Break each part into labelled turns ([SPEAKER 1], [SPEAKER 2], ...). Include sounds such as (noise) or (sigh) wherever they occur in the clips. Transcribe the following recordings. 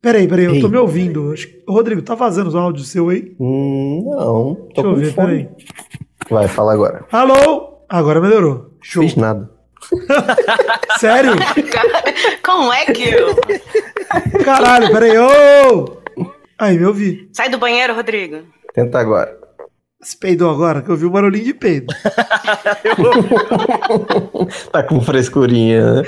[SPEAKER 1] Peraí, peraí, eu tô me ouvindo. Acho que- Rodrigo, tá vazando os áudios seu aí?
[SPEAKER 2] Hum, não,
[SPEAKER 1] Deixa
[SPEAKER 2] tô
[SPEAKER 1] eu
[SPEAKER 2] com
[SPEAKER 1] ver,
[SPEAKER 2] fome. Vai, fala agora.
[SPEAKER 1] Alô? Agora melhorou. Show.
[SPEAKER 2] Fiz (laughs) nada.
[SPEAKER 1] Sério?
[SPEAKER 3] Como é que. eu-
[SPEAKER 1] Caralho, peraí. Ô! Aí, me ouvi.
[SPEAKER 3] Sai do banheiro, Rodrigo.
[SPEAKER 2] Tenta agora.
[SPEAKER 1] Você peidou agora que eu vi o barulhinho de peido. (laughs)
[SPEAKER 2] Tá com frescurinha, né?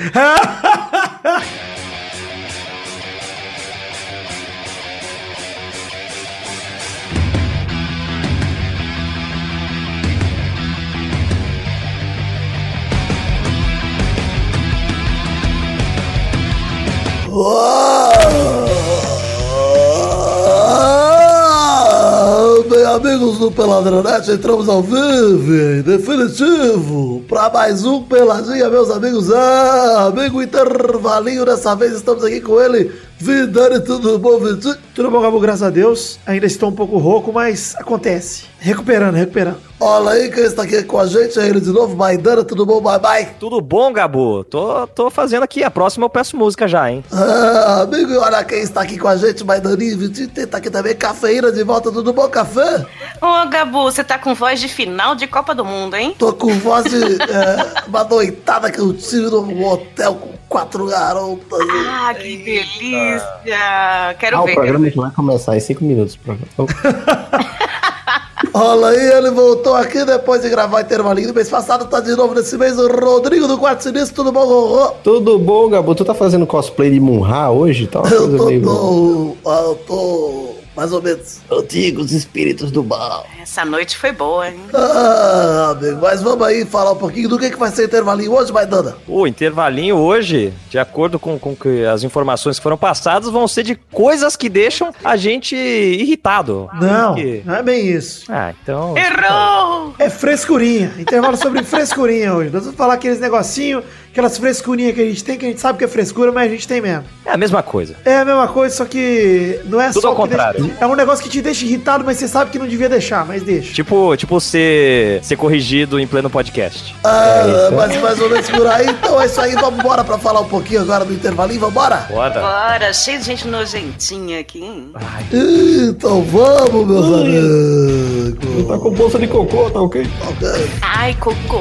[SPEAKER 4] Bem, amigos do Peladronete, entramos ao vivo, em definitivo, para mais um Peladinha, meus amigos. Ah, amigo Intervalinho, dessa vez estamos aqui com ele, Vidani, tudo bom, Vitinho?
[SPEAKER 1] Tudo bom, Gabu? Graças a Deus. Ainda estou um pouco rouco, mas acontece. Recuperando, recuperando.
[SPEAKER 4] Olha aí quem está aqui com a gente, é ele de novo, Maidana, tudo bom, bye bye.
[SPEAKER 5] Tudo bom, Gabu? Tô, tô fazendo aqui. A próxima eu peço música já, hein?
[SPEAKER 4] Ah, amigo, e olha quem está aqui com a gente, Maidaninho, Vitinho, está aqui também, Cafeína de volta, tudo bom, Café?
[SPEAKER 3] Ô, Gabu, você tá com voz de final de Copa do Mundo, hein?
[SPEAKER 4] Tô com voz de é, uma noitada que eu tive num hotel com quatro garotas.
[SPEAKER 3] Ah, que delícia! Quero
[SPEAKER 2] Ah, o
[SPEAKER 3] ver. quero
[SPEAKER 2] programa
[SPEAKER 3] ver.
[SPEAKER 2] já vai começar em cinco minutos. o programa.
[SPEAKER 4] Olha aí, ele voltou aqui depois de gravar Intervalinho do mês passado, tá de novo nesse mês, o Rodrigo do Quarto Sinistro, tudo bom, Rorô?
[SPEAKER 2] Tudo bom, Gabu? Tu tá fazendo cosplay de Munha hoje? Tá uma
[SPEAKER 4] (laughs) Eu
[SPEAKER 2] coisa
[SPEAKER 4] tô,
[SPEAKER 2] meio...
[SPEAKER 4] tô, ah, eu tô mais ou menos antigos espíritos do mal.
[SPEAKER 3] Essa noite foi boa, hein?
[SPEAKER 1] É
[SPEAKER 4] Ah, amigo, mas vamos aí falar um pouquinho do que, que vai ser Intervalinho hoje, Maidana.
[SPEAKER 5] O intervalinho hoje, de acordo com, com que as informações que foram passadas, vão ser de coisas que deixam a gente irritado.
[SPEAKER 2] Ah,
[SPEAKER 1] Não,
[SPEAKER 5] Que-
[SPEAKER 1] não é bem isso.
[SPEAKER 5] Ah, então.
[SPEAKER 3] Errou!
[SPEAKER 1] É frescurinha. Intervalo sobre frescurinha hoje. Nós vamos falar aqueles negocinho, aquelas frescurinhas que a gente tem, que a gente sabe que é frescura, mas a gente tem mesmo.
[SPEAKER 5] É a mesma coisa.
[SPEAKER 1] É a mesma coisa, só que não é
[SPEAKER 5] Tudo
[SPEAKER 1] só.
[SPEAKER 5] ao
[SPEAKER 1] que
[SPEAKER 5] contrário.
[SPEAKER 1] deixa- é um negócio que te deixa irritado, mas você sabe que não devia deixar, mas deixa.
[SPEAKER 5] Tipo, tipo ser, ser corrigido em pleno podcast.
[SPEAKER 1] É
[SPEAKER 4] Ah, mas mais ou menos por aí, então é isso aí, vamos embora pra falar um pouquinho agora do Intervalinho, vambora?
[SPEAKER 5] Bora.
[SPEAKER 3] Bora, cheio de gente nojentinha aqui, hein?
[SPEAKER 4] Então vamos, meus amigos.
[SPEAKER 2] Tá com bolsa de cocô, tá ok?
[SPEAKER 3] Ai, cocô!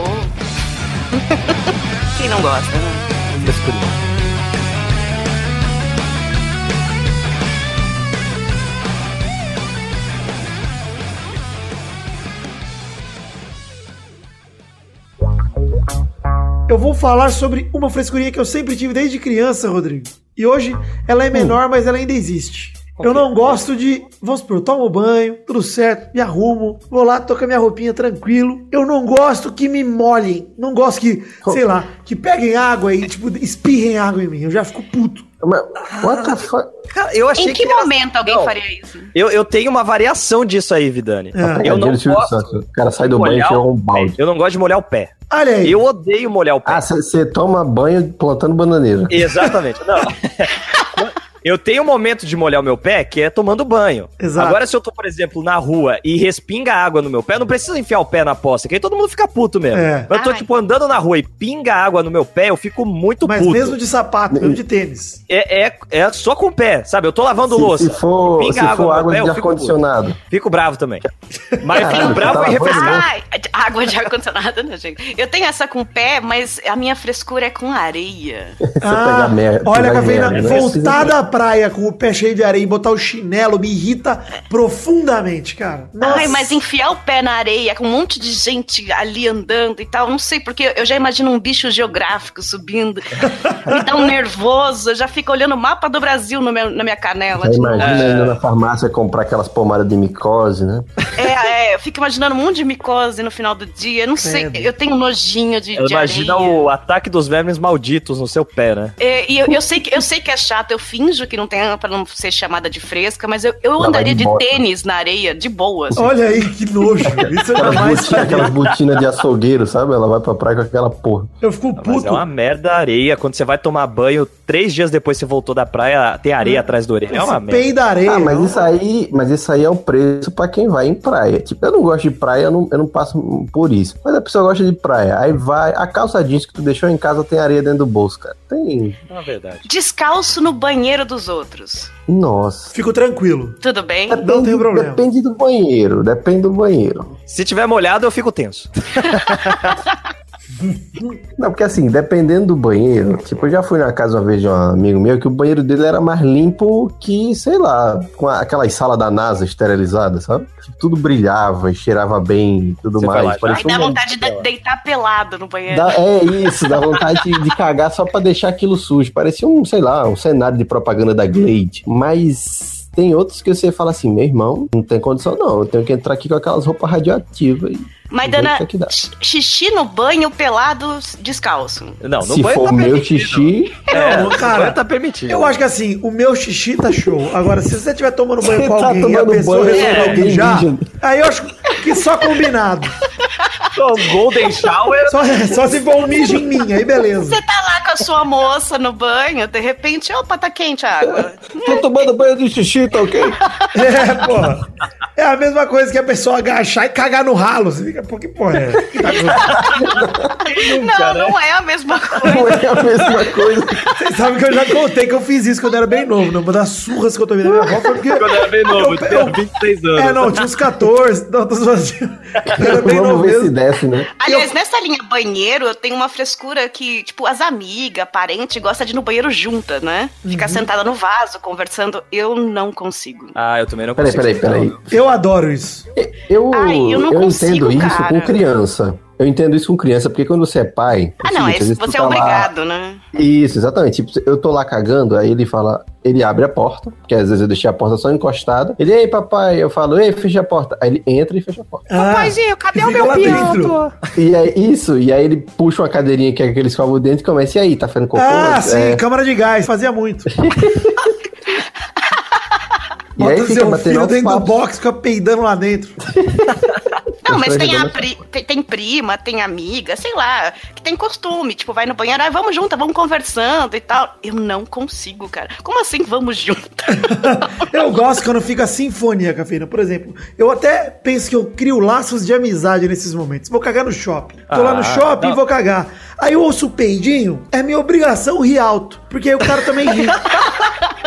[SPEAKER 3] Quem não gosta, né?
[SPEAKER 5] Frescurinha.
[SPEAKER 1] Eu vou falar sobre uma frescurinha que eu sempre tive desde criança, Rodrigo. E hoje ela é
[SPEAKER 5] Uh.
[SPEAKER 1] menor, mas ela ainda existe. Eu não gosto de. Vamos supor, eu tomo banho, tudo certo, me arrumo, vou lá, tô com a minha roupinha tranquilo. Eu não gosto que me molhem. Não gosto que, sei lá, que peguem água e, tipo, espirrem água em mim. Eu já fico puto.
[SPEAKER 2] Mas, what
[SPEAKER 3] ah.
[SPEAKER 2] the fuck?
[SPEAKER 5] Cara, eu achei
[SPEAKER 3] Em que
[SPEAKER 5] era-
[SPEAKER 3] momento alguém
[SPEAKER 5] Não.
[SPEAKER 3] faria isso?
[SPEAKER 5] Eu, eu tenho uma variação disso aí, Vidani.
[SPEAKER 1] É.
[SPEAKER 5] Eu não
[SPEAKER 2] Pegadinha do Silvio
[SPEAKER 5] gosto.
[SPEAKER 2] Santos. O cara sai do banho e
[SPEAKER 5] Molhar
[SPEAKER 2] tira
[SPEAKER 5] o
[SPEAKER 2] um balde.
[SPEAKER 5] Eu não gosto de molhar o pé.
[SPEAKER 1] Olha aí.
[SPEAKER 5] Eu odeio molhar o pé.
[SPEAKER 2] Ah, você toma banho plantando bananeira.
[SPEAKER 5] Exatamente. Não. Eu tenho um momento de molhar o meu pé, que é tomando banho.
[SPEAKER 1] Exato.
[SPEAKER 5] Agora, se eu tô, por exemplo, na rua e respinga água no meu pé, eu não preciso enfiar o pé na poça, que aí todo mundo fica puto mesmo.
[SPEAKER 1] É.
[SPEAKER 5] Mas eu tô,
[SPEAKER 3] Ai.
[SPEAKER 5] tipo, andando na rua e pinga água no meu pé, eu fico muito
[SPEAKER 1] Mas
[SPEAKER 5] puto.
[SPEAKER 1] mesmo de sapato, mesmo de tênis.
[SPEAKER 5] É, é, é só com o pé, sabe? Eu tô lavando louça.
[SPEAKER 2] Se, se for,
[SPEAKER 5] Pinga
[SPEAKER 2] se for
[SPEAKER 5] água no
[SPEAKER 2] água
[SPEAKER 5] pé, eu
[SPEAKER 2] de
[SPEAKER 5] fico
[SPEAKER 2] ar-condicionado. (laughs)
[SPEAKER 5] puto. Fico bravo também. Mas Ah,
[SPEAKER 2] Caralho,
[SPEAKER 5] eu fico
[SPEAKER 2] você
[SPEAKER 5] um bravo
[SPEAKER 2] tá
[SPEAKER 5] e
[SPEAKER 2] lavando
[SPEAKER 5] refresco.
[SPEAKER 2] louça?
[SPEAKER 3] Ai, água de ar-condicionado, né, gente? Eu tenho essa com pé, mas a minha frescura é com areia.
[SPEAKER 2] Você pegar merda.
[SPEAKER 1] Ah, Olha,
[SPEAKER 2] pegar
[SPEAKER 1] Caveira,
[SPEAKER 2] merda, né?
[SPEAKER 1] voltar da praia com o pé cheio de areia e botar o chinelo me irrita profundamente, cara. Nossa.
[SPEAKER 3] Ai, mas enfiar o pé na areia com um monte de gente ali andando e tal, não sei, porque eu já imagino um bicho geográfico subindo, me dá um nervoso, eu já fico olhando o mapa do Brasil no meu- na minha canela.
[SPEAKER 2] Aí
[SPEAKER 3] tipo,
[SPEAKER 5] É.
[SPEAKER 2] imagina indo na farmácia comprar aquelas pomadas de micose, né?
[SPEAKER 3] é, é, eu fico imaginando um monte de micose no final do dia, eu não sei,
[SPEAKER 1] Credo.
[SPEAKER 3] eu tenho um nojinho de, de
[SPEAKER 5] Imagina
[SPEAKER 3] areia.
[SPEAKER 5] o ataque dos vermes malditos no seu pé, né?
[SPEAKER 3] É, e eu, eu sei que, eu sei que é chato, eu finjo que não tem pra não ser chamada de fresca, mas eu, eu
[SPEAKER 2] vai
[SPEAKER 3] andaria de
[SPEAKER 2] embora.
[SPEAKER 3] tênis na areia, de boa.
[SPEAKER 4] Uhum.
[SPEAKER 3] assim.
[SPEAKER 1] Olha aí que nojo. Isso eu
[SPEAKER 2] Aquelas
[SPEAKER 1] jamais
[SPEAKER 2] botinas,
[SPEAKER 1] faria.
[SPEAKER 2] aquelas botinas de açougueiro, sabe? Ela vai pra praia com aquela porra.
[SPEAKER 1] Eu fico
[SPEAKER 5] Mas
[SPEAKER 1] puto.
[SPEAKER 5] é uma merda a areia. Quando você vai tomar banho, três dias depois você voltou da praia, tem areia atrás da orelha. É uma
[SPEAKER 1] Esse
[SPEAKER 5] merda.
[SPEAKER 1] peido da areia.
[SPEAKER 2] Ah, mas
[SPEAKER 1] não.
[SPEAKER 2] isso aí, mas isso aí é o preço pra quem vai em praia. Tipo, eu não gosto de praia, eu não, eu não passo por isso. Mas a pessoa gosta de praia. Aí vai, a calça jeans que tu deixou em casa tem areia dentro do bolso, cara. Tem.
[SPEAKER 5] É uma verdade.
[SPEAKER 3] Descalço no banheiro do dos outros.
[SPEAKER 2] Nossa.
[SPEAKER 1] Fico tranquilo.
[SPEAKER 3] Tudo bem?
[SPEAKER 1] Não tem problema.
[SPEAKER 2] Depende do banheiro, depende do banheiro.
[SPEAKER 5] Se tiver molhado, eu fico tenso.
[SPEAKER 2] Não, porque assim, dependendo do banheiro, tipo, eu já fui na casa uma vez de um amigo meu que o banheiro dele era mais limpo que, sei lá, com a- aquelas salas da NASA esterilizadas, sabe? Tipo, tudo brilhava e cheirava bem e tudo
[SPEAKER 5] Você vai
[SPEAKER 2] mais.
[SPEAKER 5] lá já?
[SPEAKER 3] Aí
[SPEAKER 2] parecia
[SPEAKER 3] dá
[SPEAKER 2] um-
[SPEAKER 3] vontade de deitar pelado no banheiro.
[SPEAKER 2] Dá- é isso, dá vontade de, de cagar só pra deixar aquilo sujo. Parecia um, sei lá, um cenário de propaganda da Glade. Mas tem outros que você fala assim, meu irmão, não tem condição não. Eu tenho que entrar aqui com aquelas roupas radioativas. e
[SPEAKER 3] Mas,
[SPEAKER 2] ver o
[SPEAKER 3] Dana,
[SPEAKER 2] que é que dá.
[SPEAKER 3] x- xixi no banho, pelado, descalço.
[SPEAKER 5] Não, no
[SPEAKER 2] Se
[SPEAKER 5] banho
[SPEAKER 2] for
[SPEAKER 5] tá
[SPEAKER 2] meu
[SPEAKER 5] permitido.
[SPEAKER 2] xixi,
[SPEAKER 5] É,
[SPEAKER 1] Não,
[SPEAKER 5] no
[SPEAKER 1] cara,
[SPEAKER 5] banho tá permitido.
[SPEAKER 1] Eu acho que assim, o meu xixi tá show. Agora, se você estiver tomando banho
[SPEAKER 2] (laughs) Você
[SPEAKER 1] com
[SPEAKER 2] tá
[SPEAKER 1] alguém e a
[SPEAKER 2] tomando
[SPEAKER 1] pessoa é.
[SPEAKER 2] banho, é,
[SPEAKER 1] resolveu
[SPEAKER 2] alguém
[SPEAKER 1] mijar,
[SPEAKER 2] mija.
[SPEAKER 1] aí eu acho que só combinado.
[SPEAKER 5] que Golden Shower.
[SPEAKER 1] Só, (laughs) só se for um mijo em mim, aí beleza.
[SPEAKER 3] Você tá lá com a sua moça no banho, de repente, opa, tá quente a
[SPEAKER 2] (laughs)
[SPEAKER 3] água.
[SPEAKER 2] tô Tá tomando banho de xixi, tá ok?
[SPEAKER 1] É, porra. É a mesma coisa que a pessoa agachar e cagar no ralo. Você fica, pô, que porra é? essa?
[SPEAKER 2] né?
[SPEAKER 3] não, não é a mesma
[SPEAKER 2] (laughs)
[SPEAKER 3] coisa.
[SPEAKER 2] Não é a mesma coisa.
[SPEAKER 1] Vocês sabem que eu já contei que eu fiz isso quando eu era bem novo, né? Uma das surras que eu tomei da minha avó foi porque.
[SPEAKER 5] Quando eu era bem novo, eu
[SPEAKER 1] Eu-
[SPEAKER 5] tinha 26 anos.
[SPEAKER 1] É, não, eu tinha uns 14. Não, tô
[SPEAKER 2] (laughs)
[SPEAKER 1] zoando. Eu era bem
[SPEAKER 2] Vamos
[SPEAKER 1] novo
[SPEAKER 2] ver
[SPEAKER 1] mesmo.
[SPEAKER 2] se desce, né?
[SPEAKER 3] Aliás, nessa linha banheiro, eu tenho uma frescura que, tipo, as amigas, parente, gosta de ir no banheiro junta, né? Ficar
[SPEAKER 2] Uhum.
[SPEAKER 3] sentada no vaso, conversando. Eu não consigo.
[SPEAKER 5] Ah, eu também não
[SPEAKER 2] Peraí,
[SPEAKER 5] consigo.
[SPEAKER 2] peraí, peraí.
[SPEAKER 1] Eu adoro isso.
[SPEAKER 2] Eu,
[SPEAKER 3] Ai, eu
[SPEAKER 2] eu,
[SPEAKER 3] não consigo,
[SPEAKER 2] entendo isso
[SPEAKER 3] cara.
[SPEAKER 2] com criança. Eu entendo isso com criança, porque quando você é pai.
[SPEAKER 3] Ah, não,
[SPEAKER 2] assim,
[SPEAKER 3] é,
[SPEAKER 2] às vezes tu
[SPEAKER 3] você é
[SPEAKER 2] tá lá-
[SPEAKER 3] obrigado, né?
[SPEAKER 2] Isso, exatamente. Tipo, eu tô lá cagando, aí ele fala, ele abre a porta, porque às vezes eu deixei a porta só encostada. Ele, ei, papai, eu falo, ei, fecha a porta. Aí ele entra e fecha a porta.
[SPEAKER 1] Ah,
[SPEAKER 3] Paizinho, cadê
[SPEAKER 1] fica
[SPEAKER 3] o é meu
[SPEAKER 1] lá
[SPEAKER 3] piano?
[SPEAKER 1] dentro.
[SPEAKER 2] E é isso, e aí ele puxa uma cadeirinha que é aquele escova o dente e começa, e aí, tá fazendo cocô?
[SPEAKER 1] Ah,
[SPEAKER 2] É,
[SPEAKER 1] sim, câmara de gás, fazia muito.
[SPEAKER 2] e aí
[SPEAKER 1] Bota
[SPEAKER 2] fica
[SPEAKER 1] seu
[SPEAKER 2] batendo
[SPEAKER 1] filho
[SPEAKER 2] altos
[SPEAKER 1] dentro do
[SPEAKER 2] papos.
[SPEAKER 1] box, fica peidando lá dentro.
[SPEAKER 3] Não, mas tem, a
[SPEAKER 2] Constrangedor.
[SPEAKER 3] pri- tem- tem prima, tem amiga, sei lá, que tem costume, tipo, vai no banheiro, ah, vamos juntas, vamos conversando e tal. Eu não consigo, cara. Como assim vamos juntas?
[SPEAKER 1] (laughs) Eu gosto quando fica a sinfonia, cafeína. Por exemplo, eu até penso que eu crio laços de amizade nesses momentos. Vou cagar no shopping. Tô lá no
[SPEAKER 5] Ah,
[SPEAKER 1] shopping e
[SPEAKER 5] não.
[SPEAKER 1] vou cagar. Aí eu ouço o peidinho, é minha obrigação rir alto. Porque aí o cara também
[SPEAKER 5] (laughs)
[SPEAKER 1] ri.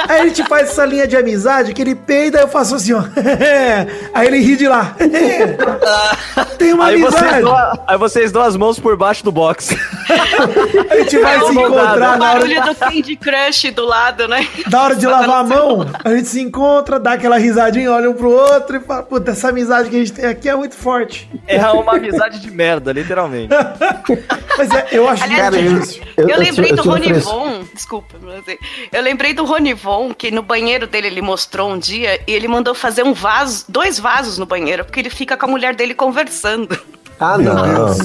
[SPEAKER 1] Aí ele te faz essa linha de amizade que ele peida, eu faço assim, ó. (laughs) Aí ele ri de lá. (laughs) Tem uma
[SPEAKER 5] Aí vocês,
[SPEAKER 1] amizade.
[SPEAKER 5] dão, aí vocês dão as mãos por baixo do box.
[SPEAKER 1] A gente vai se
[SPEAKER 5] Mão dada.
[SPEAKER 1] encontrar
[SPEAKER 3] o
[SPEAKER 1] na hora,
[SPEAKER 3] barulho do Candy Crush do lado, né?
[SPEAKER 1] na hora de lavar a mão. A gente se encontra, dá aquela risadinha, olha um pro outro e fala: Puta, essa amizade que a gente tem aqui é muito forte.
[SPEAKER 5] É uma amizade de merda, literalmente.
[SPEAKER 1] Mas é, eu acho
[SPEAKER 3] Aliás,
[SPEAKER 1] muito
[SPEAKER 2] eu-
[SPEAKER 1] difícil.
[SPEAKER 3] Eu,
[SPEAKER 2] eu
[SPEAKER 3] lembrei
[SPEAKER 2] tinha- eu
[SPEAKER 3] do
[SPEAKER 2] tinha uma
[SPEAKER 3] Rony
[SPEAKER 2] fres-
[SPEAKER 3] Von, desculpa, mas assim, eu lembrei do Rony Von, que no banheiro dele ele mostrou um dia e ele mandou fazer um vaso, dois vasos no banheiro, porque ele fica com a mulher dele conversando.
[SPEAKER 2] Ah,
[SPEAKER 1] Meu
[SPEAKER 2] não.
[SPEAKER 1] Deus.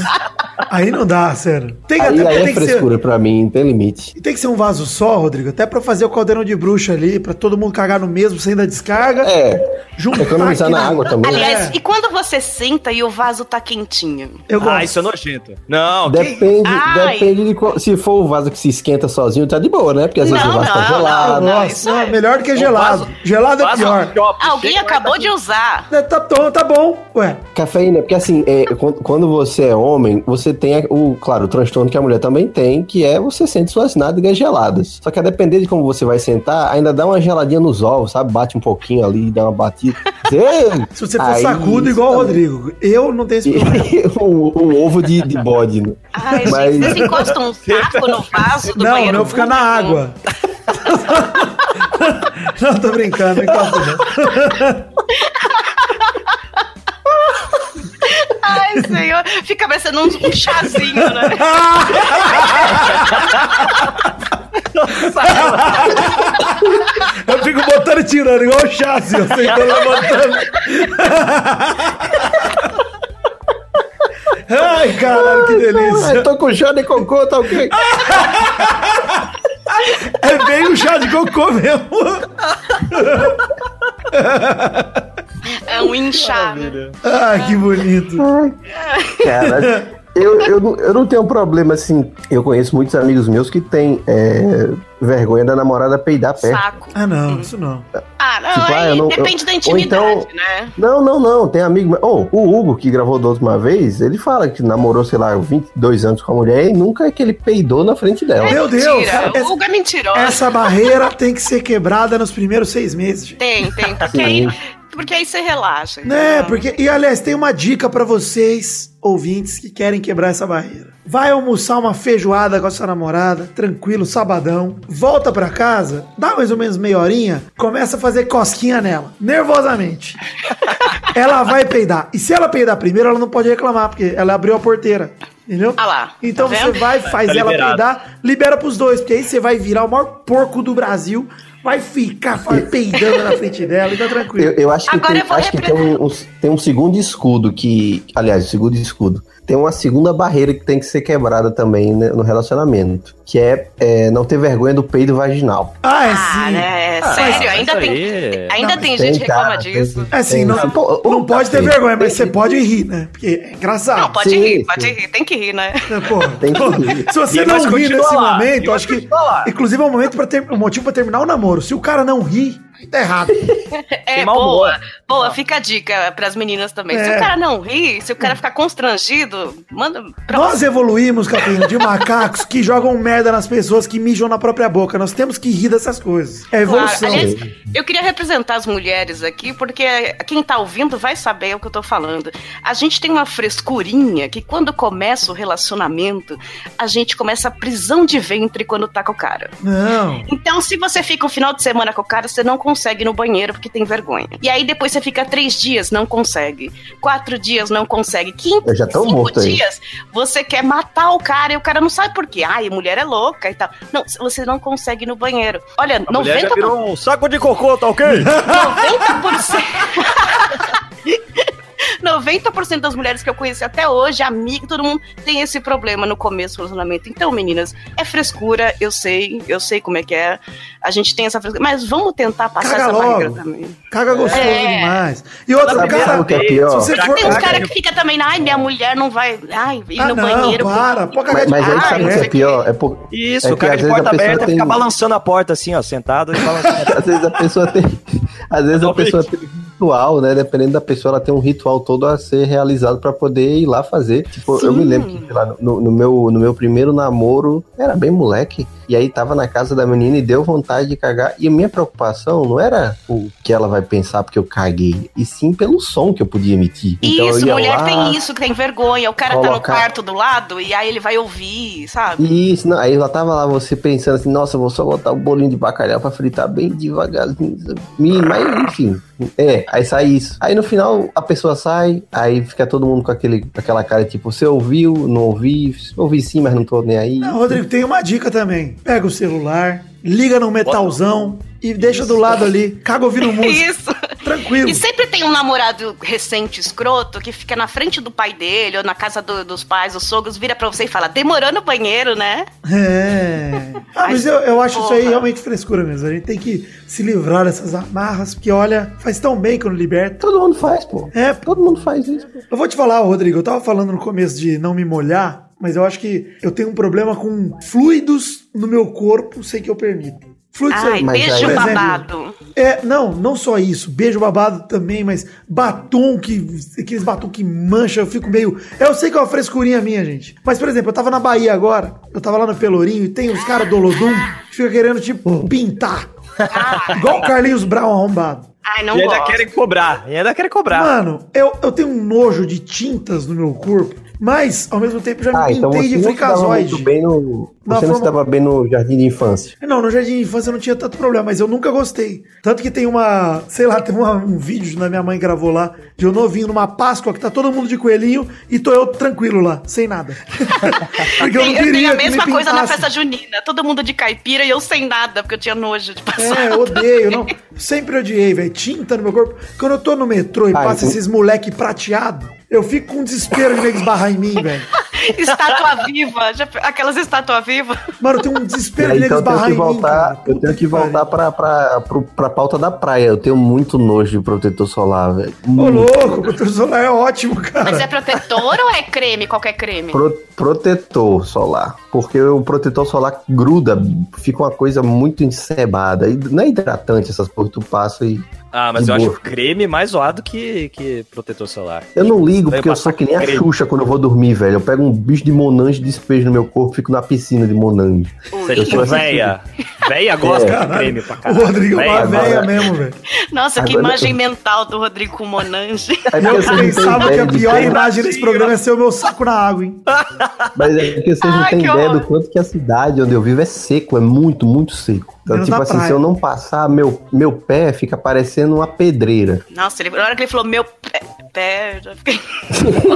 [SPEAKER 1] Aí não dá, sério. Tem,
[SPEAKER 2] Aí,
[SPEAKER 1] até,
[SPEAKER 2] aí
[SPEAKER 1] tem,
[SPEAKER 2] é
[SPEAKER 1] que ser,
[SPEAKER 2] frescura pra mim, tem limite.
[SPEAKER 1] tem que ser um vaso só, Rodrigo. Até pra fazer o caldeirão de bruxa ali, pra todo mundo cagar no mesmo sem dar descarga.
[SPEAKER 2] É,
[SPEAKER 1] juntar
[SPEAKER 2] economizar
[SPEAKER 1] aqui
[SPEAKER 2] na água também. né?
[SPEAKER 3] Aliás, e quando você senta e o vaso tá quentinho?
[SPEAKER 1] Eu gosto.
[SPEAKER 5] É, Ah, isso é nojento. Não, que
[SPEAKER 2] Depende,
[SPEAKER 3] Ai.
[SPEAKER 2] depende de qual, se for o vaso que se esquenta sozinho, tá de boa, né? Porque às vezes
[SPEAKER 3] Não,
[SPEAKER 2] o vaso
[SPEAKER 3] não,
[SPEAKER 2] tá
[SPEAKER 1] Eu
[SPEAKER 2] gelado.
[SPEAKER 3] não,
[SPEAKER 1] gosto.
[SPEAKER 3] isso é-
[SPEAKER 1] Não, melhor do que gelado.
[SPEAKER 5] vaso-
[SPEAKER 1] gelado é
[SPEAKER 5] vaso
[SPEAKER 1] pior.
[SPEAKER 5] um shopping,
[SPEAKER 3] Alguém
[SPEAKER 5] chega, tá
[SPEAKER 3] acabou de usar.
[SPEAKER 1] É, Tá, bom, tá bom. Ué,
[SPEAKER 2] Cafeína, porque assim, é, quan- quando você é homem, você tem a- o, claro, o transtorno que a mulher também tem, que é você sente suas nádegas geladas. Só que a depender de como você vai sentar, ainda dá uma geladinha nos ovos, sabe? Bate um pouquinho ali, dá uma
[SPEAKER 3] (laughs)
[SPEAKER 2] batida. Ei!
[SPEAKER 1] se você for
[SPEAKER 2] Aí,
[SPEAKER 1] sacudo igual o Rodrigo, eu não tenho esse problema.
[SPEAKER 2] (laughs) o, o Um, ovo de, de bode, né?
[SPEAKER 3] Ai,
[SPEAKER 2] Mas-
[SPEAKER 3] gente, vocês encostam um saco no vaso do
[SPEAKER 1] Não,
[SPEAKER 3] banheiro?
[SPEAKER 1] não fica na
[SPEAKER 3] público? (laughs)
[SPEAKER 1] água. não, tô brincando, é tá não encosta não.
[SPEAKER 3] Ai, senhor, fica parecendo um, um chazinho, né?
[SPEAKER 1] Eu fico botando e tirando, igual o chassi, eu sentando levantando. (laughs) Ai, caralho, que
[SPEAKER 2] Ah,
[SPEAKER 1] delícia.
[SPEAKER 2] tô com chá de cocô, tá ok?
[SPEAKER 1] (laughs) É bem o chá de cocô mesmo.
[SPEAKER 3] É um inchar.
[SPEAKER 1] Ai, que bonito.
[SPEAKER 2] Cara, eu, eu, não- eu não tenho problema assim. Eu conheço muitos amigos meus que têm é, vergonha da namorada peidar perto.
[SPEAKER 3] Saco.
[SPEAKER 1] Ah, não, isso não.
[SPEAKER 3] Ah, não,
[SPEAKER 2] Tipo, ah,
[SPEAKER 3] aí
[SPEAKER 2] eu não-
[SPEAKER 3] depende da
[SPEAKER 2] ou
[SPEAKER 3] intimidade,
[SPEAKER 2] então-
[SPEAKER 3] né?
[SPEAKER 2] Não, não, não. Tem amigo. Oh, o Hugo, que gravou da última vez, ele fala que namorou, sei lá, 22 anos com a mulher e nunca é que ele peidou na frente dela.
[SPEAKER 3] É,
[SPEAKER 1] Meu Deus,
[SPEAKER 3] Mentira,
[SPEAKER 1] essa-
[SPEAKER 3] o Hugo é mentiroso.
[SPEAKER 1] Essa barreira tem que ser quebrada nos primeiros seis meses, gente.
[SPEAKER 2] (laughs)
[SPEAKER 3] Tem, tem, porque aí, porque aí você relaxa.
[SPEAKER 1] Né,
[SPEAKER 3] entendeu?
[SPEAKER 1] porque. E aliás, tem uma dica pra vocês, ouvintes, que querem quebrar essa barreira. Vai almoçar uma feijoada com a sua namorada, tranquilo, sabadão. Volta pra casa, dá mais ou menos meia horinha, começa a fazer cosquinha nela,
[SPEAKER 3] (laughs)
[SPEAKER 1] nervosamente. ela vai peidar. E se ela peidar primeiro, ela não pode reclamar, porque ela abriu a porteira. Entendeu?
[SPEAKER 3] Ah lá,
[SPEAKER 1] então
[SPEAKER 3] tá
[SPEAKER 1] você
[SPEAKER 3] vendo?
[SPEAKER 1] vai, faz
[SPEAKER 5] Tá
[SPEAKER 1] ela
[SPEAKER 5] liberado.
[SPEAKER 1] peidar, libera pros dois, porque aí você vai virar o maior porco do Brasil, vai ficar peidando na frente dela e tá tranquilo.
[SPEAKER 2] Eu, eu acho que,
[SPEAKER 3] Agora
[SPEAKER 2] tem,
[SPEAKER 3] eu vou
[SPEAKER 2] acho que tem, um, um- tem um segundo escudo que. Aliás, o segundo escudo. Tem uma segunda barreira que tem que ser quebrada também né, no relacionamento. Que é, é, não ter vergonha do peido vaginal.
[SPEAKER 1] Ah, é
[SPEAKER 3] Ah,
[SPEAKER 1] sim.
[SPEAKER 3] né?
[SPEAKER 5] Ah,
[SPEAKER 3] Sério,
[SPEAKER 5] mas
[SPEAKER 3] ainda
[SPEAKER 5] isso
[SPEAKER 3] tem,
[SPEAKER 5] aí-
[SPEAKER 3] ainda
[SPEAKER 1] é- Não,
[SPEAKER 3] tem
[SPEAKER 2] Tem,
[SPEAKER 3] gente que reclama
[SPEAKER 2] cara,
[SPEAKER 3] disso.
[SPEAKER 2] tem-
[SPEAKER 1] É assim,
[SPEAKER 2] tem-
[SPEAKER 1] não,
[SPEAKER 2] Pô,
[SPEAKER 1] não
[SPEAKER 2] ô,
[SPEAKER 1] pode ter
[SPEAKER 2] cacete.
[SPEAKER 1] vergonha, mas você pode rir, né? Porque é engraçado.
[SPEAKER 3] Não, pode
[SPEAKER 2] sim,
[SPEAKER 3] rir,
[SPEAKER 2] sim.
[SPEAKER 3] pode rir, tem que rir, né?
[SPEAKER 1] né, porra?
[SPEAKER 2] Tem que rir.
[SPEAKER 1] Se você
[SPEAKER 5] E
[SPEAKER 1] não
[SPEAKER 5] mas
[SPEAKER 1] rir
[SPEAKER 5] continua
[SPEAKER 1] nesse
[SPEAKER 5] lá, e
[SPEAKER 1] momento,
[SPEAKER 5] mas
[SPEAKER 1] acho que.
[SPEAKER 5] continua lá.
[SPEAKER 1] Inclusive é um, momento pra ter, um motivo pra terminar o namoro. Se o cara não rir, aí tá errado.
[SPEAKER 3] É,
[SPEAKER 5] Tem mau
[SPEAKER 3] boa.
[SPEAKER 5] humor.
[SPEAKER 3] Boa, fica a dica pras meninas também. Se
[SPEAKER 1] É.
[SPEAKER 3] o cara não rir, se o cara ficar constrangido, manda.
[SPEAKER 1] Nós evoluímos, Catarina, de macacos que jogam merda nas pessoas que mijam na própria boca. Nós temos que rir dessas coisas. É
[SPEAKER 3] Claro.
[SPEAKER 1] evolução.
[SPEAKER 3] Aliás, eu queria representar as mulheres aqui, porque quem tá ouvindo vai saber o que eu tô falando. A gente tem uma frescurinha que quando começa o relacionamento, a gente começa a prisão de ventre quando tá com o cara.
[SPEAKER 1] Não.
[SPEAKER 3] Então, se você fica o final de semana com o cara, você não consegue ir no banheiro porque tem vergonha. E aí depois você fica três dias, não consegue. Quatro dias, não consegue. Quinta,
[SPEAKER 2] Eu já tô
[SPEAKER 3] cinco
[SPEAKER 2] morto aí.
[SPEAKER 3] dias, você quer matar o cara e o cara não sabe por quê. Ai, mulher é louca e tal. Não, você não consegue ir no banheiro. Olha,
[SPEAKER 5] A mulher já
[SPEAKER 3] 90%.
[SPEAKER 5] virou um saco de cocô, tá ok?
[SPEAKER 3] 90%. 90% das mulheres que eu conheci até hoje, amiga, todo mundo tem esse problema no começo do relacionamento. Então, meninas, é frescura, eu sei, eu sei como é que é. A gente tem essa frescura, mas vamos tentar passar
[SPEAKER 1] Caga
[SPEAKER 3] essa barreira
[SPEAKER 1] logo.
[SPEAKER 3] também.
[SPEAKER 1] Caga gostoso
[SPEAKER 3] É.
[SPEAKER 1] demais. E outro
[SPEAKER 5] Sabe-
[SPEAKER 1] cara.
[SPEAKER 2] sabe o que é pior?
[SPEAKER 1] Se você
[SPEAKER 5] Tem
[SPEAKER 1] for.
[SPEAKER 3] Tem uns
[SPEAKER 5] Caga.
[SPEAKER 3] caras que ficam também, ai, minha mulher não vai, ai, ir
[SPEAKER 1] Ah,
[SPEAKER 3] no
[SPEAKER 1] não,
[SPEAKER 3] banheiro.
[SPEAKER 1] para. Pô, né? cagar
[SPEAKER 2] Mas, mas aí
[SPEAKER 3] Ah,
[SPEAKER 2] sabe o que
[SPEAKER 3] isso
[SPEAKER 2] é
[SPEAKER 3] aqui.
[SPEAKER 2] pior? É por,
[SPEAKER 5] Isso,
[SPEAKER 2] É
[SPEAKER 5] o
[SPEAKER 2] que
[SPEAKER 5] cara
[SPEAKER 2] às
[SPEAKER 5] de
[SPEAKER 2] vezes a
[SPEAKER 5] porta
[SPEAKER 2] pessoa
[SPEAKER 5] aberta
[SPEAKER 2] tem-
[SPEAKER 5] fica balançando a porta assim, ó, sentado e balançando.
[SPEAKER 2] (laughs) Às vezes a pessoa tem. Às vezes a pessoa tem um ritual, né? Dependendo da pessoa, ela tem um ritual todo a ser realizado pra poder ir lá fazer. Tipo, eu
[SPEAKER 3] Sim.
[SPEAKER 2] me lembro, que, sei lá, no, no meu, no meu primeiro namoro, era bem moleque. E aí tava na casa da menina e deu vontade de cagar. E a minha preocupação não era o que ela vai pensar porque eu caguei, e sim pelo som que eu podia emitir. Então, eu
[SPEAKER 3] Isso,
[SPEAKER 2] ia
[SPEAKER 3] mulher
[SPEAKER 2] lá-
[SPEAKER 3] tem isso, que tem vergonha. O cara tá no
[SPEAKER 2] colocar-
[SPEAKER 3] quarto do lado e aí ele vai ouvir, sabe?
[SPEAKER 2] Isso, não, aí ela tava lá, você pensando assim, nossa, eu vou só botar o bolinho de bacalhau pra fritar bem devagarzinho. Me- Mas enfim, é, aí sai isso. Aí no final a pessoa sai, aí fica todo mundo com aquele, com aquela cara tipo, você ouviu, não ouvi, ouvi sim, mas não tô nem aí.
[SPEAKER 1] Não, Rodrigo, tem uma dica também. Pega o celular, liga no metalzão e deixa do lado ali. Caga ouvindo música.
[SPEAKER 3] (laughs) Isso.
[SPEAKER 1] Tranquilo.
[SPEAKER 3] E sempre tem um namorado recente, escroto, que fica na frente do pai dele ou na casa do- dos pais, dos sogros, vira pra você e fala, demorou no banheiro, né?
[SPEAKER 1] É. Ah, mas eu, eu acho isso aí
[SPEAKER 3] Porra.
[SPEAKER 1] realmente frescura mesmo. A gente tem que se livrar dessas amarras, porque olha, faz tão bem quando liberta.
[SPEAKER 2] Todo mundo faz, pô.
[SPEAKER 1] É,
[SPEAKER 2] Todo mundo faz isso. pô.
[SPEAKER 1] eu vou te falar, Rodrigo, eu tava falando no começo de não me molhar, mas eu acho que eu tenho um problema com fluidos no meu corpo sem que eu permita. Fluidos
[SPEAKER 3] Ai,
[SPEAKER 2] mas
[SPEAKER 3] beijo
[SPEAKER 2] aí-
[SPEAKER 1] por exemplo,
[SPEAKER 3] babado.
[SPEAKER 1] É, não, não só isso. Beijo babado também, mas batom que. Aqueles batom que mancha, eu fico meio. Eu sei que é uma frescurinha minha, gente. Mas, por exemplo, eu tava na Bahia agora, eu tava lá no Pelourinho e tem os caras do Olodum que ficam querendo,
[SPEAKER 2] Hum.
[SPEAKER 1] tipo, pintar.
[SPEAKER 3] Ah.
[SPEAKER 1] Igual o Carlinhos Brown arrombado.
[SPEAKER 3] Ai, (laughs) não
[SPEAKER 5] E é ainda
[SPEAKER 3] gosto.
[SPEAKER 5] querem cobrar, e ainda querem cobrar.
[SPEAKER 1] Mano, eu, eu tenho um nojo de tintas no meu corpo, mas ao mesmo tempo já me
[SPEAKER 2] Ah,
[SPEAKER 1] pintei
[SPEAKER 2] então você
[SPEAKER 1] de
[SPEAKER 2] não se dava
[SPEAKER 1] fricazoide.
[SPEAKER 2] muito bem no.
[SPEAKER 1] Na
[SPEAKER 2] Você não se
[SPEAKER 1] forma-
[SPEAKER 2] dava bem no jardim de infância.
[SPEAKER 1] É, Não, no jardim de infância eu não tinha tanto problema, mas eu nunca gostei. Tanto que tem uma, sei lá, (laughs) tem uma- um vídeo da minha mãe gravou lá, de eu novinho numa Páscoa, que tá todo mundo de coelhinho e tô eu tranquilo lá, sem nada. (laughs) Porque
[SPEAKER 3] Tem- eu tenho a
[SPEAKER 1] que me
[SPEAKER 3] mesma coisa na
[SPEAKER 1] pintasse.
[SPEAKER 3] festa junina. Todo mundo de caipira e eu sem nada, porque eu tinha nojo tipo, de passar.
[SPEAKER 1] É, eu odeio, não. Sempre odiei, velho. Tinta no meu corpo. Quando eu tô no metrô e
[SPEAKER 2] Ah,
[SPEAKER 1] passa
[SPEAKER 2] eu-
[SPEAKER 1] esses moleque prateado, eu fico com desespero de nego esbarrar em mim, velho.
[SPEAKER 3] (laughs) Estátua viva. Já- aquelas estátua viva.
[SPEAKER 1] Mano, tem um desespero
[SPEAKER 2] Peraí,
[SPEAKER 1] de
[SPEAKER 2] então eu tenho
[SPEAKER 1] esbarrar
[SPEAKER 2] que
[SPEAKER 1] em mim, cara.
[SPEAKER 2] voltar, eu
[SPEAKER 1] Puta
[SPEAKER 2] tenho que
[SPEAKER 1] pariu.
[SPEAKER 2] voltar pra, pra, pro- pra pauta da praia. Eu tenho muito nojo de protetor solar, velho.
[SPEAKER 1] Ô,
[SPEAKER 2] Muito.
[SPEAKER 1] louco, o protetor solar é ótimo, cara.
[SPEAKER 3] Mas é protetor ou é creme? Qualquer creme?
[SPEAKER 2] Pro- protetor solar. Porque o protetor solar gruda, fica uma coisa muito encebada. E não é hidratante essas porra, tu passa e.
[SPEAKER 5] Ah, mas
[SPEAKER 2] De
[SPEAKER 5] eu
[SPEAKER 2] boa.
[SPEAKER 5] acho creme mais zoado que, que protetor solar.
[SPEAKER 2] Eu não ligo,
[SPEAKER 5] Vai
[SPEAKER 2] porque eu sou
[SPEAKER 5] passar
[SPEAKER 2] que nem a
[SPEAKER 5] creme.
[SPEAKER 2] Xuxa quando eu vou dormir, velho. Eu pego um bicho de Monange e despejo no meu corpo, fico na piscina de Monange.
[SPEAKER 5] Você é
[SPEAKER 2] Eu sou
[SPEAKER 5] tipo
[SPEAKER 2] assim. É.
[SPEAKER 5] véia. Véia gosta de
[SPEAKER 1] Caralho.
[SPEAKER 5] creme pra
[SPEAKER 1] O
[SPEAKER 5] caralho.
[SPEAKER 1] Rodrigo é uma
[SPEAKER 5] Véia
[SPEAKER 2] Agora-
[SPEAKER 1] véia mesmo, velho.
[SPEAKER 3] Nossa, que
[SPEAKER 2] Agora-
[SPEAKER 3] imagem mental do Rodrigo com Monange.
[SPEAKER 2] É porque
[SPEAKER 1] Eu
[SPEAKER 2] vocês não têm
[SPEAKER 1] pensava que
[SPEAKER 2] ideia
[SPEAKER 1] a
[SPEAKER 2] de
[SPEAKER 1] pior
[SPEAKER 2] como-
[SPEAKER 1] imagem desse programa é ser o meu saco na água, hein?
[SPEAKER 2] Mas é porque vocês não
[SPEAKER 3] Ai,
[SPEAKER 2] têm
[SPEAKER 3] que
[SPEAKER 2] ideia
[SPEAKER 3] horror.
[SPEAKER 2] do quanto que a cidade onde eu vivo é seco, é muito, muito seco. Então,
[SPEAKER 1] Menos
[SPEAKER 2] tipo
[SPEAKER 1] na
[SPEAKER 2] assim,
[SPEAKER 1] praia.
[SPEAKER 2] se eu não passar, meu, meu pé fica parecendo uma pedreira.
[SPEAKER 3] Nossa, ele, na hora que ele falou meu pé, pé eu já fiquei,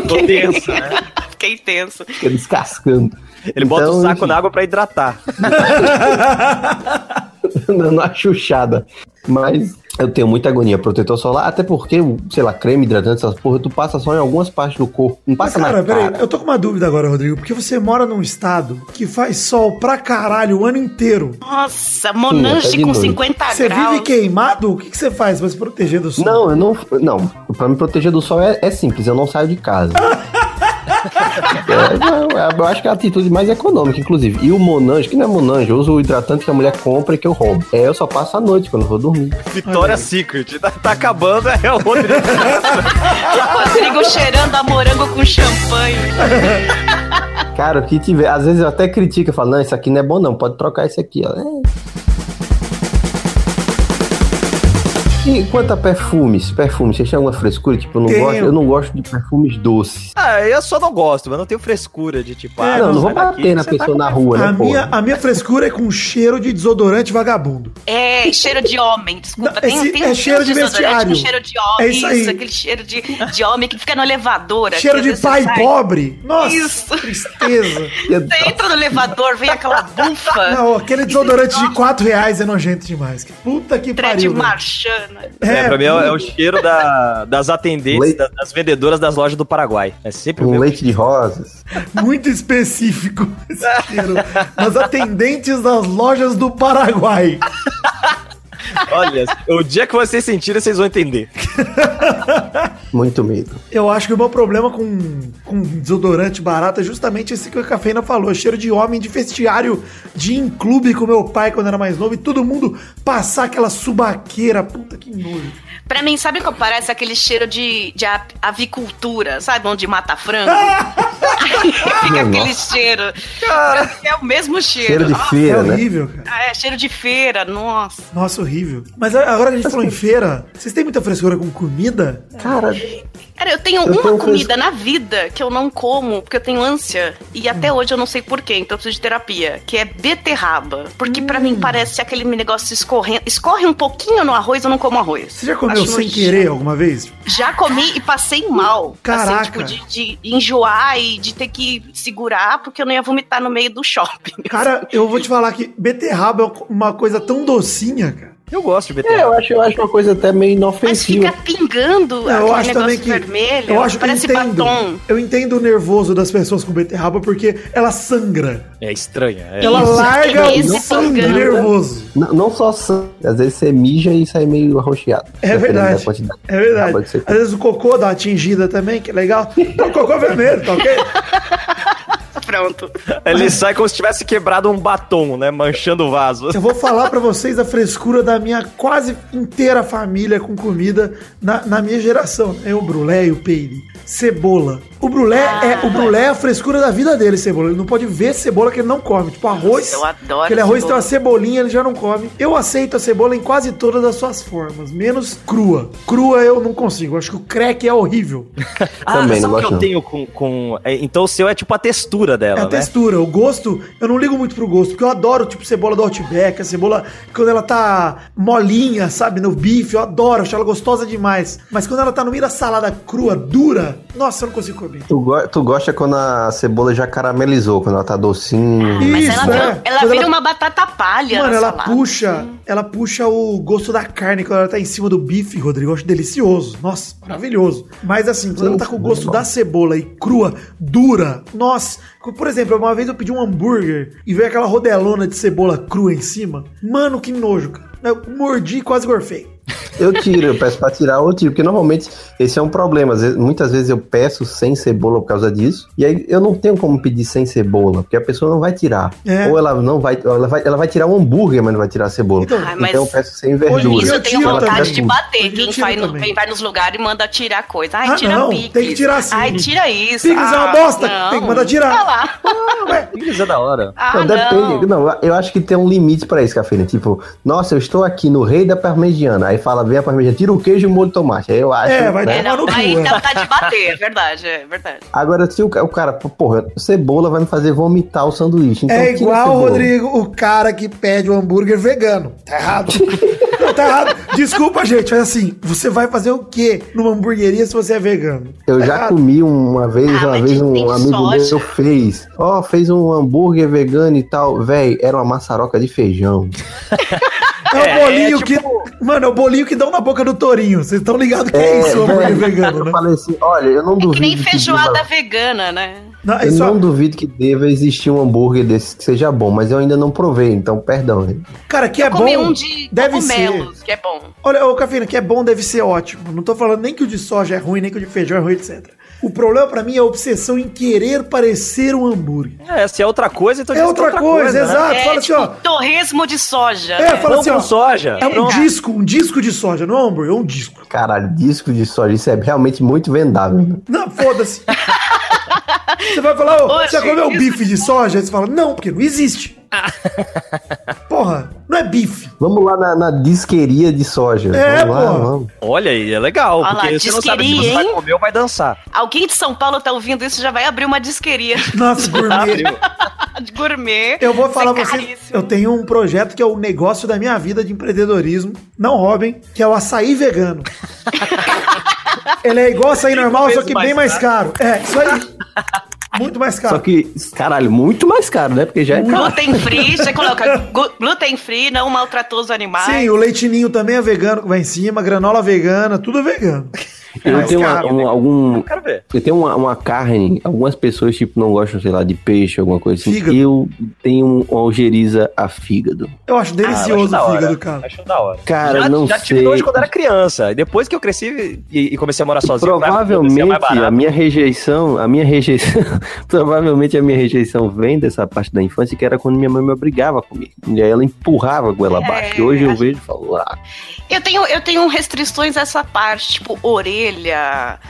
[SPEAKER 5] Tô tensa,
[SPEAKER 3] (laughs)
[SPEAKER 5] né?
[SPEAKER 3] fiquei tenso.
[SPEAKER 2] Fica descascando.
[SPEAKER 5] Ele bota
[SPEAKER 2] Então,
[SPEAKER 5] o saco
[SPEAKER 2] enfim.
[SPEAKER 5] na água pra hidratar.
[SPEAKER 2] (laughs) dando uma chuchada. Mas eu tenho muita agonia. Protetor solar, até porque, sei lá, creme hidratante, essas porra, tu passa só em algumas partes do corpo. Não
[SPEAKER 1] Mas,
[SPEAKER 2] passa
[SPEAKER 1] cara,
[SPEAKER 2] na
[SPEAKER 1] peraí,
[SPEAKER 2] cara.
[SPEAKER 1] eu tô com uma dúvida agora, Rodrigo, porque você mora num estado que faz sol pra caralho o ano inteiro.
[SPEAKER 3] Nossa,
[SPEAKER 2] Sim, tá
[SPEAKER 3] Monange
[SPEAKER 2] de
[SPEAKER 3] com
[SPEAKER 2] noite.
[SPEAKER 3] 50
[SPEAKER 1] Você
[SPEAKER 3] graus.
[SPEAKER 1] vive queimado? O que, que você faz pra se proteger do sol?
[SPEAKER 2] Não, eu não. Não, pra me proteger do sol é, é simples, eu não saio de
[SPEAKER 1] (laughs)
[SPEAKER 2] casa. É, não, é, eu acho que é a atitude mais econômica, inclusive. E o Monange, que não é Monange, eu uso o hidratante que a mulher compra e que eu roubo. É, eu só passo a noite quando eu vou dormir.
[SPEAKER 5] Vitória Secret. Tá, tá acabando, é o Rodrigo.
[SPEAKER 2] (laughs)
[SPEAKER 1] é (laughs)
[SPEAKER 3] Rodrigo cheirando a morango com champanhe.
[SPEAKER 2] Cara, o que tiver. Às vezes eu até critico, eu falo, não, isso aqui não é bom, não, pode trocar isso aqui, ó. É. E quanto a perfumes, perfumes, vocês têm alguma frescura? Tipo, eu não,
[SPEAKER 1] Tenho.
[SPEAKER 2] gosto, eu não gosto de perfumes doces.
[SPEAKER 5] Ah, eu só não gosto, mas não tenho frescura de tipo.
[SPEAKER 1] É,
[SPEAKER 2] Ah,
[SPEAKER 5] ah,
[SPEAKER 2] não, não vou
[SPEAKER 5] sai daqui,
[SPEAKER 2] bater na
[SPEAKER 5] você tá
[SPEAKER 2] pessoa
[SPEAKER 5] com
[SPEAKER 2] na rua,
[SPEAKER 1] A
[SPEAKER 2] né, pô?
[SPEAKER 1] minha, a minha frescura é com cheiro de desodorante vagabundo.
[SPEAKER 3] É, cheiro de homem, desculpa.
[SPEAKER 1] Não,
[SPEAKER 3] tem,
[SPEAKER 1] esse
[SPEAKER 3] tem
[SPEAKER 1] é
[SPEAKER 3] uns
[SPEAKER 1] cheiro de
[SPEAKER 3] desodorantes
[SPEAKER 1] vestiário.
[SPEAKER 3] com Tipo, cheiro de
[SPEAKER 1] É
[SPEAKER 3] homem,
[SPEAKER 1] isso aí.
[SPEAKER 3] aquele cheiro de, de homem que fica no elevador. que
[SPEAKER 1] cheiro
[SPEAKER 3] às
[SPEAKER 1] de
[SPEAKER 3] vezes
[SPEAKER 1] pai
[SPEAKER 3] você sai,
[SPEAKER 1] pobre. Nossa,
[SPEAKER 3] Isso. (laughs)
[SPEAKER 1] tristeza.
[SPEAKER 3] Você entra no elevador, vem aquela bufa.
[SPEAKER 1] Não, aquele desodorante de 4 reais é nojento demais. Que Puta que
[SPEAKER 3] Thread
[SPEAKER 1] pariu. velho.
[SPEAKER 3] marchando.
[SPEAKER 5] É, pra mim é, o- é o
[SPEAKER 1] puta.
[SPEAKER 5] cheiro da- das atendentes,
[SPEAKER 2] Leite.
[SPEAKER 5] da- das vendedoras das lojas do Paraguai. É sempre o
[SPEAKER 2] Um
[SPEAKER 5] meu.
[SPEAKER 2] leite de rosas.
[SPEAKER 1] Muito específico (laughs) esse cheiro. Mas atendentes das lojas do Paraguai.
[SPEAKER 5] Olha, o dia que vocês sentirem, vocês vão entender.
[SPEAKER 2] Muito medo.
[SPEAKER 1] Eu acho que o meu problema com, com desodorante barato é justamente esse que a Cafeína falou. É Cheiro de homem, de vestiário, de em clube com meu pai quando era mais novo. E todo mundo passar aquela subaqueira. Puta que nojo.
[SPEAKER 3] Pra mim, sabe que parece aquele cheiro de, de a- avicultura, sabe? Onde mata
[SPEAKER 1] (laughs)
[SPEAKER 3] frango. Aí Fica aquele cheiro. É o mesmo
[SPEAKER 2] Cheiro
[SPEAKER 3] cheiro.
[SPEAKER 2] de
[SPEAKER 3] Ah,
[SPEAKER 2] feira,
[SPEAKER 1] é
[SPEAKER 2] né?
[SPEAKER 1] horrível, cara.
[SPEAKER 3] é cheiro de feira, nossa.
[SPEAKER 1] Nossa, horrível. Mas a- agora que a gente falou em feira, vocês têm muita frescura com comida?
[SPEAKER 2] Cara,
[SPEAKER 3] Cara, eu tenho
[SPEAKER 2] Eu
[SPEAKER 3] uma
[SPEAKER 2] tenho
[SPEAKER 3] comida na vida que eu não como, porque eu tenho ânsia. E até
[SPEAKER 1] Hum.
[SPEAKER 3] hoje eu não sei porquê, então eu preciso de terapia. Que é beterraba. Porque pra
[SPEAKER 1] Hum.
[SPEAKER 3] mim parece aquele negócio escorrendo. Escorre um pouquinho no arroz, eu não como arroz.
[SPEAKER 1] Você já comeu
[SPEAKER 3] Acho
[SPEAKER 1] sem
[SPEAKER 3] nojento.
[SPEAKER 1] querer alguma vez?
[SPEAKER 3] Já comi e passei mal.
[SPEAKER 1] Caraca.
[SPEAKER 3] Assim, tipo, de, de enjoar e de ter que segurar, porque eu não ia vomitar no meio do shopping.
[SPEAKER 1] Cara, eu vou te falar que beterraba é uma coisa tão docinha, cara.
[SPEAKER 5] Eu gosto de
[SPEAKER 2] é, eu
[SPEAKER 5] beterraba.
[SPEAKER 2] acho, eu acho uma coisa até meio
[SPEAKER 3] Mas
[SPEAKER 2] inofensiva.
[SPEAKER 3] fica
[SPEAKER 1] eu
[SPEAKER 3] pingando aquele
[SPEAKER 1] acho também
[SPEAKER 3] negócio
[SPEAKER 1] que.
[SPEAKER 3] vermelho.
[SPEAKER 1] eu acho que eu
[SPEAKER 3] parece
[SPEAKER 1] entendo.
[SPEAKER 3] batom.
[SPEAKER 1] Eu entendo o nervoso das pessoas com beterraba porque ela sangra.
[SPEAKER 5] É, estranho. É.
[SPEAKER 1] Ela
[SPEAKER 3] Isso,
[SPEAKER 1] larga
[SPEAKER 3] tem
[SPEAKER 1] o
[SPEAKER 3] esse
[SPEAKER 1] sangue
[SPEAKER 3] sangrando.
[SPEAKER 1] nervoso.
[SPEAKER 2] N- Não, só sangue, às vezes você mija e sai meio arroxeado.
[SPEAKER 1] É
[SPEAKER 2] dependendo
[SPEAKER 1] verdade.
[SPEAKER 2] da quantidade. Ah,
[SPEAKER 1] É
[SPEAKER 2] Acaba
[SPEAKER 1] verdade.
[SPEAKER 2] que você
[SPEAKER 1] Às vezes o cocô dá uma atingida também, que é legal. Então, o cocô vermelho, tá ok?
[SPEAKER 3] Pronto.
[SPEAKER 5] Ele sai como se tivesse quebrado um batom, né? Manchando o vaso.
[SPEAKER 1] Eu vou falar pra vocês a frescura da minha quase inteira família com comida na, na minha geração. É o brulé e o peide. Cebola. O brulé é o brulé é a frescura da vida dele, cebola. Ele não pode ver cebola que ele não come. Tipo arroz.
[SPEAKER 3] eu adoro
[SPEAKER 1] Aquele arroz tem
[SPEAKER 3] cebola.
[SPEAKER 1] uma cebolinha, ele já não come. Eu aceito a cebola em quase todas as suas formas, menos crua. Crua eu não consigo. Eu Acho que o crack é horrível.
[SPEAKER 5] Ah,
[SPEAKER 2] Também não
[SPEAKER 5] sabe o
[SPEAKER 2] gosto
[SPEAKER 5] que eu
[SPEAKER 2] não.
[SPEAKER 5] tenho com. com- é, então o seu é tipo a textura dela,
[SPEAKER 1] É a
[SPEAKER 5] né?
[SPEAKER 1] textura, o gosto, eu não ligo muito pro gosto, porque eu adoro, tipo, cebola do Outback, a cebola quando ela tá molinha, sabe, no bife, eu adoro, acho ela gostosa demais. Mas quando ela tá no meio da salada crua, dura, nossa, eu não consigo comer.
[SPEAKER 2] Tu, go- tu gosta quando a cebola já caramelizou, quando ela tá docinha.
[SPEAKER 1] Ih,
[SPEAKER 3] Mas
[SPEAKER 1] Isso,
[SPEAKER 3] ela,
[SPEAKER 1] é.
[SPEAKER 3] tran- ela
[SPEAKER 1] Quando
[SPEAKER 3] vira
[SPEAKER 1] ela-
[SPEAKER 3] uma batata palha.
[SPEAKER 1] Mano,
[SPEAKER 3] na
[SPEAKER 1] ela
[SPEAKER 3] salada.
[SPEAKER 1] puxa, ela puxa o gosto da carne quando ela tá em cima do bife, Rodrigo. Eu acho delicioso. Nossa, maravilhoso. Mas assim, quando ela tá com o gosto da cebola e crua, dura, nossa. Por exemplo, uma vez eu pedi um hambúrguer e veio aquela rodelona de cebola crua em cima. Mano, que nojo, cara. Eu mordi e quase gorfei.
[SPEAKER 2] Eu tiro, eu peço pra tirar ou eu tiro, porque normalmente esse é um problema. Às vezes- muitas vezes eu peço sem cebola por causa disso, e aí eu não tenho como pedir sem cebola, porque a pessoa não vai tirar.
[SPEAKER 1] É.
[SPEAKER 2] Ou ela não vai, ou ela vai, ela vai tirar o hambúrguer, mas não vai tirar a cebola.
[SPEAKER 1] Então,
[SPEAKER 2] Então,
[SPEAKER 3] Ai, Ah, mas
[SPEAKER 2] eu peço sem
[SPEAKER 1] hoje em
[SPEAKER 2] verdura.
[SPEAKER 1] dia
[SPEAKER 3] Isso eu
[SPEAKER 1] Eu
[SPEAKER 3] tenho
[SPEAKER 1] tiro
[SPEAKER 3] vontade
[SPEAKER 1] também.
[SPEAKER 3] de
[SPEAKER 1] Eu
[SPEAKER 3] bater. Quem
[SPEAKER 1] tiro
[SPEAKER 3] vai, no-
[SPEAKER 1] também.
[SPEAKER 3] quem vai nos lugares e manda tirar coisa. Ai,
[SPEAKER 1] Ah,
[SPEAKER 3] tira
[SPEAKER 1] não,
[SPEAKER 3] picles.
[SPEAKER 1] tem que tirar sim.
[SPEAKER 3] Ai, tira isso.
[SPEAKER 1] Picles é uma
[SPEAKER 3] Ah,
[SPEAKER 1] bosta,
[SPEAKER 3] não.
[SPEAKER 1] tem que mandar tirar. (laughs)
[SPEAKER 3] Tá lá.
[SPEAKER 5] Isso é da hora.
[SPEAKER 3] Ah,
[SPEAKER 2] não, depende. Não. eu acho que tem um limite pra isso, Cafeína. Tipo, nossa, eu estou aqui no rei da parmegiana. Aí fala, vem a parmegiana, tira o queijo e o molho de tomate. Aí eu acho. né?
[SPEAKER 1] É, vai
[SPEAKER 3] É,
[SPEAKER 1] tomar no
[SPEAKER 3] não,
[SPEAKER 1] cu,
[SPEAKER 3] aí
[SPEAKER 1] é.
[SPEAKER 3] dá vontade de bater, é verdade, é verdade.
[SPEAKER 2] Agora, se o, ca- o cara, porra, cebola vai me fazer vomitar o sanduíche. Então
[SPEAKER 1] é
[SPEAKER 2] tira a
[SPEAKER 1] igual,
[SPEAKER 2] cebola.
[SPEAKER 1] Rodrigo, o cara que pede o hambúrguer vegano. Tá errado. (laughs) Não, tá errado. Desculpa, gente, mas assim, você vai fazer o quê numa hamburgueria se você é vegano?
[SPEAKER 2] Eu
[SPEAKER 1] Tá
[SPEAKER 2] já
[SPEAKER 1] errado.
[SPEAKER 2] comi uma vez, uma
[SPEAKER 3] Ah, mas
[SPEAKER 2] vez
[SPEAKER 3] tem- tem
[SPEAKER 2] um amigo
[SPEAKER 3] soja.
[SPEAKER 2] meu fez. Ó, fez um hambúrguer vegano e tal. Véi, era uma maçaroca de feijão.
[SPEAKER 1] É o
[SPEAKER 5] É,
[SPEAKER 1] bolinho
[SPEAKER 5] é
[SPEAKER 1] que. Mano, é o bolinho que dão na boca do tourinho. Vocês estão ligados que é, isso, o
[SPEAKER 2] véi,
[SPEAKER 1] hambúrguer vegano,
[SPEAKER 2] Eu
[SPEAKER 1] né?
[SPEAKER 2] falei assim, olha, eu não
[SPEAKER 3] É que
[SPEAKER 2] duvido
[SPEAKER 3] nem feijoada
[SPEAKER 2] deva-
[SPEAKER 3] vegana, né?
[SPEAKER 1] Não, é
[SPEAKER 2] eu
[SPEAKER 1] só-
[SPEAKER 2] não duvido que deva existir um hambúrguer desse que seja bom, mas eu ainda não provei, então perdão. gente.
[SPEAKER 1] Cara, que é bom.
[SPEAKER 3] Comi um de
[SPEAKER 1] deve ser.
[SPEAKER 3] cogumelos, que é bom.
[SPEAKER 1] Olha, ô Cafina, que é bom deve ser ótimo. Não tô falando nem que o de soja é ruim, nem que o de feijão é ruim, etc. O problema pra mim é a obsessão em querer parecer um hambúrguer.
[SPEAKER 5] É, se é outra coisa, então
[SPEAKER 1] É
[SPEAKER 5] diz que
[SPEAKER 1] outra coisa,
[SPEAKER 5] né?
[SPEAKER 1] exato.
[SPEAKER 3] é
[SPEAKER 1] fala assim, ó.
[SPEAKER 3] torresmo de soja.
[SPEAKER 1] É,
[SPEAKER 3] né?
[SPEAKER 1] fala
[SPEAKER 5] Pão
[SPEAKER 1] assim,
[SPEAKER 5] com
[SPEAKER 1] ó.
[SPEAKER 5] soja.
[SPEAKER 1] É um
[SPEAKER 5] Pronto.
[SPEAKER 1] disco, um disco de soja, não é um hambúrguer, é um disco.
[SPEAKER 2] Caralho, disco de soja, isso é realmente muito vendável. né?
[SPEAKER 1] Não, foda-se. você vai falar, ô,
[SPEAKER 3] Hoje,
[SPEAKER 1] você comeu
[SPEAKER 3] isso-
[SPEAKER 1] bife de soja? Aí você fala, não, porque não existe. Porra, não é bife.
[SPEAKER 2] Vamos lá na, na disqueria de soja.
[SPEAKER 1] É,
[SPEAKER 2] vamos lá,
[SPEAKER 1] pô.
[SPEAKER 2] vamos.
[SPEAKER 5] Olha aí, é legal,
[SPEAKER 3] Olha
[SPEAKER 5] porque
[SPEAKER 3] lá,
[SPEAKER 5] você não sabe se
[SPEAKER 3] disqueria,
[SPEAKER 5] você vai
[SPEAKER 3] hein?
[SPEAKER 5] comer ou vai dançar.
[SPEAKER 3] Alguém de São Paulo tá ouvindo isso já vai abrir uma disqueria (laughs)
[SPEAKER 1] Nossa, gourmet.
[SPEAKER 3] de gourmet.
[SPEAKER 1] Eu vou falar
[SPEAKER 3] Isso é
[SPEAKER 1] pra vocês,
[SPEAKER 3] caríssimo.
[SPEAKER 1] eu tenho um projeto que é o negócio da minha vida de empreendedorismo, não Robin, que é o açaí vegano. Ele é igual açaí normal, só
[SPEAKER 5] vezes
[SPEAKER 1] que
[SPEAKER 5] mais
[SPEAKER 1] bem mais caro. É, isso aí. Muito mais
[SPEAKER 2] Só
[SPEAKER 1] caro.
[SPEAKER 2] que, caralho, muito mais caro, né? Porque já é caro.
[SPEAKER 3] Gluten free,
[SPEAKER 1] (laughs)
[SPEAKER 3] você coloca gu- gluten free, não maltratou os animais.
[SPEAKER 1] Sim, o leitinho também é vegano, que vai em cima, granola vegana, tudo é vegano.
[SPEAKER 2] Eu
[SPEAKER 1] Mas,
[SPEAKER 2] tenho uma,
[SPEAKER 1] cara,
[SPEAKER 2] um- algum.
[SPEAKER 1] Hum.
[SPEAKER 5] Eu quero ver.
[SPEAKER 2] Eu tenho uma, uma carne, algumas pessoas tipo não gostam, sei lá, de peixe, alguma coisa assim.
[SPEAKER 1] Fígado.
[SPEAKER 2] Eu tenho uma algeriza a fígado.
[SPEAKER 1] Eu acho
[SPEAKER 5] Ah, eu acho
[SPEAKER 1] delicioso
[SPEAKER 5] da
[SPEAKER 1] o
[SPEAKER 5] hora,
[SPEAKER 1] fígado, cara.
[SPEAKER 5] Acho da hora.
[SPEAKER 2] Cara,
[SPEAKER 5] já,
[SPEAKER 2] não
[SPEAKER 5] já
[SPEAKER 2] sei.
[SPEAKER 5] tive nojo quando era criança. E depois que eu cresci e, e comecei a morar sozinho,
[SPEAKER 2] Provavelmente
[SPEAKER 5] pra- pra ser mais barato.
[SPEAKER 2] a minha rejeição, a minha rejeição, (laughs) provavelmente a minha rejeição vem dessa parte da infância que era quando minha mãe me obrigava a comer. E aí ela empurrava a
[SPEAKER 5] É,
[SPEAKER 2] goela abaixo. E hoje eu
[SPEAKER 3] acho-
[SPEAKER 2] vejo e falo, ah,
[SPEAKER 3] Eu tenho, eu tenho restrições a essa parte, tipo orelha,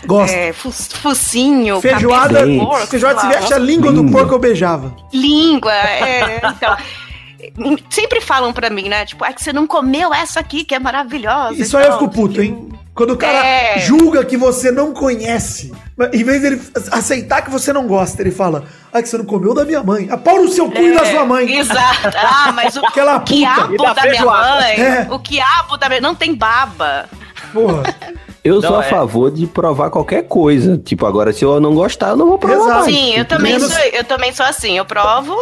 [SPEAKER 1] Gosto.
[SPEAKER 3] é, fu- focinho,
[SPEAKER 1] Feijoada,
[SPEAKER 3] cabeça de porco,
[SPEAKER 1] feijoada se
[SPEAKER 3] sei lá,
[SPEAKER 1] veste a língua do
[SPEAKER 2] Língua.
[SPEAKER 1] porco eu beijava.
[SPEAKER 3] língua, é, então. (laughs) Sempre falam pra mim, né? Tipo, é que você não comeu essa aqui, que é maravilhosa.
[SPEAKER 1] Isso aí eu
[SPEAKER 3] Então,
[SPEAKER 1] fico puto, hein? Quando o cara
[SPEAKER 3] É.
[SPEAKER 1] julga que você não conhece, mas em vez dele aceitar que você não gosta, ele fala: Ah, que você não comeu da minha mãe. A pau no seu cu e da
[SPEAKER 3] é,
[SPEAKER 1] sua mãe.
[SPEAKER 3] Exato. Ah, mas
[SPEAKER 1] (laughs)
[SPEAKER 3] o
[SPEAKER 1] Aquela puta.
[SPEAKER 3] quiabo
[SPEAKER 5] E da
[SPEAKER 3] da, minha
[SPEAKER 5] feijoada.
[SPEAKER 3] mãe.
[SPEAKER 1] É.
[SPEAKER 3] O quiabo da minha Não tem baba.
[SPEAKER 1] Porra.
[SPEAKER 2] eu
[SPEAKER 5] Não,
[SPEAKER 2] sou a
[SPEAKER 5] é.
[SPEAKER 2] favor de provar qualquer coisa. Tipo, agora se eu não gostar, eu não vou provar.
[SPEAKER 1] Exato.
[SPEAKER 2] mais.
[SPEAKER 3] Sim, eu também,
[SPEAKER 1] menos-
[SPEAKER 3] sou, eu também sou assim. Eu provo.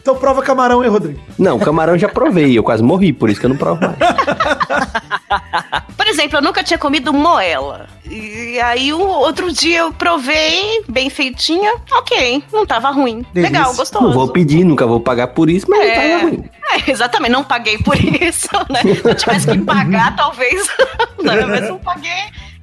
[SPEAKER 1] Então prova camarão, hein, Rodrigo?
[SPEAKER 2] Não, camarão eu já provei, eu quase morri, por isso que eu não provo
[SPEAKER 5] (laughs)
[SPEAKER 2] mais.
[SPEAKER 3] Por exemplo, eu nunca tinha comido moela. E aí, um outro dia eu provei, bem feitinha. Ok, não tava ruim.
[SPEAKER 1] Delícia.
[SPEAKER 3] Legal, gostoso.
[SPEAKER 2] Não vou pedir, nunca vou pagar por isso, mas
[SPEAKER 3] É.
[SPEAKER 2] não tá ruim.
[SPEAKER 3] É, exatamente, não paguei por (laughs) isso, né? Se eu tivesse que pagar, talvez. (laughs) Não, mas não paguei.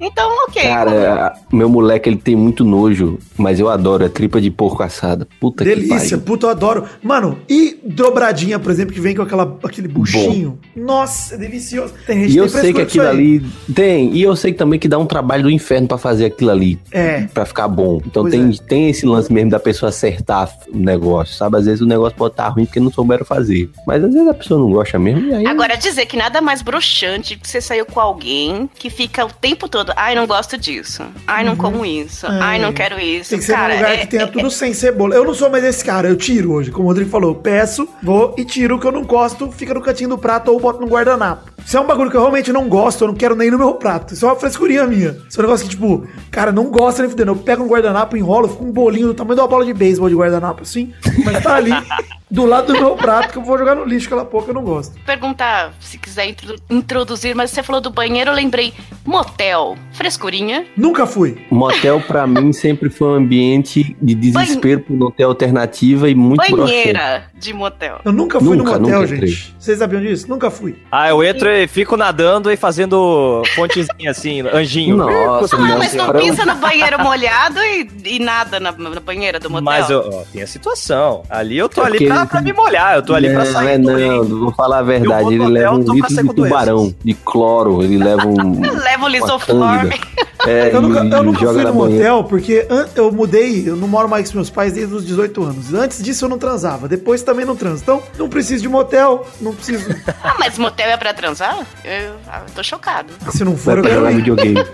[SPEAKER 3] Então, ok.
[SPEAKER 2] Cara, a- meu moleque, ele tem muito nojo, mas eu adoro, é tripa de porco assada. Puta
[SPEAKER 1] Delícia,
[SPEAKER 2] que pariu.
[SPEAKER 1] puta, eu adoro. Mano, e dobradinha, por exemplo, que vem com aquela, aquele buchinho. Nossa, é delicioso. Tem gente
[SPEAKER 2] E eu
[SPEAKER 1] tem
[SPEAKER 2] sei que
[SPEAKER 1] frescura com isso
[SPEAKER 2] aquilo
[SPEAKER 1] aí.
[SPEAKER 2] ali tem, e eu sei também que dá um trabalho do inferno pra fazer aquilo ali,
[SPEAKER 1] É.
[SPEAKER 2] Pra ficar bom. Então
[SPEAKER 1] Pois
[SPEAKER 2] tem,
[SPEAKER 1] é.
[SPEAKER 2] tem esse lance mesmo da pessoa acertar o negócio, sabe? Às vezes o negócio pode estar ruim porque não souberam fazer, mas às vezes a pessoa não gosta mesmo e aí
[SPEAKER 3] Agora, dizer que nada mais broxante que você saiu com alguém que fica o tempo todo. todo. Ai, não gosto disso. Ai, não como isso. Ai, não quero isso.
[SPEAKER 1] Uhum. É. Tem que ser
[SPEAKER 3] Cara,
[SPEAKER 1] num lugar
[SPEAKER 3] é-
[SPEAKER 1] que tenha tudo sem cebola. Eu não sou mais esse cara, eu tiro hoje. Como o Rodrigo falou, eu peço, vou e tiro o que eu não gosto, fica no cantinho do prato ou boto no guardanapo. Isso é um bagulho que eu realmente não gosto, eu não quero nem no meu prato. Isso é uma frescurinha minha. Isso é um negócio que, tipo, cara, não gosta nem fudendo. Eu pego um guardanapo, enrolo, fica um bolinho do tamanho de uma bola de beisebol de guardanapo, assim, mas tá ali, (laughs) do lado do meu prato, que eu vou jogar no lixo aquela pouco, eu não gosto.
[SPEAKER 3] perguntar se quiser intro- introduzir, mas você falou do banheiro, eu lembrei. Motel, frescurinha.
[SPEAKER 1] Nunca fui.
[SPEAKER 2] Motel, pra mim, sempre foi um ambiente de desespero por não ter alternativa e muito broxante.
[SPEAKER 3] Banheira de motel.
[SPEAKER 1] Eu nunca fui
[SPEAKER 2] Nunca,
[SPEAKER 1] no motel,
[SPEAKER 2] nunca entrei.
[SPEAKER 1] gente. Vocês sabiam disso? Nunca fui.
[SPEAKER 5] Ah, eu entro e fico nadando e fazendo fontezinha assim, anjinho.
[SPEAKER 2] Nossa,
[SPEAKER 3] Ah, mas não
[SPEAKER 2] cara.
[SPEAKER 3] pisa no banheiro molhado e, e nada na, na banheira do motel.
[SPEAKER 5] Mas eu, ó, tem a situação. Ali eu tô
[SPEAKER 2] É
[SPEAKER 5] ali
[SPEAKER 2] porque
[SPEAKER 5] pra,
[SPEAKER 2] ele-
[SPEAKER 5] pra me molhar, eu tô ali pra
[SPEAKER 2] Não, é
[SPEAKER 5] sair.
[SPEAKER 2] não,
[SPEAKER 5] doente.
[SPEAKER 2] não, vou falar a
[SPEAKER 5] Eu vou
[SPEAKER 2] verdade. Ele
[SPEAKER 5] no
[SPEAKER 2] leva
[SPEAKER 5] hotel,
[SPEAKER 2] um
[SPEAKER 5] tô
[SPEAKER 2] litro
[SPEAKER 5] passando
[SPEAKER 2] de tubarão, de cloro. Ele leva
[SPEAKER 5] (laughs)
[SPEAKER 2] um.
[SPEAKER 3] Leva o
[SPEAKER 2] uma
[SPEAKER 3] lisoforme.
[SPEAKER 2] cândida. É,
[SPEAKER 1] (laughs) Eu nunca,
[SPEAKER 2] e-
[SPEAKER 1] eu
[SPEAKER 2] e
[SPEAKER 1] nunca
[SPEAKER 2] joga
[SPEAKER 1] fui
[SPEAKER 2] na
[SPEAKER 1] num
[SPEAKER 2] banheira.
[SPEAKER 1] motel porque an- eu mudei, eu não moro mais com meus pais desde os 18 anos. Antes disso eu não transava, depois também não transo. Então não preciso de motel, não
[SPEAKER 2] (laughs)
[SPEAKER 1] preciso.
[SPEAKER 3] Ah, mas motel é pra transar? Eu, ah, eu tô chocado.
[SPEAKER 1] Se não for,
[SPEAKER 2] Vai
[SPEAKER 1] eu
[SPEAKER 2] pra
[SPEAKER 1] quero
[SPEAKER 2] jogar
[SPEAKER 1] ir. (laughs)
[SPEAKER 2] videogame.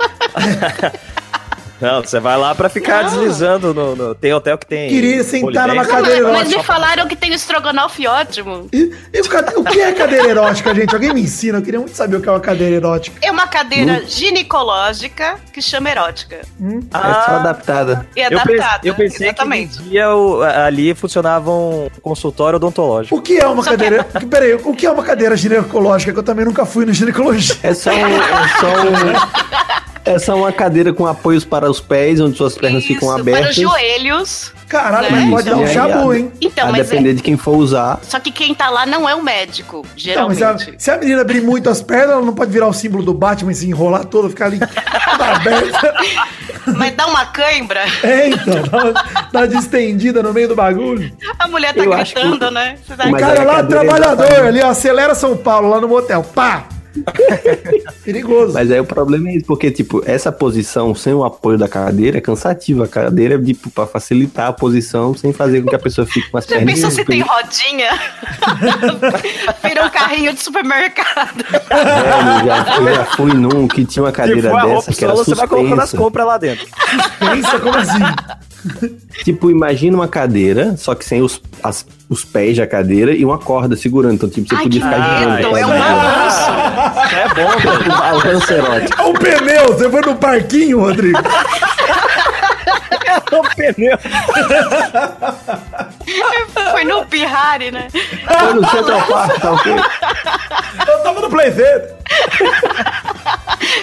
[SPEAKER 5] Não, você vai lá pra ficar
[SPEAKER 3] Não.
[SPEAKER 5] deslizando. No, no- tem hotel que tem.
[SPEAKER 1] Queria sentar numa
[SPEAKER 5] polidense.
[SPEAKER 1] cadeira.
[SPEAKER 3] Mas,
[SPEAKER 1] Cadeirão,
[SPEAKER 3] mas me
[SPEAKER 1] só-
[SPEAKER 3] falaram que tem o estrogonofe ótimo.
[SPEAKER 1] E, e o, cade- o que é cadeira erótica, gente? Alguém me ensina, eu queria muito saber o que é uma cadeira erótica.
[SPEAKER 3] É uma cadeira ginecológica que chama erótica.
[SPEAKER 2] É só
[SPEAKER 5] Ah,
[SPEAKER 2] adaptada.
[SPEAKER 3] E
[SPEAKER 5] eu, pense-
[SPEAKER 3] adaptada.
[SPEAKER 5] eu pensei
[SPEAKER 3] Exatamente.
[SPEAKER 5] que um dia o- ali funcionava um consultório odontológico.
[SPEAKER 1] O que é uma
[SPEAKER 3] Só (laughs)
[SPEAKER 1] cadeira. Peraí, o que é uma cadeira ginecológica? Que eu também nunca fui no ginecologista.
[SPEAKER 2] É só um. É só um.
[SPEAKER 5] (laughs)
[SPEAKER 2] É só uma cadeira com apoios para os pés, onde suas pernas ficam
[SPEAKER 3] Isso, Para os
[SPEAKER 2] abertas.
[SPEAKER 3] joelhos.
[SPEAKER 1] Caralho,
[SPEAKER 3] Né?
[SPEAKER 1] mas pode dar um
[SPEAKER 2] E aí,
[SPEAKER 1] chabu,
[SPEAKER 2] a-
[SPEAKER 1] hein?
[SPEAKER 3] Então,
[SPEAKER 2] a
[SPEAKER 3] mas é-
[SPEAKER 2] depender de quem for usar.
[SPEAKER 3] Só que quem tá lá não é o médico,
[SPEAKER 1] Não, mas
[SPEAKER 3] geralmente.
[SPEAKER 1] se a, se a menina abrir muito as pernas, ela não pode virar o símbolo do Batman e se enrolar toda, ficar ali (laughs) tá toda aberta.
[SPEAKER 3] Mas dá uma cãibra,
[SPEAKER 1] É, então, (laughs) dá uma, dá uma distendida no meio do bagulho.
[SPEAKER 3] a mulher tá
[SPEAKER 2] Eu acho
[SPEAKER 3] gritando,
[SPEAKER 2] que-
[SPEAKER 3] né? Você
[SPEAKER 1] O
[SPEAKER 3] sabe?
[SPEAKER 2] Mas
[SPEAKER 1] cara
[SPEAKER 2] era
[SPEAKER 1] lá,
[SPEAKER 2] cadeira
[SPEAKER 1] trabalhador,
[SPEAKER 2] exatamente.
[SPEAKER 1] ali, ó, acelera São Paulo, lá no motel, pá! (laughs) Perigoso.
[SPEAKER 2] Mas aí o problema é isso, porque, tipo, essa posição sem o apoio da cadeira é cansativa. A cadeira é, tipo, pra facilitar a posição sem fazer com que a pessoa fique com as
[SPEAKER 3] Já
[SPEAKER 2] pernas.
[SPEAKER 3] pensou se tem rodinha? (laughs) Vira um carrinho de supermercado. (laughs)
[SPEAKER 2] Velho, já, eu já fui num que tinha uma
[SPEAKER 5] Se
[SPEAKER 2] cadeira
[SPEAKER 5] for a
[SPEAKER 2] dessa
[SPEAKER 5] roupa
[SPEAKER 2] que era
[SPEAKER 5] solo, você vai colocando as
[SPEAKER 2] suspensa.
[SPEAKER 5] compras lá dentro.
[SPEAKER 1] Pensa como assim?
[SPEAKER 2] Tipo, imagina uma cadeira, só que sem os, as- os pés da cadeira e uma corda segurando. Então, tipo, você
[SPEAKER 3] Ai,
[SPEAKER 2] podia
[SPEAKER 3] que
[SPEAKER 2] ficar tá girando.
[SPEAKER 3] medo,
[SPEAKER 2] aquela
[SPEAKER 3] é um
[SPEAKER 2] cadeira.
[SPEAKER 5] Ah, Isso é
[SPEAKER 2] (laughs)
[SPEAKER 5] bom, velho.
[SPEAKER 2] um Balanço erótico.
[SPEAKER 1] É um pneu, você foi no parquinho, Rodrigo.
[SPEAKER 5] É um pneu.
[SPEAKER 3] Foi no Pirrari, né?
[SPEAKER 2] Foi no Central Park, tá ok?
[SPEAKER 1] Eu tava no Playcenter.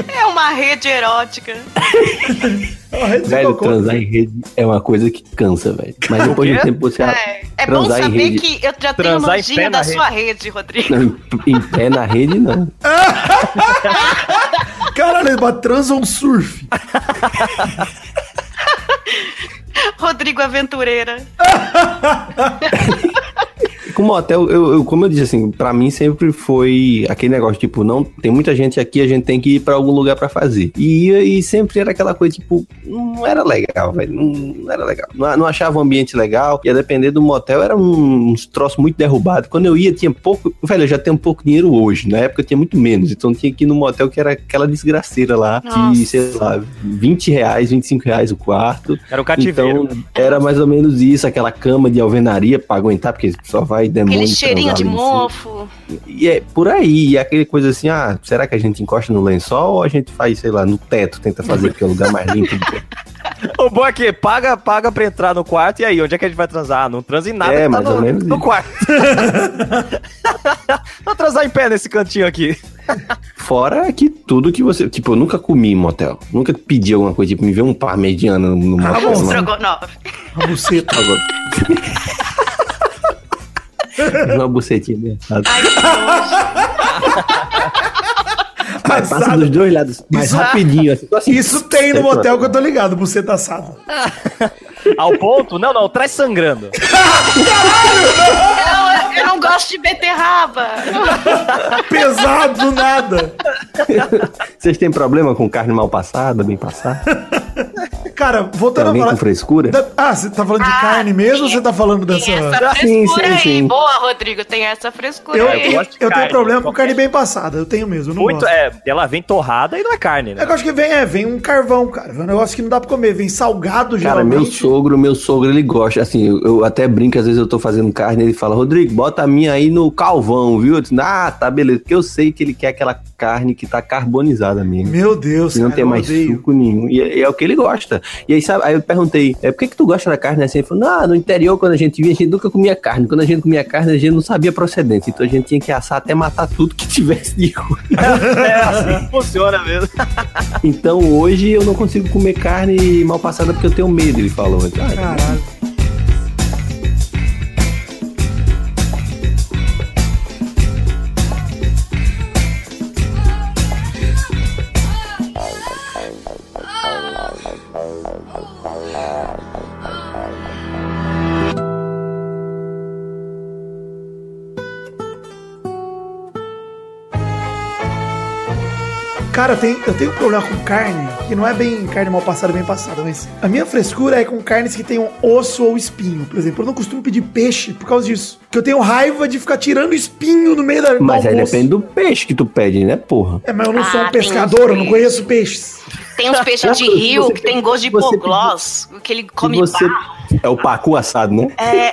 [SPEAKER 3] É uma rede erótica.
[SPEAKER 1] É uma rede de
[SPEAKER 2] Velho,
[SPEAKER 1] cocô.
[SPEAKER 2] transar em rede é uma coisa que cansa, velho. Mas depois de um
[SPEAKER 5] quê?
[SPEAKER 2] tempo você...
[SPEAKER 3] É, é bom
[SPEAKER 2] transar em
[SPEAKER 3] saber
[SPEAKER 2] rede-
[SPEAKER 3] que eu já tenho
[SPEAKER 5] Transar em pé
[SPEAKER 3] nojinho da
[SPEAKER 5] na
[SPEAKER 3] sua rede, Rodrigo.
[SPEAKER 2] Não, em, (laughs) em pé na rede, não.
[SPEAKER 1] Caralho, mas transa um
[SPEAKER 2] (laughs)
[SPEAKER 1] surf.
[SPEAKER 3] (laughs) Rodrigo Aventureira.
[SPEAKER 2] É Com motel, eu, eu- como eu disse assim, pra mim sempre foi aquele negócio, tipo, não tem muita gente aqui, a gente tem que ir pra algum lugar pra fazer. E, ia- e sempre era aquela coisa, tipo, não era legal, velho. Não, não era legal. Não, não achava o ambiente legal. E a depender do motel, era um- uns troços muito derrubados. Quando eu ia, tinha pouco. Velho, eu já tenho um pouco dinheiro hoje. Na época eu tinha muito menos. Então tinha que ir no motel que era aquela desgraceira lá,
[SPEAKER 3] Nossa.
[SPEAKER 2] que, sei lá, 20 reais, 25 reais o quarto.
[SPEAKER 5] Era o cativeiro.
[SPEAKER 2] Então, era mais ou menos isso, aquela cama de alvenaria pra aguentar, porque só vai demônio.
[SPEAKER 3] Aquele cheirinho
[SPEAKER 2] transar
[SPEAKER 3] de
[SPEAKER 2] ali em cima.
[SPEAKER 3] mofo.
[SPEAKER 2] E é por aí, e aquele coisa assim, ah, será que a gente encosta no lençol ou a gente faz, sei lá, no teto, tenta fazer, porque é o lugar mais limpo.
[SPEAKER 3] (laughs)
[SPEAKER 5] O bom é que paga, paga pra entrar no quarto e aí, onde é que a gente vai transar? Ah, não transa em nada,
[SPEAKER 2] É,
[SPEAKER 5] que
[SPEAKER 2] mais
[SPEAKER 5] no,
[SPEAKER 2] ou menos
[SPEAKER 5] no
[SPEAKER 2] isso.
[SPEAKER 5] quarto. (laughs) Vou transar em pé nesse cantinho aqui.
[SPEAKER 2] Fora que tudo que você. Tipo, eu nunca comi em motel. Nunca pedi alguma coisa, tipo, me ver um par mediano no, no
[SPEAKER 3] Ah,
[SPEAKER 2] motel.
[SPEAKER 1] bom.
[SPEAKER 2] mano.
[SPEAKER 3] Estrogonofe.
[SPEAKER 1] A buceta.
[SPEAKER 2] Uma bucetinha ameaçada. Mas passa
[SPEAKER 1] Assado.
[SPEAKER 2] dos dois lados, mas
[SPEAKER 1] Isso-
[SPEAKER 2] rapidinho. assim, só assim,
[SPEAKER 1] Isso tem no motel
[SPEAKER 2] né?
[SPEAKER 1] que eu tô ligado, buceta assada.
[SPEAKER 5] Ao ponto? Não, não, traz sangrando.
[SPEAKER 3] Eu, eu não gosto de beterraba.
[SPEAKER 1] Pesado do nada. (laughs)
[SPEAKER 2] Vocês têm problema com carne mal passada, bem passada?
[SPEAKER 1] Cara, voltando
[SPEAKER 2] Também
[SPEAKER 1] a
[SPEAKER 2] com
[SPEAKER 1] falar.
[SPEAKER 2] frescura?
[SPEAKER 1] Da- Ah, você tá falando de
[SPEAKER 3] Ah,
[SPEAKER 1] carne mesmo ou
[SPEAKER 3] sim.
[SPEAKER 1] você tá falando
[SPEAKER 3] Tem
[SPEAKER 1] dessa.
[SPEAKER 3] essa
[SPEAKER 2] Sim,
[SPEAKER 3] frescura
[SPEAKER 2] sim,
[SPEAKER 3] aí.
[SPEAKER 2] sim.
[SPEAKER 3] Boa, Rodrigo, tem essa frescura
[SPEAKER 1] Eu,
[SPEAKER 3] aí.
[SPEAKER 1] eu,
[SPEAKER 5] gosto de
[SPEAKER 1] eu tenho
[SPEAKER 5] carne,
[SPEAKER 1] problema com
[SPEAKER 5] qualquer-
[SPEAKER 1] carne bem passada. Eu tenho mesmo, eu não
[SPEAKER 5] Muito,
[SPEAKER 1] gosto.
[SPEAKER 5] é, ela vem torrada e não é carne, né?
[SPEAKER 1] É que eu acho que vem, é, vem um carvão, cara. Vem um negócio que não dá pra comer. Vem salgado,
[SPEAKER 2] Cara, é
[SPEAKER 1] geralmente.
[SPEAKER 2] meu sogro, meu sogro, ele gosta. Assim, eu, eu até brinco, às vezes eu tô fazendo carne, ele fala, Rodrigo, bota a minha aí no calvão, viu? Eu disse, ah, tá, beleza. Porque eu sei que ele quer aquela carne que tá carbonizada mesmo.
[SPEAKER 1] Meu Deus,
[SPEAKER 2] Que não tem
[SPEAKER 1] eu
[SPEAKER 2] mais
[SPEAKER 1] odeio.
[SPEAKER 2] suco nenhum. E é, é o que ele gosta. E aí, sabe, aí eu perguntei, é, por que, que tu gosta da carne assim? Ele falou, ah, no interior, quando a gente vinha, a gente nunca comia carne. Quando a gente comia carne, a gente não sabia procedência. Então a gente tinha que assar até matar tudo que (laughs) tivesse de rua.
[SPEAKER 5] É assim que (laughs) funciona mesmo.
[SPEAKER 2] Então hoje eu não consigo comer carne mal passada porque eu tenho medo, ele falou. Eu disse, "Ah,
[SPEAKER 1] Caralho. Cara, tem, eu tenho um problema com carne, que não é bem carne mal passada, bem passada, mas a minha frescura é com carnes que tenham osso ou espinho. Por exemplo, eu não costumo pedir peixe por causa disso. Porque eu tenho raiva de ficar tirando espinho no meio da do
[SPEAKER 2] Mas aí
[SPEAKER 1] almoço.
[SPEAKER 2] depende do peixe que tu pede, né, porra?
[SPEAKER 1] É, mas eu não sou
[SPEAKER 3] Ah,
[SPEAKER 1] um
[SPEAKER 3] tem
[SPEAKER 1] pescador, eu não
[SPEAKER 3] peixe.
[SPEAKER 1] conheço peixes.
[SPEAKER 3] (laughs) Tem uns peixes de
[SPEAKER 2] Você-
[SPEAKER 3] rio que tem gosto de
[SPEAKER 2] você-
[SPEAKER 3] hipoglós, que ele
[SPEAKER 2] Se
[SPEAKER 3] come
[SPEAKER 2] você...
[SPEAKER 3] barro.
[SPEAKER 2] É o pacu assado, né?
[SPEAKER 3] É,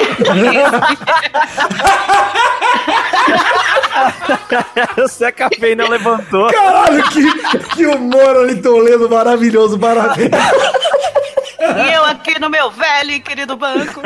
[SPEAKER 5] Se a cafeína levantou.
[SPEAKER 1] Caralho, que, que humor ali Toledo maravilhoso,
[SPEAKER 2] (laughs)
[SPEAKER 1] parabéns.
[SPEAKER 3] e eu aqui no meu velho e querido banco.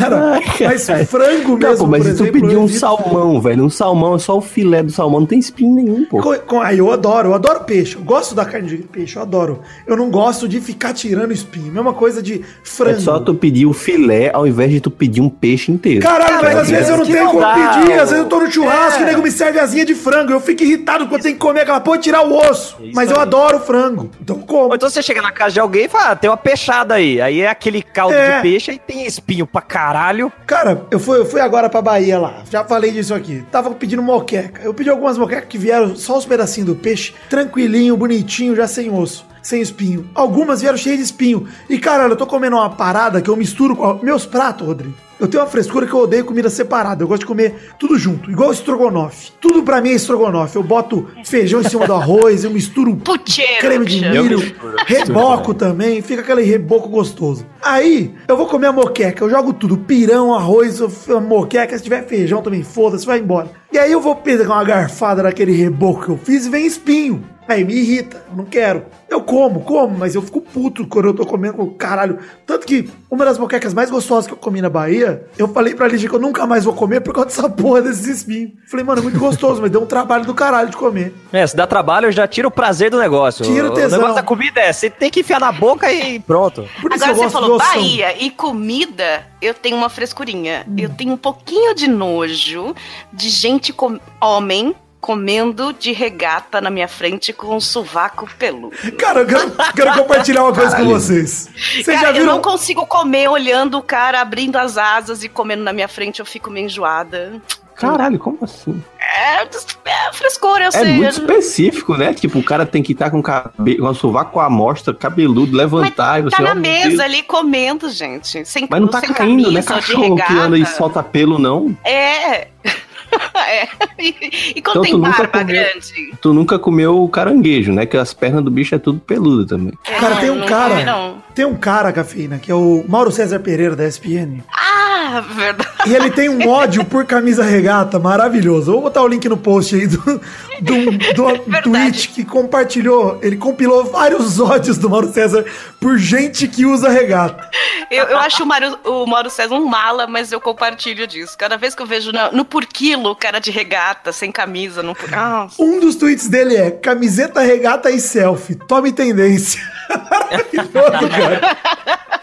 [SPEAKER 1] Cara, mas frango
[SPEAKER 2] Não,
[SPEAKER 1] mesmo,
[SPEAKER 2] pô, mas
[SPEAKER 1] por
[SPEAKER 2] e tu
[SPEAKER 1] exemplo,
[SPEAKER 2] pedir
[SPEAKER 1] eu
[SPEAKER 2] um
[SPEAKER 1] evito.
[SPEAKER 2] salmão, velho? Um salmão, é só o filé do salmão, não tem espinho nenhum, pô. É
[SPEAKER 1] Co- com- Aí eu adoro, eu adoro peixe. Eu gosto da carne de peixe, eu adoro. Eu não gosto de ficar tirando espinho. Mesma coisa de
[SPEAKER 2] É
[SPEAKER 1] frango.
[SPEAKER 2] só tu pedir o filé ao invés de tu pedir um peixe inteiro.
[SPEAKER 1] Caralho, mas
[SPEAKER 2] Cara,
[SPEAKER 1] às vezes eu não
[SPEAKER 5] que
[SPEAKER 1] tenho
[SPEAKER 5] não
[SPEAKER 1] como
[SPEAKER 5] dá,
[SPEAKER 1] pedir.
[SPEAKER 5] ô.
[SPEAKER 1] Às vezes eu tô no churrasco
[SPEAKER 5] É.
[SPEAKER 1] e o nego me serve asinha de frango. Eu fico irritado quando tem que comer aquela porra e tirar o osso.
[SPEAKER 2] É
[SPEAKER 5] Isso
[SPEAKER 1] Mas eu
[SPEAKER 5] aí.
[SPEAKER 1] adoro frango. Então
[SPEAKER 5] Ou
[SPEAKER 1] como.
[SPEAKER 5] então você chega na casa de alguém e fala, ah, tem uma peixada aí. Aí é aquele caldo
[SPEAKER 1] É.
[SPEAKER 5] de peixe, aí tem espinho pra caralho.
[SPEAKER 1] Cara, eu fui, eu fui agora pra Bahia lá. Já falei disso aqui. Tava pedindo moqueca. Eu pedi algumas moquecas que vieram só os pedacinhos do peixe, tranquilinho, bonitinho, já sem osso. Sem espinho. Algumas vieram cheias de espinho. E caralho, eu tô comendo uma parada que eu misturo com. a- Meus pratos, Rodrigo. Eu tenho uma frescura que eu odeio comida separada. Eu gosto de comer tudo junto, igual estrogonofe. Tudo pra mim é estrogonofe. Eu boto feijão em cima do arroz, eu misturo
[SPEAKER 3] Puteiro.
[SPEAKER 1] creme de
[SPEAKER 3] bicho.
[SPEAKER 1] milho, reboco também, fica aquele reboco gostoso. Aí, eu vou comer a moqueca, eu jogo tudo, pirão, arroz, eu- a moqueca, se tiver feijão também, foda-se, vai embora. E aí eu vou pegar uma garfada daquele reboco que eu fiz e vem espinho. Aí me irrita, eu não quero. Eu como, como, mas eu fico puto quando eu tô comendo com caralho. Tanto que uma das moquecas mais gostosas que eu comi na Bahia, eu falei pra Lígia que eu nunca mais vou comer por causa dessa porra desses espinhos. Falei, mano, é muito gostoso, mas deu um trabalho do caralho de comer.
[SPEAKER 5] É, se dá trabalho, eu já tira o prazer do negócio.
[SPEAKER 1] Tira o tesão.
[SPEAKER 5] negócio da comida é, você tem que enfiar na boca e pronto.
[SPEAKER 1] Por isso
[SPEAKER 3] Agora
[SPEAKER 1] eu gosto
[SPEAKER 3] você falou
[SPEAKER 1] de ossão.
[SPEAKER 3] Bahia e comida, eu tenho uma frescurinha. Eu tenho um pouquinho de nojo de gente, com- homem, comendo de regata na minha frente com um sovaco peludo.
[SPEAKER 1] Cara, eu quero, quero compartilhar uma coisa com vocês. Vocês já
[SPEAKER 3] Cara, eu
[SPEAKER 1] viram?
[SPEAKER 3] não consigo comer olhando o cara abrindo as asas e comendo na minha frente, eu fico meio enjoada.
[SPEAKER 2] Caralho, como assim?
[SPEAKER 3] É, é frescura, eu
[SPEAKER 2] É
[SPEAKER 3] sei.
[SPEAKER 2] muito específico, né? Tipo, o cara tem que estar com o cabelo, com o sovaco com a amostra, cabeludo, levantar e você...
[SPEAKER 3] Tá na
[SPEAKER 2] ó, meu
[SPEAKER 3] mesa
[SPEAKER 2] Deus.
[SPEAKER 3] ali comendo, gente. Sem,
[SPEAKER 2] Mas não tá
[SPEAKER 3] sem
[SPEAKER 2] caindo, né?
[SPEAKER 3] camisa, de
[SPEAKER 2] Cachorro que anda e
[SPEAKER 3] regata.
[SPEAKER 2] solta pelo, não.
[SPEAKER 3] É. (laughs) é. E, e quando
[SPEAKER 2] Então, tu
[SPEAKER 3] tem
[SPEAKER 2] nunca
[SPEAKER 3] barba
[SPEAKER 2] comeu.
[SPEAKER 3] grande?
[SPEAKER 2] Tu nunca comeu o caranguejo, né? Que as pernas do bicho é tudo peludo também.
[SPEAKER 1] Cara, tem um
[SPEAKER 3] É. não
[SPEAKER 1] cara-
[SPEAKER 3] come, não.
[SPEAKER 1] Tem um cara, Cafeína, que é o Mauro César Pereira da ESPN.
[SPEAKER 3] Ah, verdade.
[SPEAKER 1] E ele tem um ódio por camisa regata maravilhoso. Eu Vou botar o link no post aí do, do,
[SPEAKER 3] (laughs)
[SPEAKER 1] do
[SPEAKER 3] É
[SPEAKER 1] tweet que compartilhou. Ele compilou vários (laughs) ódios do Mauro César por gente que usa regata.
[SPEAKER 3] Eu, eu acho o Mário, o Mauro César um mala, mas eu compartilho disso. Cada vez que eu vejo na- no porquilo o cara de regata, sem camisa, não. Ah,
[SPEAKER 1] Um dos tweets dele é camiseta regata e selfie. Tome tendência. (laughs) maravilhoso, cara.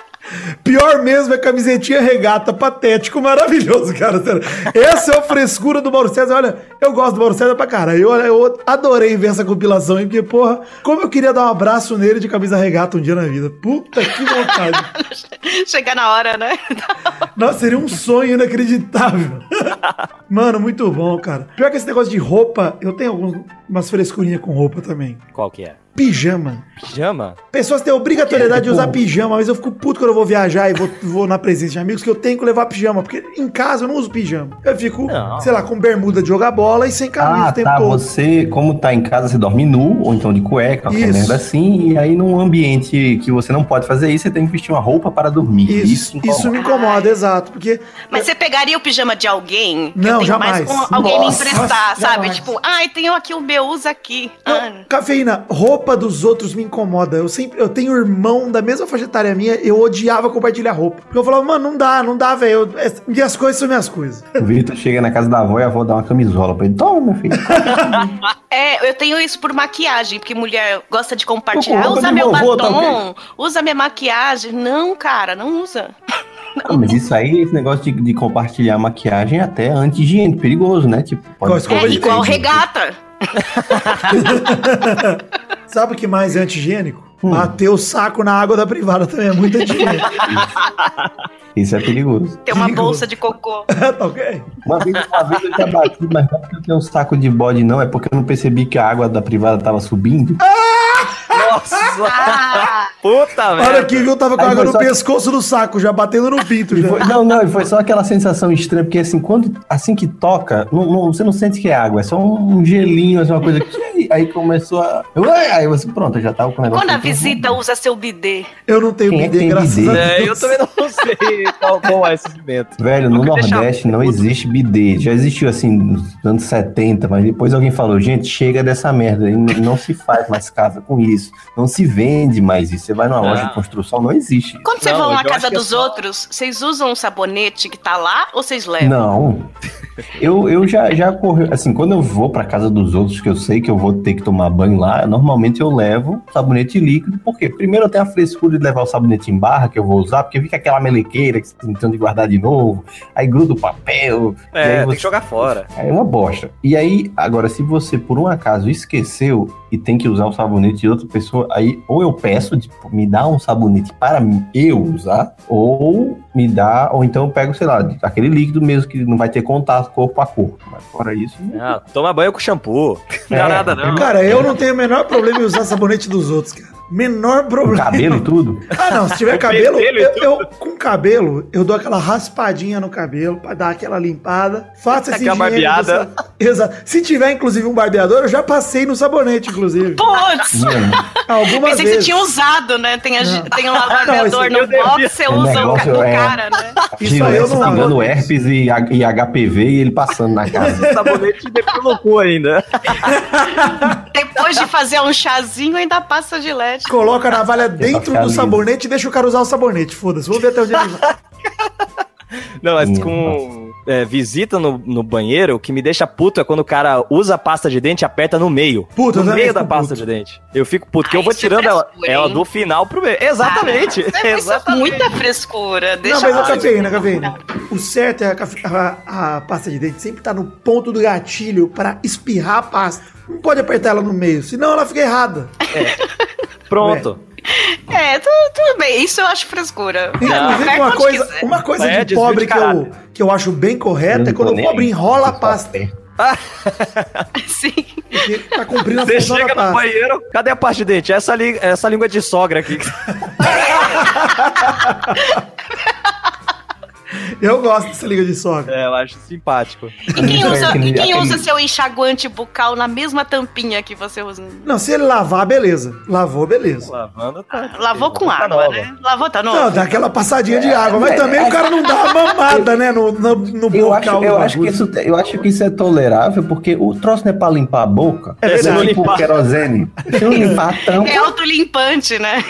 [SPEAKER 1] Pior mesmo é camisetinha regata, patético, maravilhoso, cara. sério. Essa é a frescura do Mauro César. Olha, eu gosto do Mauro César pra caralho. Eu, eu adorei ver essa compilação aí, porque, porra, como eu queria dar um abraço nele de camisa regata um dia na vida. Puta que vontade.
[SPEAKER 3] chegar na hora, né?
[SPEAKER 1] Nossa, seria um sonho inacreditável. Mano, muito bom, cara. Pior que esse negócio de roupa, eu tenho algumas frescurinhas com roupa também.
[SPEAKER 5] Qual que é?
[SPEAKER 1] Pijama.
[SPEAKER 5] Pijama?
[SPEAKER 1] Pessoas têm
[SPEAKER 2] É,
[SPEAKER 1] obrigatoriedade de usar pijama, mas eu fico puto quando eu vou viajar e vou, vou na presença de amigos que eu tenho que levar pijama, porque em casa eu não uso pijama. Eu fico,
[SPEAKER 5] Não.
[SPEAKER 1] sei lá, com bermuda de jogar bola e sem camisa
[SPEAKER 2] Ah,
[SPEAKER 1] o tempo
[SPEAKER 2] tá.
[SPEAKER 1] todo.
[SPEAKER 2] Você, como tá em casa, você dorme nu, ou então de cueca, qualquer
[SPEAKER 1] Isso.
[SPEAKER 2] merda assim, e aí num ambiente que você não pode fazer isso, você tem que vestir uma roupa para dormir.
[SPEAKER 1] Isso,
[SPEAKER 2] incomoda.
[SPEAKER 1] isso me incomoda, exato. Porque
[SPEAKER 3] Mas você pegaria o pijama de alguém? Que
[SPEAKER 1] Não,
[SPEAKER 3] eu tenho
[SPEAKER 1] jamais.
[SPEAKER 3] Mais com alguém me
[SPEAKER 1] Nossa, jamais.
[SPEAKER 3] emprestar, sabe? Tipo, ai, tenho aqui o meu, usa aqui. Ah,
[SPEAKER 1] Cafeína, roupa dos outros me incomoda. Eu sempre, eu tenho um irmão da mesma faixa etária minha, eu odiava compartilhar roupa. Porque eu falava, mano, não dá, não dá, velho. eu- é- Minhas coisas são minhas coisas.
[SPEAKER 2] (laughs) O Vitor chega na casa da avó e a avó dá uma camisola pra ele. Toma, meu
[SPEAKER 1] (laughs)
[SPEAKER 2] filho.
[SPEAKER 3] é, eu tenho isso por maquiagem, porque mulher gosta de compartilhar.
[SPEAKER 2] Pô,
[SPEAKER 3] Ah,
[SPEAKER 2] roupa
[SPEAKER 3] usa
[SPEAKER 2] de
[SPEAKER 3] meu
[SPEAKER 2] vovô
[SPEAKER 3] batom, usa minha maquiagem. Não, cara, não usa.
[SPEAKER 2] Não, mas isso aí, esse negócio de, de compartilhar maquiagem é até anti-higiene, perigoso, né? Tipo,
[SPEAKER 1] Igual
[SPEAKER 3] É
[SPEAKER 1] escova de
[SPEAKER 3] igual regata.
[SPEAKER 1] Sabe o que mais é antigênico?
[SPEAKER 2] Hum.
[SPEAKER 1] Bater o saco na água da privada também é muito antigênico. (laughs)
[SPEAKER 2] Isso é perigoso.
[SPEAKER 3] Tem uma
[SPEAKER 1] Digo.
[SPEAKER 3] bolsa de cocô.
[SPEAKER 1] tá ok?
[SPEAKER 2] Uma vez, uma vez eu tinha batido, mas não é porque eu tenho um saco de bode, não. É porque eu não percebi que a água da privada tava subindo.
[SPEAKER 5] Nossa!
[SPEAKER 3] Ah,
[SPEAKER 5] Puta, velho!
[SPEAKER 1] Olha aqui, viu? Tava com a
[SPEAKER 2] Aí
[SPEAKER 1] água
[SPEAKER 2] foi
[SPEAKER 1] no
[SPEAKER 2] só-
[SPEAKER 1] pescoço do saco, já batendo no pinto.
[SPEAKER 2] E
[SPEAKER 1] Já.
[SPEAKER 2] foi- não, não, e foi só aquela sensação estranha, porque assim, quando, assim que toca, não- não- você não sente que é água, é só um gelinho, assim, uma coisa que. Aí começou a. Ué, Aí você, pronto, eu já tava com o negócio.
[SPEAKER 3] quando a
[SPEAKER 1] então
[SPEAKER 2] todo bom.
[SPEAKER 3] visita usa seu bidê.
[SPEAKER 1] Eu não tenho
[SPEAKER 2] Quem é que
[SPEAKER 1] bidê,
[SPEAKER 2] tem
[SPEAKER 1] graças
[SPEAKER 2] bidê?
[SPEAKER 1] a Deus.
[SPEAKER 5] É, eu também não sei qual, qual é esse sentimento.
[SPEAKER 2] Velho, no
[SPEAKER 5] Nunca deixava.
[SPEAKER 2] Nordeste não existe bidê. Já existiu assim nos anos 70, mas depois alguém falou: gente, chega dessa merda, aí, n- não se faz mais casa com isso, não se vende mais isso. Você vai numa
[SPEAKER 5] Ah.
[SPEAKER 2] loja de construção, não existe.
[SPEAKER 3] Quando vocês
[SPEAKER 5] Não,
[SPEAKER 3] vão
[SPEAKER 5] eu
[SPEAKER 3] na
[SPEAKER 5] acho
[SPEAKER 3] casa
[SPEAKER 5] que é
[SPEAKER 3] dos
[SPEAKER 5] só-
[SPEAKER 3] outros, vocês usam um sabonete que tá lá ou vocês levam?
[SPEAKER 2] Não. Eu, eu já, já correu. Assim, quando eu vou pra casa dos outros, que eu sei que eu vou ter que tomar banho lá, normalmente eu levo sabonete líquido, porque primeiro eu tenho a frescura de levar o sabonete em barra que eu vou usar, porque fica aquela melequeira que você tem tentando de guardar de novo, aí gruda o papel. e aí
[SPEAKER 5] É, tem
[SPEAKER 2] você-
[SPEAKER 5] que jogar fora.
[SPEAKER 2] É uma bosta. E aí, agora, se você por um acaso esqueceu e tem que usar o sabonete de outra pessoa, aí ou eu peço, tipo, me dá um sabonete para mim- eu usar, ou me dá, ou então eu pego, sei lá, aquele líquido mesmo que não vai ter contato corpo a corpo. Mas fora isso.
[SPEAKER 1] É um
[SPEAKER 5] Não, Ah, toma banho com shampoo. Não dá
[SPEAKER 2] É,
[SPEAKER 5] nada, não.
[SPEAKER 1] Cara, eu não tenho o menor problema em usar sabonete dos outros, cara. Menor
[SPEAKER 2] o
[SPEAKER 1] problema.
[SPEAKER 2] (laughs) cabelo
[SPEAKER 1] (laughs)
[SPEAKER 2] e tudo.
[SPEAKER 1] Ah, não, se tiver cabelo,
[SPEAKER 5] pentelho e
[SPEAKER 1] eu, eu- com cabelo, eu dou aquela raspadinha no cabelo pra dar aquela limpada. Faço esse
[SPEAKER 5] Aquela
[SPEAKER 1] higiene
[SPEAKER 5] barbeada.
[SPEAKER 1] do sa- Exato. Se tiver, inclusive, um barbeador, eu já passei no sabonete, inclusive.
[SPEAKER 3] Putz!
[SPEAKER 2] Mano,
[SPEAKER 1] Algumas
[SPEAKER 3] Pensei que você
[SPEAKER 1] vezes.
[SPEAKER 3] tinha usado, né? Tem, a,
[SPEAKER 1] Não.
[SPEAKER 3] tem um
[SPEAKER 1] Não,
[SPEAKER 3] lavador
[SPEAKER 1] isso
[SPEAKER 3] no
[SPEAKER 5] aqui eu
[SPEAKER 3] box,
[SPEAKER 5] devia.
[SPEAKER 3] você
[SPEAKER 2] É
[SPEAKER 3] usa o
[SPEAKER 2] negócio,
[SPEAKER 3] ca- no
[SPEAKER 2] é.
[SPEAKER 3] cara, né?
[SPEAKER 1] Isso aí eu
[SPEAKER 2] Gilete
[SPEAKER 1] não
[SPEAKER 2] pegando tá herpes e, H- e HPV e ele passando na casa.
[SPEAKER 5] (laughs) Sabonete depois no cu ainda.
[SPEAKER 3] Depois de fazer um chazinho, ainda passa gilete.
[SPEAKER 1] Coloca a navalha dentro
[SPEAKER 2] ficar
[SPEAKER 1] do
[SPEAKER 2] liso.
[SPEAKER 1] sabonete e deixa o cara usar o sabonete. Foda-se, vou ver até onde ele vai.
[SPEAKER 5] Não, mas
[SPEAKER 2] Minha
[SPEAKER 5] com é, visita no, no banheiro, o que me deixa puto é quando o cara usa a pasta de dente e aperta no meio.
[SPEAKER 1] Puta, eu
[SPEAKER 5] no
[SPEAKER 1] também
[SPEAKER 5] meio
[SPEAKER 1] fico
[SPEAKER 5] da pasta
[SPEAKER 1] puto.
[SPEAKER 5] de dente. Eu fico puto, porque
[SPEAKER 3] Ah,
[SPEAKER 5] eu vou
[SPEAKER 3] isso é
[SPEAKER 5] tirando ela,
[SPEAKER 3] frescura,
[SPEAKER 5] ela
[SPEAKER 3] hein?
[SPEAKER 5] do final pro meio. Exatamente.
[SPEAKER 3] Cara, isso é
[SPEAKER 5] exatamente.
[SPEAKER 3] muita frescura.
[SPEAKER 1] não,
[SPEAKER 3] Deixa
[SPEAKER 1] mas a
[SPEAKER 3] pra-
[SPEAKER 1] cafeína, cafeína. O certo é a, cafe- a- a pasta de dente sempre tá no ponto do gatilho pra espirrar a pasta. Não pode apertar ela no meio, senão ela fica errada.
[SPEAKER 2] (laughs)
[SPEAKER 5] Pronto.
[SPEAKER 3] É, tu- tudo bem. Isso eu acho frescura.
[SPEAKER 1] Inclusive,
[SPEAKER 2] é
[SPEAKER 3] Aperta
[SPEAKER 1] Então, uma
[SPEAKER 3] onde
[SPEAKER 1] coisa,
[SPEAKER 3] quiser. (laughs)
[SPEAKER 1] uma coisa
[SPEAKER 5] É,
[SPEAKER 1] de
[SPEAKER 5] desvio
[SPEAKER 1] pobre
[SPEAKER 5] de
[SPEAKER 1] que, eu,
[SPEAKER 5] caráter.
[SPEAKER 1] que eu acho bem correta é
[SPEAKER 2] Eu não tô
[SPEAKER 1] quando o
[SPEAKER 2] nem
[SPEAKER 1] pobre
[SPEAKER 2] aí.
[SPEAKER 1] enrola a
[SPEAKER 2] Só
[SPEAKER 1] pasta.
[SPEAKER 2] aperto.
[SPEAKER 3] Sim.
[SPEAKER 2] É
[SPEAKER 1] Porque tá cumprindo a
[SPEAKER 5] Você
[SPEAKER 1] função da
[SPEAKER 5] chega no
[SPEAKER 1] pasta.
[SPEAKER 5] banheiro, cadê a pasta de dente? Essa, li- essa língua de sogra aqui.
[SPEAKER 1] Eu gosto dessa liga de sogra.
[SPEAKER 5] É, eu acho simpático.
[SPEAKER 3] E quem
[SPEAKER 2] Aquele-
[SPEAKER 3] usa, e quem
[SPEAKER 2] aquele-
[SPEAKER 3] usa seu enxaguante bucal na mesma tampinha que você usa?
[SPEAKER 1] Não, se ele lavar, beleza. Lavou, beleza.
[SPEAKER 5] Lavando tá.
[SPEAKER 3] Lavou com
[SPEAKER 5] tá
[SPEAKER 3] água,
[SPEAKER 5] nova.
[SPEAKER 3] né? Lavou, tá novo.
[SPEAKER 1] Não, dá aquela passadinha de água, mas também o cara não dá uma mamada, né, no, no, no
[SPEAKER 2] É, Eu
[SPEAKER 1] bocal
[SPEAKER 2] acho,
[SPEAKER 1] do
[SPEAKER 2] eu, acho
[SPEAKER 1] bagulho.
[SPEAKER 2] que isso, eu acho que isso é tolerável, porque o troço não é pra limpar a boca.
[SPEAKER 1] É
[SPEAKER 2] Você não
[SPEAKER 5] verdade.
[SPEAKER 2] limpa o querosene. Se não tá- limpar a tampa,
[SPEAKER 3] É autolimpante, né?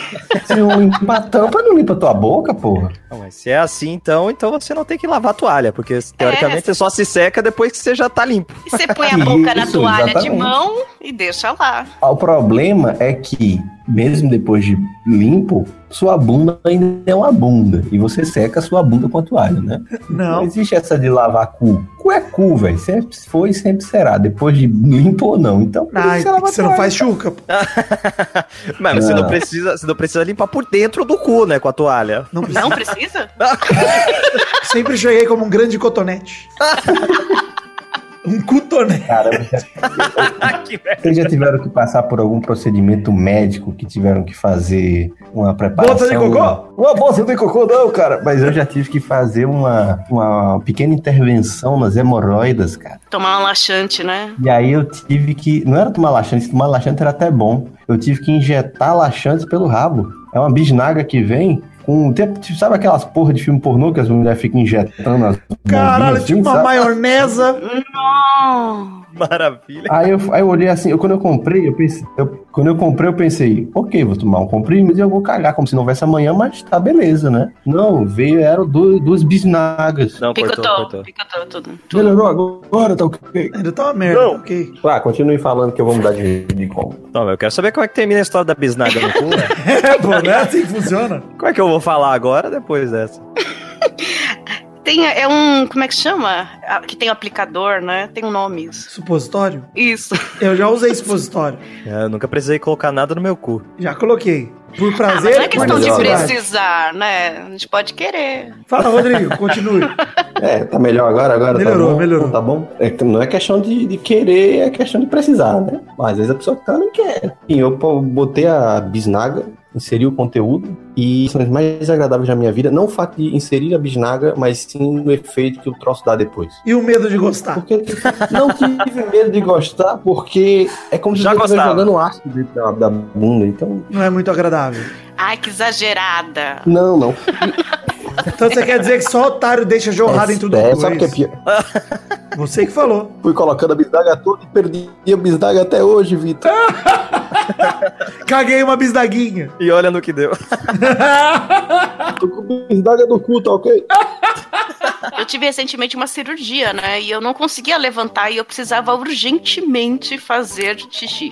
[SPEAKER 2] se não limpar a tampa, não limpa a tua boca, porra.
[SPEAKER 5] Não, mas se é assim, então, então você não tem que lavar a toalha, porque teoricamente você só se seca depois que você já tá limpo.
[SPEAKER 3] E você põe a boca na
[SPEAKER 2] Isso,
[SPEAKER 3] toalha de
[SPEAKER 2] exatamente.
[SPEAKER 3] mão e deixa lá.
[SPEAKER 2] O problema é que, mesmo depois de limpo, sua bunda ainda é uma bunda. E você seca a sua bunda com a toalha, né?
[SPEAKER 1] Não.
[SPEAKER 2] Não existe essa de lavar cu. Cu é cu, velho. Sempre foi e sempre será. Depois de limpo ou não. Então, por
[SPEAKER 1] Ai,
[SPEAKER 2] isso lava a
[SPEAKER 1] você não
[SPEAKER 2] toalha.
[SPEAKER 1] faz chuca, pô.
[SPEAKER 5] Mas você não
[SPEAKER 2] Não.
[SPEAKER 5] precisa, você não precisa limpar por dentro do cu, né, com a toalha. (laughs)
[SPEAKER 1] Não precisa.
[SPEAKER 3] Não precisa?
[SPEAKER 1] Sempre cheguei como um grande cotonete. (laughs) Um cotonete. (laughs)
[SPEAKER 6] Caramba, já-
[SPEAKER 5] que merda.
[SPEAKER 6] vocês já tiveram que passar por algum procedimento médico que tiveram que fazer uma preparação?
[SPEAKER 1] Bolsa de cocô?
[SPEAKER 6] Uma bolsa de cocô não, cara. Mas eu já tive que fazer uma, uma pequena intervenção nas hemorroidas, cara.
[SPEAKER 3] Tomar um laxante, né?
[SPEAKER 6] E aí eu tive que. Não era tomar laxante, tomar laxante era até bom. Eu tive que injetar laxante pelo rabo. É uma bisnaga que vem com. Tipo, tipo, sabe aquelas porra de filme pornô que as mulheres ficam injetando as.
[SPEAKER 1] Caralho,
[SPEAKER 6] bombinhas
[SPEAKER 1] tipo
[SPEAKER 6] assim,
[SPEAKER 1] uma
[SPEAKER 6] sabe?
[SPEAKER 1] maionesa.
[SPEAKER 5] Ah.
[SPEAKER 3] Oh,
[SPEAKER 5] Maravilha.
[SPEAKER 6] Aí eu, aí eu olhei assim, eu, quando eu comprei, eu pensei, eu- quando eu comprei, eu pensei, ok, vou tomar um comprimido e eu vou cagar, como se não houvesse amanhã, mas tá beleza, né? Não, veio, eram du- duas bisnagas.
[SPEAKER 5] Não, cortou,
[SPEAKER 3] picotô,
[SPEAKER 5] cortou.
[SPEAKER 3] picotô, tudo. tudo.
[SPEAKER 6] Melhorou agora, tá ok.
[SPEAKER 1] Ainda tá uma merda,
[SPEAKER 5] Não.
[SPEAKER 1] ok.
[SPEAKER 2] Ah, continue falando que eu vou mudar de, então. de combo.
[SPEAKER 5] Não, mas eu quero saber como é que termina a história da bisnaga no cu. né?
[SPEAKER 1] É, pô, não é (laughs) assim que funciona.
[SPEAKER 5] Como é que eu vou falar agora depois dessa?
[SPEAKER 3] Tem, é um, como é que chama? Ah, Que tem um aplicador, né? Tem um nome isso.
[SPEAKER 1] Supositório?
[SPEAKER 3] Isso.
[SPEAKER 1] Eu já usei supositório.
[SPEAKER 5] É, Eu nunca precisei colocar nada no meu cu.
[SPEAKER 1] Já coloquei. Por
[SPEAKER 3] Ah, mas
[SPEAKER 1] prazer.
[SPEAKER 3] não é questão de
[SPEAKER 1] por necessidade.
[SPEAKER 3] precisar, né? A gente pode querer.
[SPEAKER 1] Fala, Rodrigo, continue.
[SPEAKER 2] É, tá melhor agora, agora
[SPEAKER 1] Melhorou,
[SPEAKER 2] tá bom.
[SPEAKER 1] melhorou.
[SPEAKER 2] Tá bom? É que não é questão de, de querer, é questão de precisar, né? Mas às vezes a pessoa também quer. Enfim, eu pô- botei a bisnaga, inseri o conteúdo e isso é mais desagradável da minha vida. Não o fato de inserir a bisnaga, mas sim o efeito que o troço dá depois.
[SPEAKER 1] E o medo de gostar?
[SPEAKER 2] Porque não tive (laughs) medo de gostar, porque é como se
[SPEAKER 5] Já
[SPEAKER 2] eu estivesse
[SPEAKER 5] gostava.
[SPEAKER 2] jogando ácido dentro da, da bunda. Então,
[SPEAKER 1] Não é muito agradável.
[SPEAKER 3] Ai, que exagerada.
[SPEAKER 2] não, não.
[SPEAKER 1] Então você quer dizer que só otário deixa jorrar dentro do
[SPEAKER 2] é,
[SPEAKER 1] cu,
[SPEAKER 2] sabe o que é
[SPEAKER 1] isso?
[SPEAKER 2] pior?
[SPEAKER 1] Você que falou.
[SPEAKER 2] Fui colocando a bisnaga toda e perdi a bisnaga até hoje, Vitor.
[SPEAKER 1] Caguei uma bisnaguinha.
[SPEAKER 5] E olha no que deu.
[SPEAKER 2] Tô com bisnaga no cu, tá ok?
[SPEAKER 3] Eu tive recentemente uma cirurgia, né? E eu não conseguia levantar e eu precisava urgentemente fazer xixi.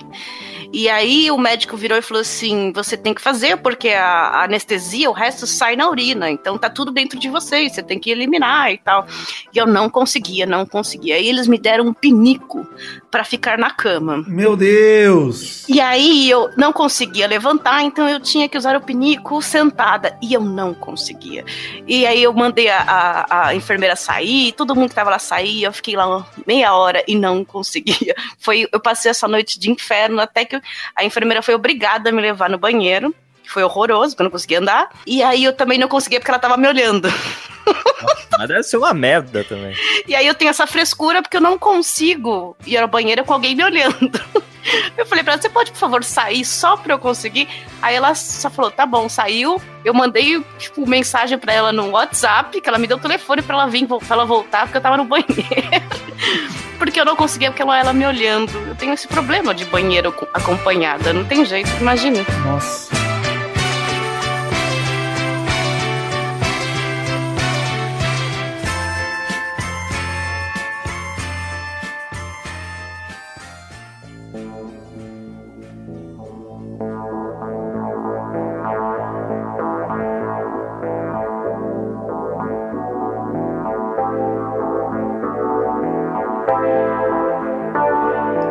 [SPEAKER 3] E aí o médico virou e falou assim: você tem que fazer, porque a anestesia, o resto sai na urina, então tá tudo dentro de você, você tem que eliminar e tal. E eu não conseguia, não conseguia. Aí eles me deram um pinico pra ficar na cama.
[SPEAKER 1] Meu Deus.
[SPEAKER 3] E aí eu não conseguia levantar, então eu tinha que usar o pinico sentada. E eu não conseguia. E aí eu mandei a, a- a enfermeira sair, todo mundo que tava lá sair, eu fiquei lá uma meia hora e não (laughs) conseguia. Foi, eu passei essa noite de inferno até que a enfermeira foi obrigada a me levar no banheiro. que Foi horroroso, porque eu não conseguia andar. E aí eu também não conseguia porque ela tava me olhando.
[SPEAKER 5] Mas deve ser uma merda também.
[SPEAKER 3] E aí eu tenho essa frescura porque eu não consigo ir ao banheiro com alguém me olhando. (laughs) Eu falei pra ela, você pode, por favor, sair só pra eu conseguir? Aí ela só falou, tá bom, saiu. Eu mandei, tipo, mensagem pra ela no WhatsApp, que ela me deu o telefone pra ela vir, pra ela voltar, porque eu tava no banheiro. (laughs) Porque eu não conseguia, porque ela, ela me olhando. Eu tenho esse problema de banheiro co- acompanhada, não tem jeito, imagina. (laughs)
[SPEAKER 1] Nossa.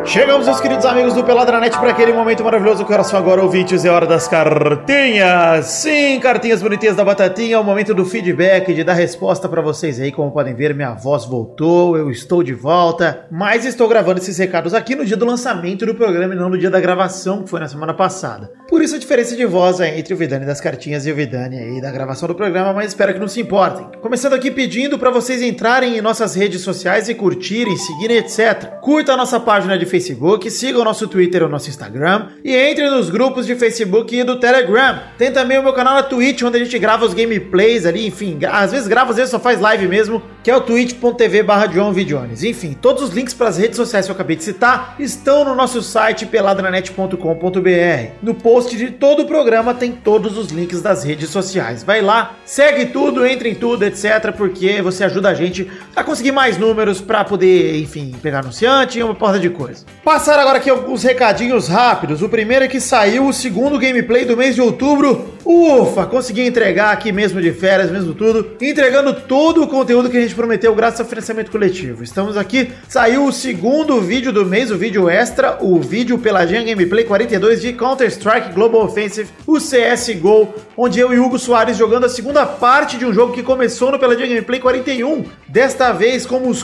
[SPEAKER 1] Chegamos, meus queridos amigos do Peladranet, para aquele momento maravilhoso do coração agora, ouvintes, é hora das cartinhas. Sim, cartinhas bonitinhas da batatinha, é o momento do feedback, de dar resposta para vocês aí. Como podem ver, minha voz voltou, eu estou de volta, mas estou gravando esses recados aqui no dia do lançamento do programa e não no dia da gravação, que foi na semana passada. Por isso a diferença de voz é entre o Vidani das cartinhas e o Vidani aí da gravação do programa, mas espero que não se importem. Começando aqui pedindo para vocês entrarem em nossas redes sociais e curtirem, seguirem, etc. Curta a nossa página de Facebook, siga o nosso Twitter ou nosso Instagram e entre nos grupos de Facebook e do Telegram. Tem também o meu canal na Twitch, onde a gente grava os gameplays ali, enfim, gra- às vezes grava, às vezes só faz live mesmo, que é o twitch.tv barra John V. Jones. Enfim, todos os links para as redes sociais que eu acabei de citar estão no nosso site peladranet.com.br. No post de todo o programa tem todos os links das redes sociais. Vai lá, segue tudo, entre em tudo, etc, porque você ajuda a gente a conseguir mais números para poder, enfim, pegar anunciante e uma porta de coisa. Passar agora aqui alguns recadinhos rápidos. O primeiro é que saiu o segundo gameplay do mês de outubro, Ufa, consegui entregar aqui mesmo de férias, mesmo tudo, entregando todo o conteúdo que a gente prometeu graças ao financiamento coletivo. Estamos aqui, saiu o segundo vídeo do mês, o vídeo extra, o vídeo pela Gen Gameplay 42 de Counter-Strike Global Offensive, o CSGO, onde eu e Hugo Soares jogando a segunda parte de um jogo que começou no pela Gen Gameplay 41, desta vez como os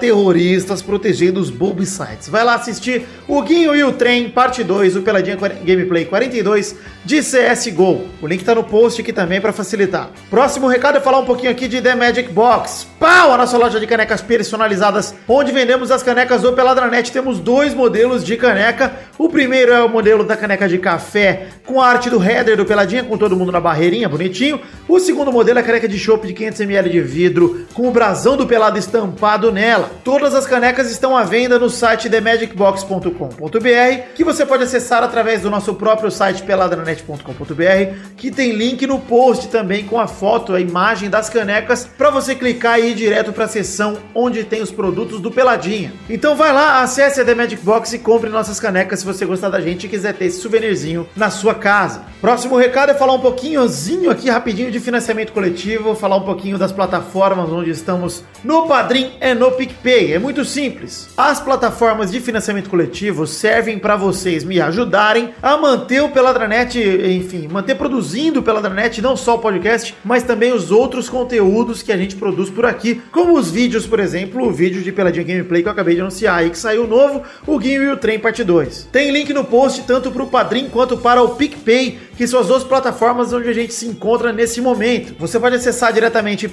[SPEAKER 1] contra-terroristas protegendo os bombsites. Vai lá assistir o Guinho e o Trem, parte 2, o Peladinha 40 Gameplay 42 de CSGO. O link tá no post aqui também para facilitar. Próximo recado é falar um pouquinho aqui de The Magic Box. Pau! A nossa loja de canecas personalizadas, onde vendemos as canecas do Peladranet. Temos dois modelos de caneca. O primeiro é o modelo da caneca de café, com a arte do header do Peladinha, com todo mundo na barreirinha, bonitinho. O segundo modelo é a caneca de chopp de 500ml de vidro, com o brasão do Pelado estampado nela. Todas as canecas estão à venda no site themagicbox.com.br, que você pode acessar através do nosso próprio site peladranet.com.br, que tem link no post também com a foto, a imagem das canecas, para você clicar e ir direto para a seção onde tem os produtos do Peladinha. Então vai lá, acesse a The Magic Box e compre nossas canecas se você gostar da gente e quiser ter esse souvenirzinho na sua casa. Próximo recado é falar um pouquinhozinho aqui rapidinho de financiamento coletivo, falar um pouquinho das plataformas onde estamos no Padrim e no PicPay. É muito simples. As plataformas de financiamento coletivo servem para vocês me ajudarem a manter o Peladranet, enfim, manter produzindo o Peladranet, não só o podcast, mas também os outros conteúdos que a gente produz por aqui, como os vídeos, por exemplo, o vídeo de Peladinha Gameplay que eu acabei de anunciar aí, que saiu novo, o Guinho e o Trem Parte 2. Tem link no post tanto para o Padrim quanto para o PicPay, que são as duas plataformas onde a gente se encontra nesse momento. Você pode acessar diretamente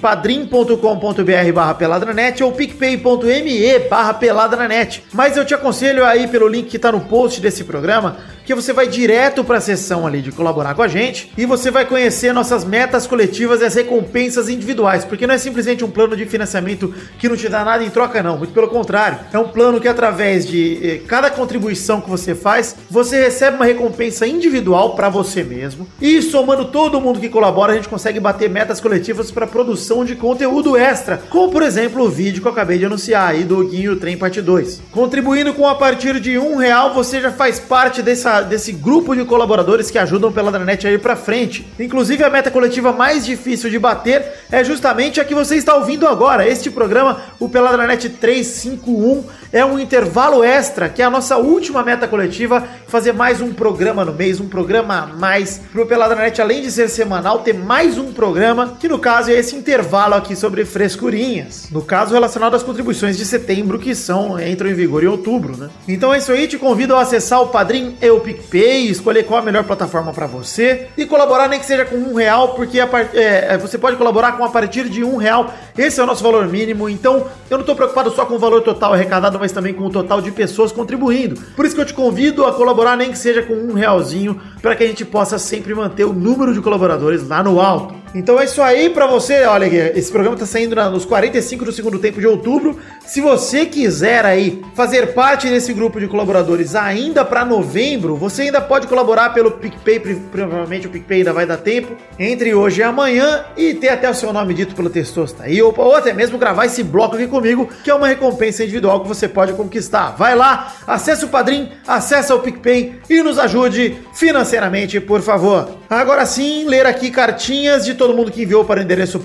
[SPEAKER 1] padrim.com.br barra peladranet ou picpay.me barra peladranet. Mas eu te aconselho aí pelo link que tá no post desse programa, que você vai direto para a seção ali de colaborar com a gente e você vai conhecer nossas metas coletivas e as recompensas individuais, porque não é simplesmente um plano de financiamento que não te dá nada em troca não, muito pelo contrário, é um plano que através de eh, cada contribuição que você faz, você recebe uma recompensa individual para você mesmo. E somando todo mundo que colabora, a gente consegue bater metas coletivas para produção de conteúdo extra, como por exemplo o vídeo que eu acabei de anunciar aí do Guinho Trem Parte 2. Contribuindo com a partir de um real, você já faz parte dessa desse grupo de colaboradores que ajudam pela Dranet a ir pra frente. Inclusive, a meta coletiva mais difícil de bater é justamente a que você está ouvindo agora. Este programa, o Peladranet 351, é um intervalo extra, que é a nossa última meta coletiva, fazer mais um programa no mês, um programa a mais pro Peladranet, além de ser semanal, ter mais um programa, que no caso é esse intervalo aqui sobre frescurinhas. No caso, relacionado às contribuições de setembro, que são, entram em vigor em outubro, né? Então é isso aí, te convido a acessar o Padrim Eu PicPay, escolher qual a melhor plataforma para você e colaborar nem que seja com um real, porque part... é, você pode colaborar com a partir de um real. Esse é o nosso valor mínimo. Então, eu não estou preocupado só com o valor total arrecadado, mas também com o total de pessoas contribuindo. Por isso que eu te convido a colaborar nem que seja com um realzinho, para que a gente possa sempre manter o número de colaboradores lá no alto. Então é isso aí para você, olha, esse programa está saindo nos 45 do segundo tempo de outubro. Se você quiser aí fazer parte desse grupo de colaboradores ainda para novembro, você ainda pode colaborar pelo PicPay, provavelmente o PicPay ainda vai dar tempo, entre hoje e amanhã, e ter até o seu nome dito pelo Testosta aí, ou, ou até mesmo gravar esse bloco aqui comigo, que é uma recompensa individual que você pode conquistar. Vai lá, acessa o Padrim, acessa o PicPay e nos ajude financeiramente, por favor. Agora sim, ler aqui cartinhas de todo mundo que enviou para o endereço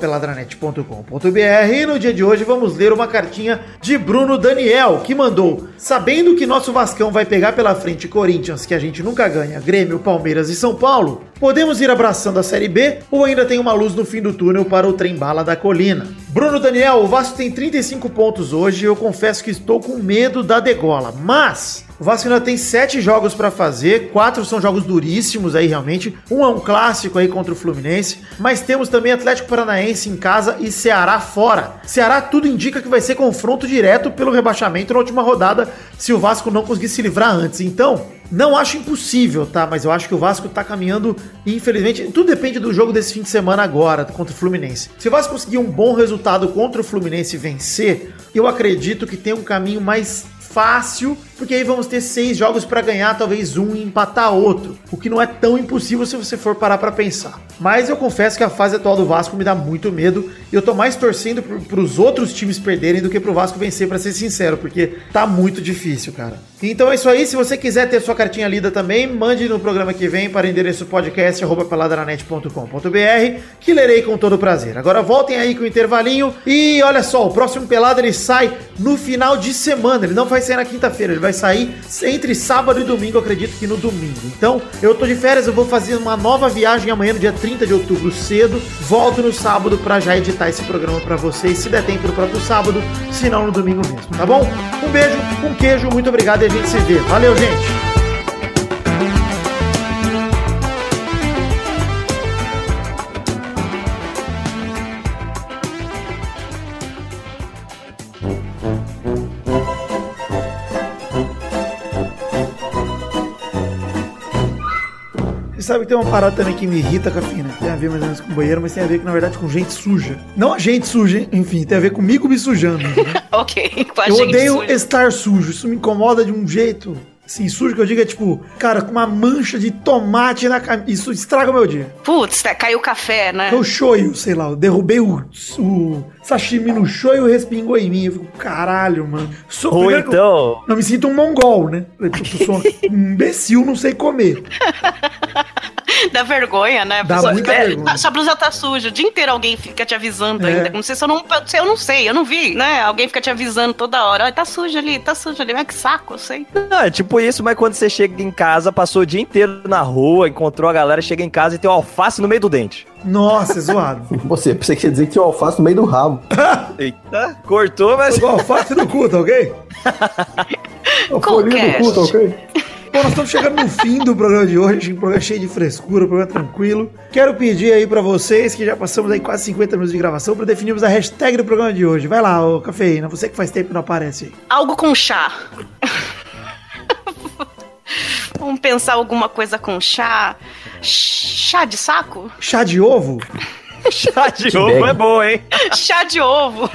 [SPEAKER 1] podcast.peladranet.com.br e no dia de hoje vamos ler uma cartinha de Bruno Daniel, que mandou, sabendo que nosso Vascão vai vai pegar pela frente Corinthians, que a gente nunca ganha, Grêmio, Palmeiras e São Paulo, podemos ir abraçando a Série B ou ainda tem uma luz no fim do túnel para o trem-bala da colina. Bruno Daniel, o Vasco tem 35 pontos hoje e eu confesso que estou com medo da degola, mas o Vasco ainda tem sete jogos para fazer, quatro são jogos duríssimos aí realmente. Um é um clássico aí contra o Fluminense, mas temos também Atlético Paranaense em casa e Ceará fora. Ceará tudo indica que vai ser confronto direto pelo rebaixamento na última rodada, se o Vasco não conseguir se livrar antes. Então, não acho impossível, tá? Mas eu acho que o Vasco tá caminhando, infelizmente. Tudo depende do jogo desse fim de semana agora, contra o Fluminense. Se o Vasco conseguir um bom resultado contra o Fluminense e vencer, eu acredito que tem um caminho mais fácil, porque aí vamos ter seis jogos para ganhar, talvez um e empatar outro, o que não é tão impossível se você for parar para pensar. Mas eu confesso que a fase atual do Vasco me dá muito medo. E eu tô mais torcendo pro- pros outros times perderem do que pro Vasco vencer, pra ser sincero, porque tá muito difícil, cara. Então é isso aí. Se você quiser ter sua cartinha lida também, mande no programa que vem para o endereço podcast@peladranet.com.br, que lerei com todo prazer. Agora voltem aí com o intervalinho e olha só, o próximo pelado ele sai no final de semana. Ele não vai sair na quinta-feira, ele vai sair entre sábado e domingo, eu acredito que no domingo. Então, eu tô de férias, eu vou fazer uma nova viagem amanhã no dia 30 de outubro cedo. Volto no sábado pra já editar esse programa pra vocês, se der tempo no próprio sábado, se não no domingo mesmo, tá bom? Um beijo, um queijo, muito obrigado e a gente se vê. Valeu, gente. Você sabe que tem uma parada também que me irrita, Cafina. Tem a ver mais ou menos com banheiro, mas tem a ver, na verdade, com gente suja. Não a gente suja, hein? enfim, tem a ver comigo me (laughs) sujando. né?
[SPEAKER 3] Ok, com a
[SPEAKER 1] eu
[SPEAKER 3] Tá gente
[SPEAKER 1] odeio
[SPEAKER 3] suja.
[SPEAKER 1] estar sujo. Isso me incomoda de um jeito. Assim, sujo que eu digo é tipo, cara, com uma mancha de tomate na camisa. Isso estraga o meu dia.
[SPEAKER 3] Putz, tá- caiu o café, né?
[SPEAKER 1] Eu shoyu, sei lá, eu derrubei o, o sashimi no shoyu e respingou em mim. Eu fico, caralho, mano. Sou,
[SPEAKER 5] Ou
[SPEAKER 1] primeiro que eu-
[SPEAKER 5] então,
[SPEAKER 1] Eu me sinto um mongol, né? Eu sou um (laughs) imbecil, não sei comer.
[SPEAKER 3] Dá vergonha, né?
[SPEAKER 1] Dá
[SPEAKER 3] Pessoa-
[SPEAKER 1] muita
[SPEAKER 3] é,
[SPEAKER 1] vergonha.
[SPEAKER 3] Sua blusa tá suja. O dia inteiro alguém fica te avisando
[SPEAKER 1] É.
[SPEAKER 3] ainda. Como se eu não, se eu não sei, eu não vi, né? Alguém fica te avisando toda hora. Olha, tá suja ali, tá suja ali. Mas que saco, eu sei.
[SPEAKER 5] não, é tipo isso, mas quando você chega em casa, passou o dia inteiro na rua, encontrou a galera, chega em casa e tem um alface no meio do dente.
[SPEAKER 1] Nossa, é zoado.
[SPEAKER 2] Você, você quer dizer que tinha um alface no meio do rabo.
[SPEAKER 5] Eita, cortou, mas (laughs)
[SPEAKER 1] Igual alface no cu, tá ok?
[SPEAKER 2] Uma folhinha
[SPEAKER 3] é?
[SPEAKER 2] do cu, tá ok?
[SPEAKER 1] Bom, nós estamos chegando no fim do programa de hoje, um programa cheio de frescura, um programa tranquilo. Quero pedir aí pra vocês, que já passamos aí quase 50 minutos de gravação, pra definirmos a hashtag do programa de hoje. Vai lá, ô Cafeína, você que faz tempo que não aparece aí.
[SPEAKER 3] Algo com chá. (laughs) Vamos pensar alguma coisa com chá. Chá de saco? (laughs)
[SPEAKER 1] Chá de ovo?
[SPEAKER 5] chá de ovo é bom, hein? (laughs)
[SPEAKER 3] Chá de ovo.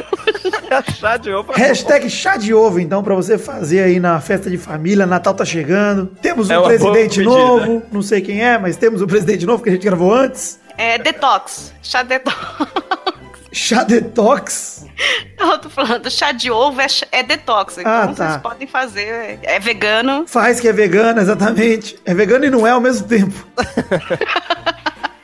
[SPEAKER 5] Chá de ovo é bom.
[SPEAKER 1] Hashtag chá de ovo, então, pra você fazer aí na festa de família. Natal tá chegando. Temos um
[SPEAKER 5] É uma boa
[SPEAKER 1] presidente
[SPEAKER 5] pedida.
[SPEAKER 1] novo, não sei quem é, mas temos um presidente novo que a gente gravou antes.
[SPEAKER 3] É detox. Chá detox. (laughs)
[SPEAKER 1] Chá detox?
[SPEAKER 3] Eu tô falando, chá de ovo é, ch- é detox. Então
[SPEAKER 1] Ah, tá.
[SPEAKER 3] vocês podem fazer. É vegano.
[SPEAKER 1] Faz que é vegano, exatamente. É vegano e não é ao mesmo tempo.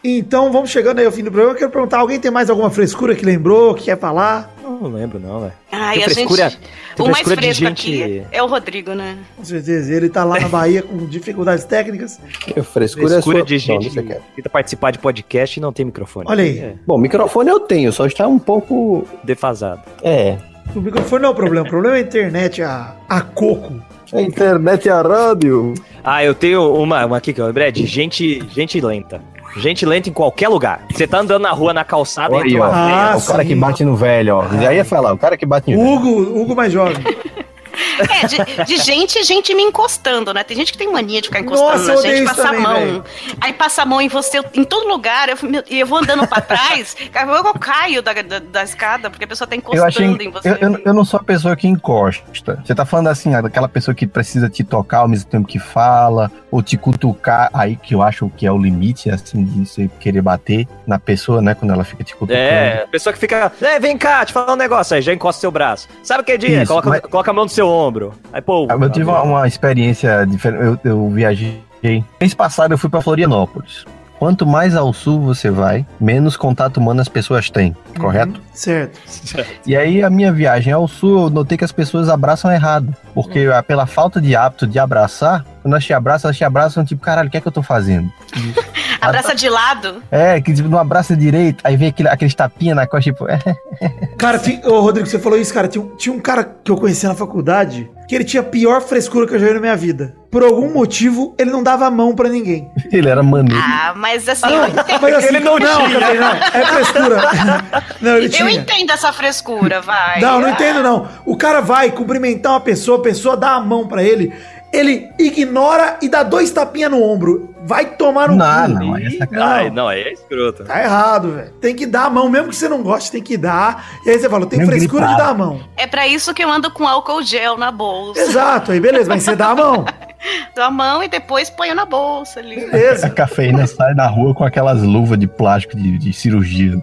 [SPEAKER 1] então vamos chegando aí ao fim do programa. Eu quero perguntar: alguém tem mais alguma frescura que lembrou, que quer falar?
[SPEAKER 5] Não lembro não, velho.
[SPEAKER 3] Ai,
[SPEAKER 5] Tem
[SPEAKER 3] a
[SPEAKER 5] frescura-
[SPEAKER 3] gente.
[SPEAKER 5] tem
[SPEAKER 3] o mais
[SPEAKER 5] frescura de
[SPEAKER 3] fresco
[SPEAKER 5] gente-
[SPEAKER 3] aqui é o Rodrigo, né?
[SPEAKER 1] Com certeza, ele tá lá na Bahia com dificuldades técnicas.
[SPEAKER 2] Eu, frescura, é
[SPEAKER 5] Frescura
[SPEAKER 2] sua-
[SPEAKER 5] de
[SPEAKER 2] Não,
[SPEAKER 5] gente
[SPEAKER 2] você
[SPEAKER 5] que
[SPEAKER 2] quer.
[SPEAKER 5] tenta participar de podcast e não tem microfone.
[SPEAKER 1] Olha aí.
[SPEAKER 5] É,
[SPEAKER 2] Bom, microfone eu tenho, só está um pouco.
[SPEAKER 5] defasado.
[SPEAKER 2] É.
[SPEAKER 1] O microfone não é o problema, o problema é a internet, a, a coco.
[SPEAKER 2] A internet é a rádio.
[SPEAKER 5] Ah, eu tenho uma, uma aqui que eu lembrei é de gente, gente lenta. Gente lenta em qualquer lugar. Você tá andando na rua, na calçada,
[SPEAKER 6] Olha aí,
[SPEAKER 5] entra
[SPEAKER 6] ó.
[SPEAKER 5] uma véia.
[SPEAKER 2] É,
[SPEAKER 1] Ah,
[SPEAKER 6] o cara
[SPEAKER 1] sim.
[SPEAKER 6] que bate no velho, ó. Já ia falar, o cara que bate no velho.
[SPEAKER 1] Hugo, Hugo mais jovem.
[SPEAKER 3] É, de, de gente, gente me encostando, né? Tem gente que tem mania de ficar encostando
[SPEAKER 1] Nossa, eu
[SPEAKER 3] na
[SPEAKER 1] odeio
[SPEAKER 3] gente,
[SPEAKER 1] isso
[SPEAKER 3] passa
[SPEAKER 1] também,
[SPEAKER 3] a mão.
[SPEAKER 1] velho.
[SPEAKER 3] Aí passa a mão em você em todo lugar. Eu, meu- e eu vou andando
[SPEAKER 1] (laughs)
[SPEAKER 3] pra trás, eu caio da, da, da escada, porque a pessoa tá
[SPEAKER 6] Eu
[SPEAKER 3] encostando
[SPEAKER 6] achei.
[SPEAKER 3] em você.
[SPEAKER 6] Eu, eu- eu não sou a pessoa que encosta. Você tá falando assim, ah, daquela pessoa que precisa te tocar ao mesmo tempo que fala, ou te cutucar, aí que eu acho que é o limite, assim, de você querer bater na pessoa, né? Quando ela fica te cutucando.
[SPEAKER 5] É, a pessoa que fica. É, vem cá, te falar um negócio. Aí já encosta seu braço. Sabe o que é dia?
[SPEAKER 6] Isso,
[SPEAKER 5] Coloca,
[SPEAKER 6] mas-
[SPEAKER 5] coloca a mão no seu ombro. Aí, pô.
[SPEAKER 6] Ah, Eu
[SPEAKER 5] (laughs)
[SPEAKER 6] tive uma, uma experiência diferente. Eu, eu viajei. Mês passado eu fui pra Florianópolis. Quanto mais ao sul você vai, menos contato humano as pessoas têm,
[SPEAKER 1] Uhum.
[SPEAKER 6] correto?
[SPEAKER 1] Certo.
[SPEAKER 6] E aí a minha viagem ao sul, eu notei que as pessoas abraçam errado. Porque ah, pela falta de hábito de abraçar, quando elas te abraçam, elas te abraçam tipo, caralho, o que é que eu tô fazendo?
[SPEAKER 3] Abraça de lado.
[SPEAKER 6] É, que tipo, não abraça direito, aí vem aquele, aqueles tapinha na costa, tipo, (laughs) é,
[SPEAKER 1] Cara, ti- ô, Rodrigo, você falou isso, cara. Tinha, um- tinha um cara que eu conhecia na faculdade que ele tinha a pior frescura que eu já vi na minha vida. Por algum motivo, ele não dava a mão pra ninguém.
[SPEAKER 6] ele era maneiro.
[SPEAKER 3] Ah, mas assim, eu entendo,
[SPEAKER 1] Mas assim,
[SPEAKER 5] Ele não tinha.
[SPEAKER 1] Gabriel, não. É frescura. Não, ele
[SPEAKER 3] eu
[SPEAKER 1] tinha.
[SPEAKER 3] entendo essa frescura, vai.
[SPEAKER 1] Não, não entendo, não. O cara vai cumprimentar uma pessoa, a pessoa dá a mão pra ele, ele ignora e dá dois tapinhas no ombro. Vai tomar no
[SPEAKER 6] Não,
[SPEAKER 1] cu.
[SPEAKER 6] não, é
[SPEAKER 5] Não. Ai, não, aí é escroto.
[SPEAKER 1] Tá errado, velho. Tem que dar a mão, mesmo que você não goste, tem que dar. E aí você fala, tem
[SPEAKER 6] Meio
[SPEAKER 1] frescura de
[SPEAKER 6] gripado.
[SPEAKER 1] dar a mão.
[SPEAKER 3] É pra isso que eu ando com álcool gel na bolsa.
[SPEAKER 1] Exato, aí beleza, mas você dá a mão.
[SPEAKER 3] da mão e depois ponho na bolsa ali.
[SPEAKER 2] Essa cafeína sai na rua com aquelas luvas de plástico de, de cirurgia.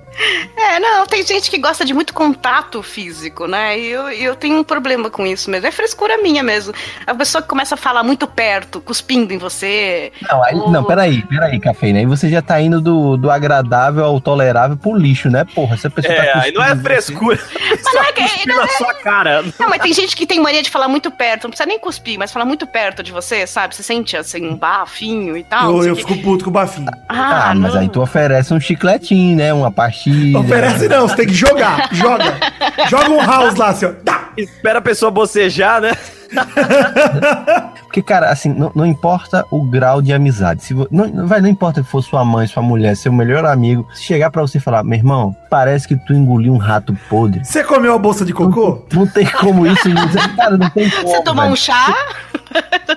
[SPEAKER 3] É, não, tem gente que gosta de muito contato físico, né? E eu, e eu tenho um problema com isso mesmo. É frescura minha mesmo. A pessoa que começa a falar muito perto, cuspindo em você.
[SPEAKER 2] Não, aí,
[SPEAKER 3] ou-
[SPEAKER 2] não, peraí, peraí, cafeína. Aí você já tá indo do, do agradável ao tolerável pro lixo, né, porra? Essa pessoa
[SPEAKER 5] É,
[SPEAKER 2] tá assim.
[SPEAKER 5] aí não é
[SPEAKER 2] cuspindo em você.
[SPEAKER 5] frescura.
[SPEAKER 3] Mas não é que-
[SPEAKER 5] Cuspir (laughs) na sua cara.
[SPEAKER 3] Não, mas tem gente que tem mania de falar muito perto. Não precisa nem cuspir, mas falar muito perto de você, sabe? Você sente assim um bafinho e tal. não
[SPEAKER 1] eu,
[SPEAKER 3] sei
[SPEAKER 1] eu
[SPEAKER 3] o quê.
[SPEAKER 1] fico puto com o bafinho.
[SPEAKER 2] Ah, mas
[SPEAKER 3] não.
[SPEAKER 2] aí tu oferece um chicletinho, né? Uma pastilha.
[SPEAKER 6] é.
[SPEAKER 1] Oferece não, você tem que jogar.
[SPEAKER 3] (laughs)
[SPEAKER 1] Joga. Joga um house lá, assim, ó. Tá.
[SPEAKER 5] Espera a pessoa bocejar, né?
[SPEAKER 2] Porque, cara, assim, não, não importa o grau de amizade. Se vo- não, não vai, não importa se for sua mãe, sua mulher, seu melhor amigo. Se chegar pra você e falar, meu irmão, parece que tu engoliu um rato podre.
[SPEAKER 1] Você comeu a bolsa de cocô?
[SPEAKER 2] Não tem como isso. (laughs) não tem- Cara, não tem como.
[SPEAKER 3] Você tomar
[SPEAKER 2] velho.
[SPEAKER 3] um chá?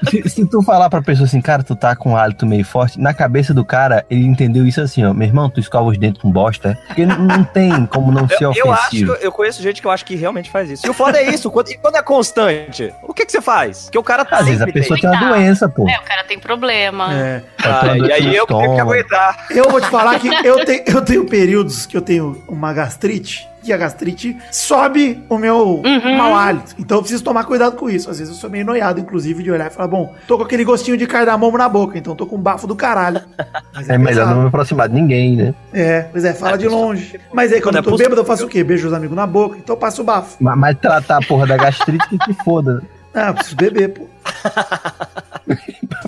[SPEAKER 2] se, se tu falar pra pessoa assim, cara, tu tá com um hálito meio forte, na cabeça do cara, ele entendeu isso assim, ó. Meu irmão, tu escova os dentes com bosta. é? Porque não, não tem como não ser
[SPEAKER 5] Eu, eu acho, que
[SPEAKER 2] ofensivo.
[SPEAKER 5] eu eu conheço gente que eu acho que realmente faz isso. E o foda é isso, quando, e quando é constante, o que, que você faz? Porque o cara tá
[SPEAKER 2] Às vezes a
[SPEAKER 5] sempre
[SPEAKER 2] pessoa
[SPEAKER 5] tem.
[SPEAKER 2] tem uma
[SPEAKER 3] Coitado.
[SPEAKER 2] doença, pô.
[SPEAKER 3] É, o cara tem problema.
[SPEAKER 1] É.
[SPEAKER 2] Tá
[SPEAKER 5] Ah,
[SPEAKER 2] tendo
[SPEAKER 5] e aí eu que tenho que
[SPEAKER 2] estômago.
[SPEAKER 5] aguentar.
[SPEAKER 1] Eu vou te falar que eu, te- eu tenho períodos que eu tenho uma gastrite e a gastrite sobe o meu mau hálito. Então eu preciso tomar cuidado com isso. Às vezes eu sou meio noiado, inclusive, de olhar e falar, bom, tô com aquele gostinho de cardamomo na boca, então tô com um bafo do caralho. Mas
[SPEAKER 2] É melhor
[SPEAKER 1] pesado.
[SPEAKER 2] não me aproximar de ninguém, né?
[SPEAKER 1] É, pois é, fala de longe. Mas aí quando
[SPEAKER 5] Quando é
[SPEAKER 1] eu tô
[SPEAKER 5] possível-
[SPEAKER 1] bêbado, eu faço o quê? Beijo os amigos na boca, então eu passo o bafo.
[SPEAKER 2] Mas, mas tratar a porra da gastrite que se foda (laughs)
[SPEAKER 1] Ah, eu preciso beber, pô.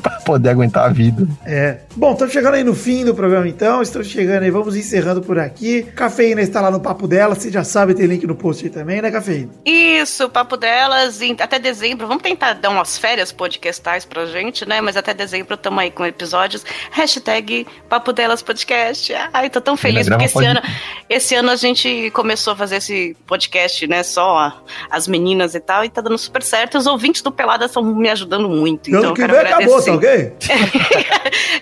[SPEAKER 2] pra poder aguentar a vida.
[SPEAKER 1] É. Bom, estamos chegando aí no fim do programa então. Estamos chegando aí, vamos encerrando por aqui. Cafeína está lá no papo dela, você já sabe, tem link no post aí também, né, Cafeína?
[SPEAKER 3] Isso, o papo delas em- até dezembro. Vamos tentar dar umas férias podcastais pra gente, né? Mas até dezembro estamos aí com episódios. Hashtag Papo Delas Podcast. Ai, tô tão feliz
[SPEAKER 2] Ainda
[SPEAKER 3] porque
[SPEAKER 2] grava
[SPEAKER 3] esse
[SPEAKER 2] pod-
[SPEAKER 3] ano, esse ano a gente começou a fazer esse podcast, né? Só a- as meninas e tal, e tá dando super certo. Os ouvintes do Pelada estão me ajudando muito. Então,
[SPEAKER 1] ano
[SPEAKER 3] eu
[SPEAKER 1] que
[SPEAKER 3] quero
[SPEAKER 1] vem
[SPEAKER 3] agradecer.
[SPEAKER 1] acabou, tá ok?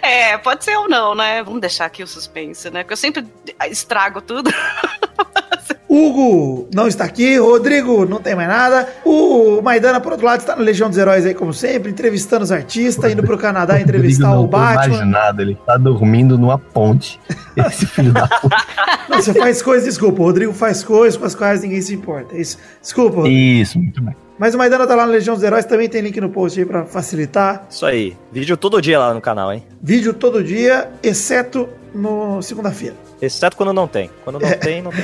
[SPEAKER 3] É, pode ser ou não, né? Vamos deixar aqui o suspense, né? Porque eu sempre estrago tudo. (laughs)
[SPEAKER 1] Hugo não está aqui, Rodrigo não tem mais nada. O Maidana, por outro lado, está na Legião dos Heróis aí, como sempre, entrevistando os artistas, indo pro Canadá entrevistar
[SPEAKER 2] (laughs) Rodrigo
[SPEAKER 1] o Batman.
[SPEAKER 2] Não faz nada, ele tá dormindo
[SPEAKER 1] (laughs)
[SPEAKER 2] numa ponte. Esse filho da puta.
[SPEAKER 1] Não, você faz coisas, desculpa, o Rodrigo faz coisas com as quais ninguém se importa. É isso. Desculpa, Rodrigo.
[SPEAKER 2] Isso, muito bem.
[SPEAKER 1] Mas o Maidana tá lá na Legião dos Heróis, também tem link no post aí pra facilitar.
[SPEAKER 5] Isso aí. Vídeo todo dia lá no canal, hein?
[SPEAKER 1] Vídeo todo dia, exceto no segunda-feira.
[SPEAKER 5] Exceto quando não tem. Quando
[SPEAKER 2] (laughs)
[SPEAKER 5] não tem, não tem.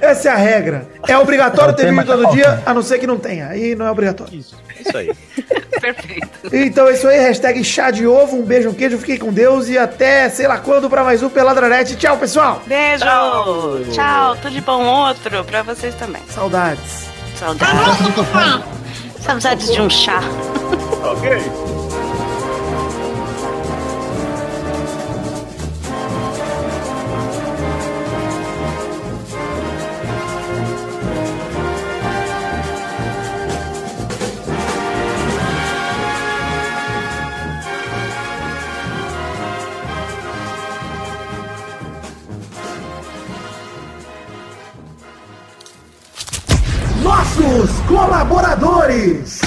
[SPEAKER 1] Essa é a regra. É obrigatório
[SPEAKER 2] Não
[SPEAKER 1] ter
[SPEAKER 2] tem
[SPEAKER 1] vídeo
[SPEAKER 2] mais
[SPEAKER 1] todo
[SPEAKER 2] falta.
[SPEAKER 1] dia, a não ser que não tenha. Aí não é obrigatório.
[SPEAKER 5] Isso. Isso aí.
[SPEAKER 3] Perfeito.
[SPEAKER 1] Então é isso aí, hashtag chá de ovo, um beijo, um queijo, fiquei com Deus e até sei lá quando pra mais um Peladranete. Tchau, pessoal!
[SPEAKER 3] Beijo!
[SPEAKER 5] Tchau.
[SPEAKER 3] Tchau, tudo de bom outro pra vocês também.
[SPEAKER 1] Saudades.
[SPEAKER 3] Saudades. Saudades de um chá.
[SPEAKER 1] Nossos colaboradores!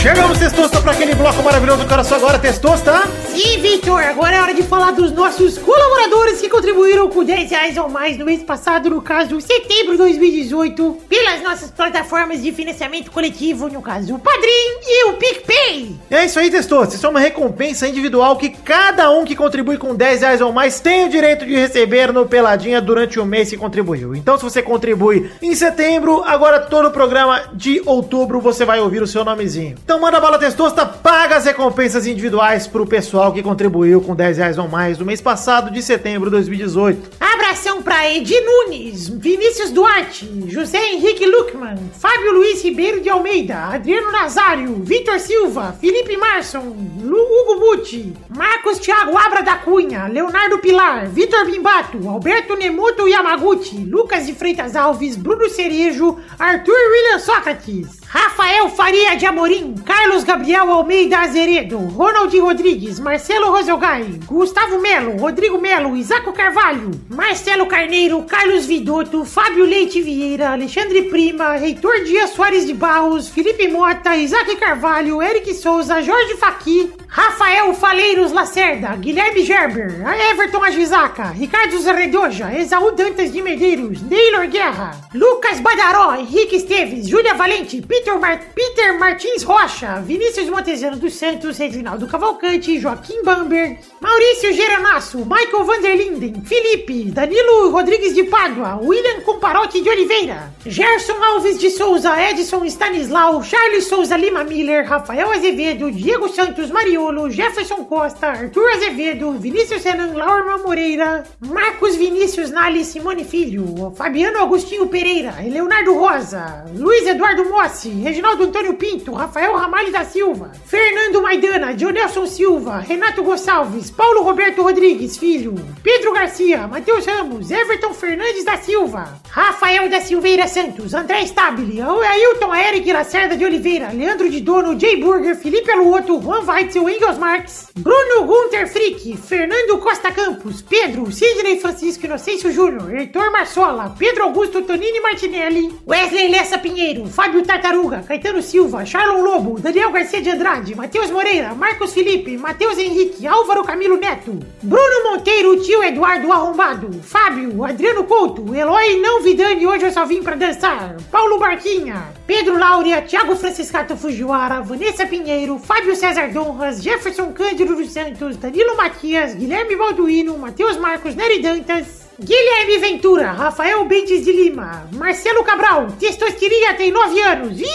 [SPEAKER 1] Chegamos, Testosta, para aquele bloco maravilhoso que era só agora, Testosta!
[SPEAKER 7] Sim, Victor, agora é hora de falar dos nossos colaboradores que contribuíram com 10 reais ou mais no mês passado, no caso, setembro de 2018, pelas nossas plataformas de financiamento coletivo, no caso, o Padrim e o PicPay.
[SPEAKER 1] E é isso aí, Testosta. Isso é uma recompensa individual que cada um que contribui com 10 reais ou mais tem o direito de receber no Peladinha durante o mês que contribuiu. Então, se você contribui em setembro, agora todo o programa de outubro você vai ouvir o seu nomezinho. Então, manda bala, Testosta, paga as recompensas individuais pro pessoal que contribuiu com 10 reais ou mais no mês passado de setembro de 2018.
[SPEAKER 7] Abração pra Edi Nunes, Vinícius Duarte, José Henrique Luckman, Fábio Luiz Ribeiro de Almeida, Adriano Nazário, Vitor Silva, Felipe Marson, Lu- Hugo Butti, Marcos Thiago Abra da Cunha, Leonardo Pilar, Vitor Bimbato, Alberto Nemoto Yamaguchi, Lucas de Freitas Alves, Bruno Cerejo, Arthur William Sócrates, Rafa Rafael Faria de Amorim, Carlos Gabriel Almeida Azeredo, Ronald Rodrigues, Marcelo Rosogai, Gustavo Melo, Rodrigo Melo, Isaco Carvalho, Marcelo Carneiro, Carlos Vidotto, Fábio Leite Vieira, Alexandre Prima, Heitor Dias Soares de Barros, Felipe Mota, Isaac Carvalho, Eric Souza, Jorge Faqui, Rafael Faleiros Lacerda, Guilherme Gerber, Everton Agisaca, Ricardo Zerredoja, Exaú Dantas de Medeiros, Neylor Guerra, Lucas Badaró, Henrique Esteves, Júlia Valente, Peter, Mar- Peter Martins Rocha, Vinícius Montezano dos Santos, Reginaldo Cavalcante, Joaquim Bamberg, Maurício Geranasso, Michael Vanderlinden, Felipe, Danilo Rodrigues de Pádua, William Comparotti de Oliveira, Gerson Alves de Souza, Edson Stanislau, Charles Souza Lima Miller, Rafael Azevedo, Diego Santos Mariolo, Jefferson Costa, Arthur Azevedo, Vinícius Renan Laurma Moreira, Marcos Vinícius Nali Simone Filho, Fabiano Agostinho Pereira, Leonardo Rosa, Luiz Eduardo Mossi, Reginaldo Antônio Pinto, Rafael Ramalho da Silva, Fernando Maidana, Dionelson Silva, Renato Gonçalves, Paulo Roberto Rodrigues Filho, Pedro Garcia, Matheus Ramos, Everton Fernandes da Silva, Rafael da Silveira Santos, André Stabile, Ailton Eric Lacerda de Oliveira, Leandro de Dono, Jay Burger, Felipe Aluoto, Juan Weitzel, Engels Marx, Bruno Gunter Frick, Fernando Costa Campos, Pedro, Sidney Francisco Inocêncio Júnior, Heitor Marsola, Pedro Augusto Tonini Martinelli, Wesley Lessa Pinheiro, Fábio Tartaruga, Caetano Silva, Charlon Lobo, Daniel Garcia de Andrade, Matheus Moreira, Marcos Felipe, Matheus Henrique, Álvaro Camilo Neto, Bruno Monteiro, tio Eduardo Arrombado, Fábio, Adriano Couto, Eloy Não Vidani, hoje eu só vim pra dançar, Paulo Barquinha, Pedro Laura, Thiago Franciscato Fujiwara, Vanessa Pinheiro, Fábio César Donras, Jefferson Cândido dos Santos, Danilo Matias, Guilherme Balduino, Matheus Marcos Nery Dantas, Guilherme Ventura, Rafael Bentes de Lima, Marcelo Cabral, Testosteria tem 9 anos. Ih,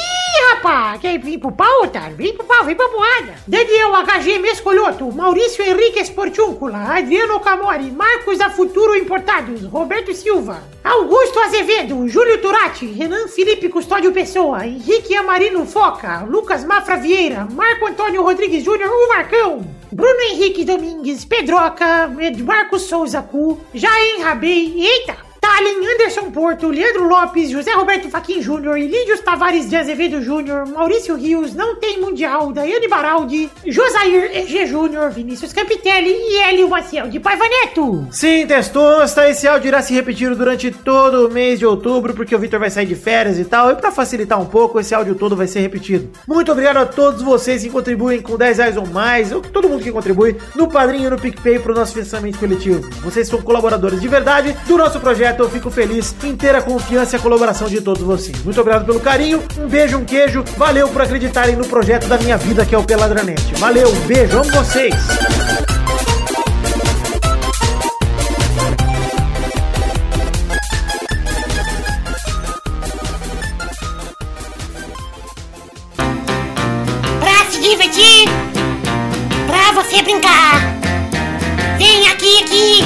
[SPEAKER 7] rapá, quer vir pro pau, otário? Vem pro pau, vem pra é porrada. Daniel HG Mescolhoto, Maurício Henrique Esportúncula, Adriano Camori, Marcos da Futuro Importados, Roberto Silva, Augusto Azevedo, Júlio Turati, Renan Felipe Custódio Pessoa, Henrique Amarino Foca, Lucas Mafra Vieira, Marco Antônio Rodrigues Júnior, o Marcão, Bruno Henrique Domingues, Pedroca, Ed- Marcos Souza Cu, Jair Rabei, eita! Tallin, Tá, Anderson Porto, Leandro Lopes, José Roberto Faquin Júnior, Ilídios Tavares de Azevedo Júnior, Maurício Rios, Não Tem Mundial, Daiane Baraldi, Josair EG Júnior, Vinícius Campitelli e Hélio Maciel de Paiva Neto.
[SPEAKER 1] Sim, Testonsta, esse áudio irá se repetir durante todo o mês de outubro, porque o Victor vai sair de férias e tal, e pra facilitar um pouco, esse áudio todo vai ser repetido. Muito obrigado a todos vocês que contribuem com 10 reais ou mais, ou todo mundo que contribui, no Padrinho e no PicPay pro nosso financiamento coletivo. Vocês são colaboradores de verdade do nosso projeto, eu fico feliz em ter a confiança e a colaboração de todos vocês. Muito obrigado pelo carinho, um beijo, um queijo, valeu por acreditarem no projeto da minha vida, que é o Peladranete. Valeu, um beijo, amo vocês!
[SPEAKER 8] pra se divertir, pra você brincar. Vem aqui, aqui,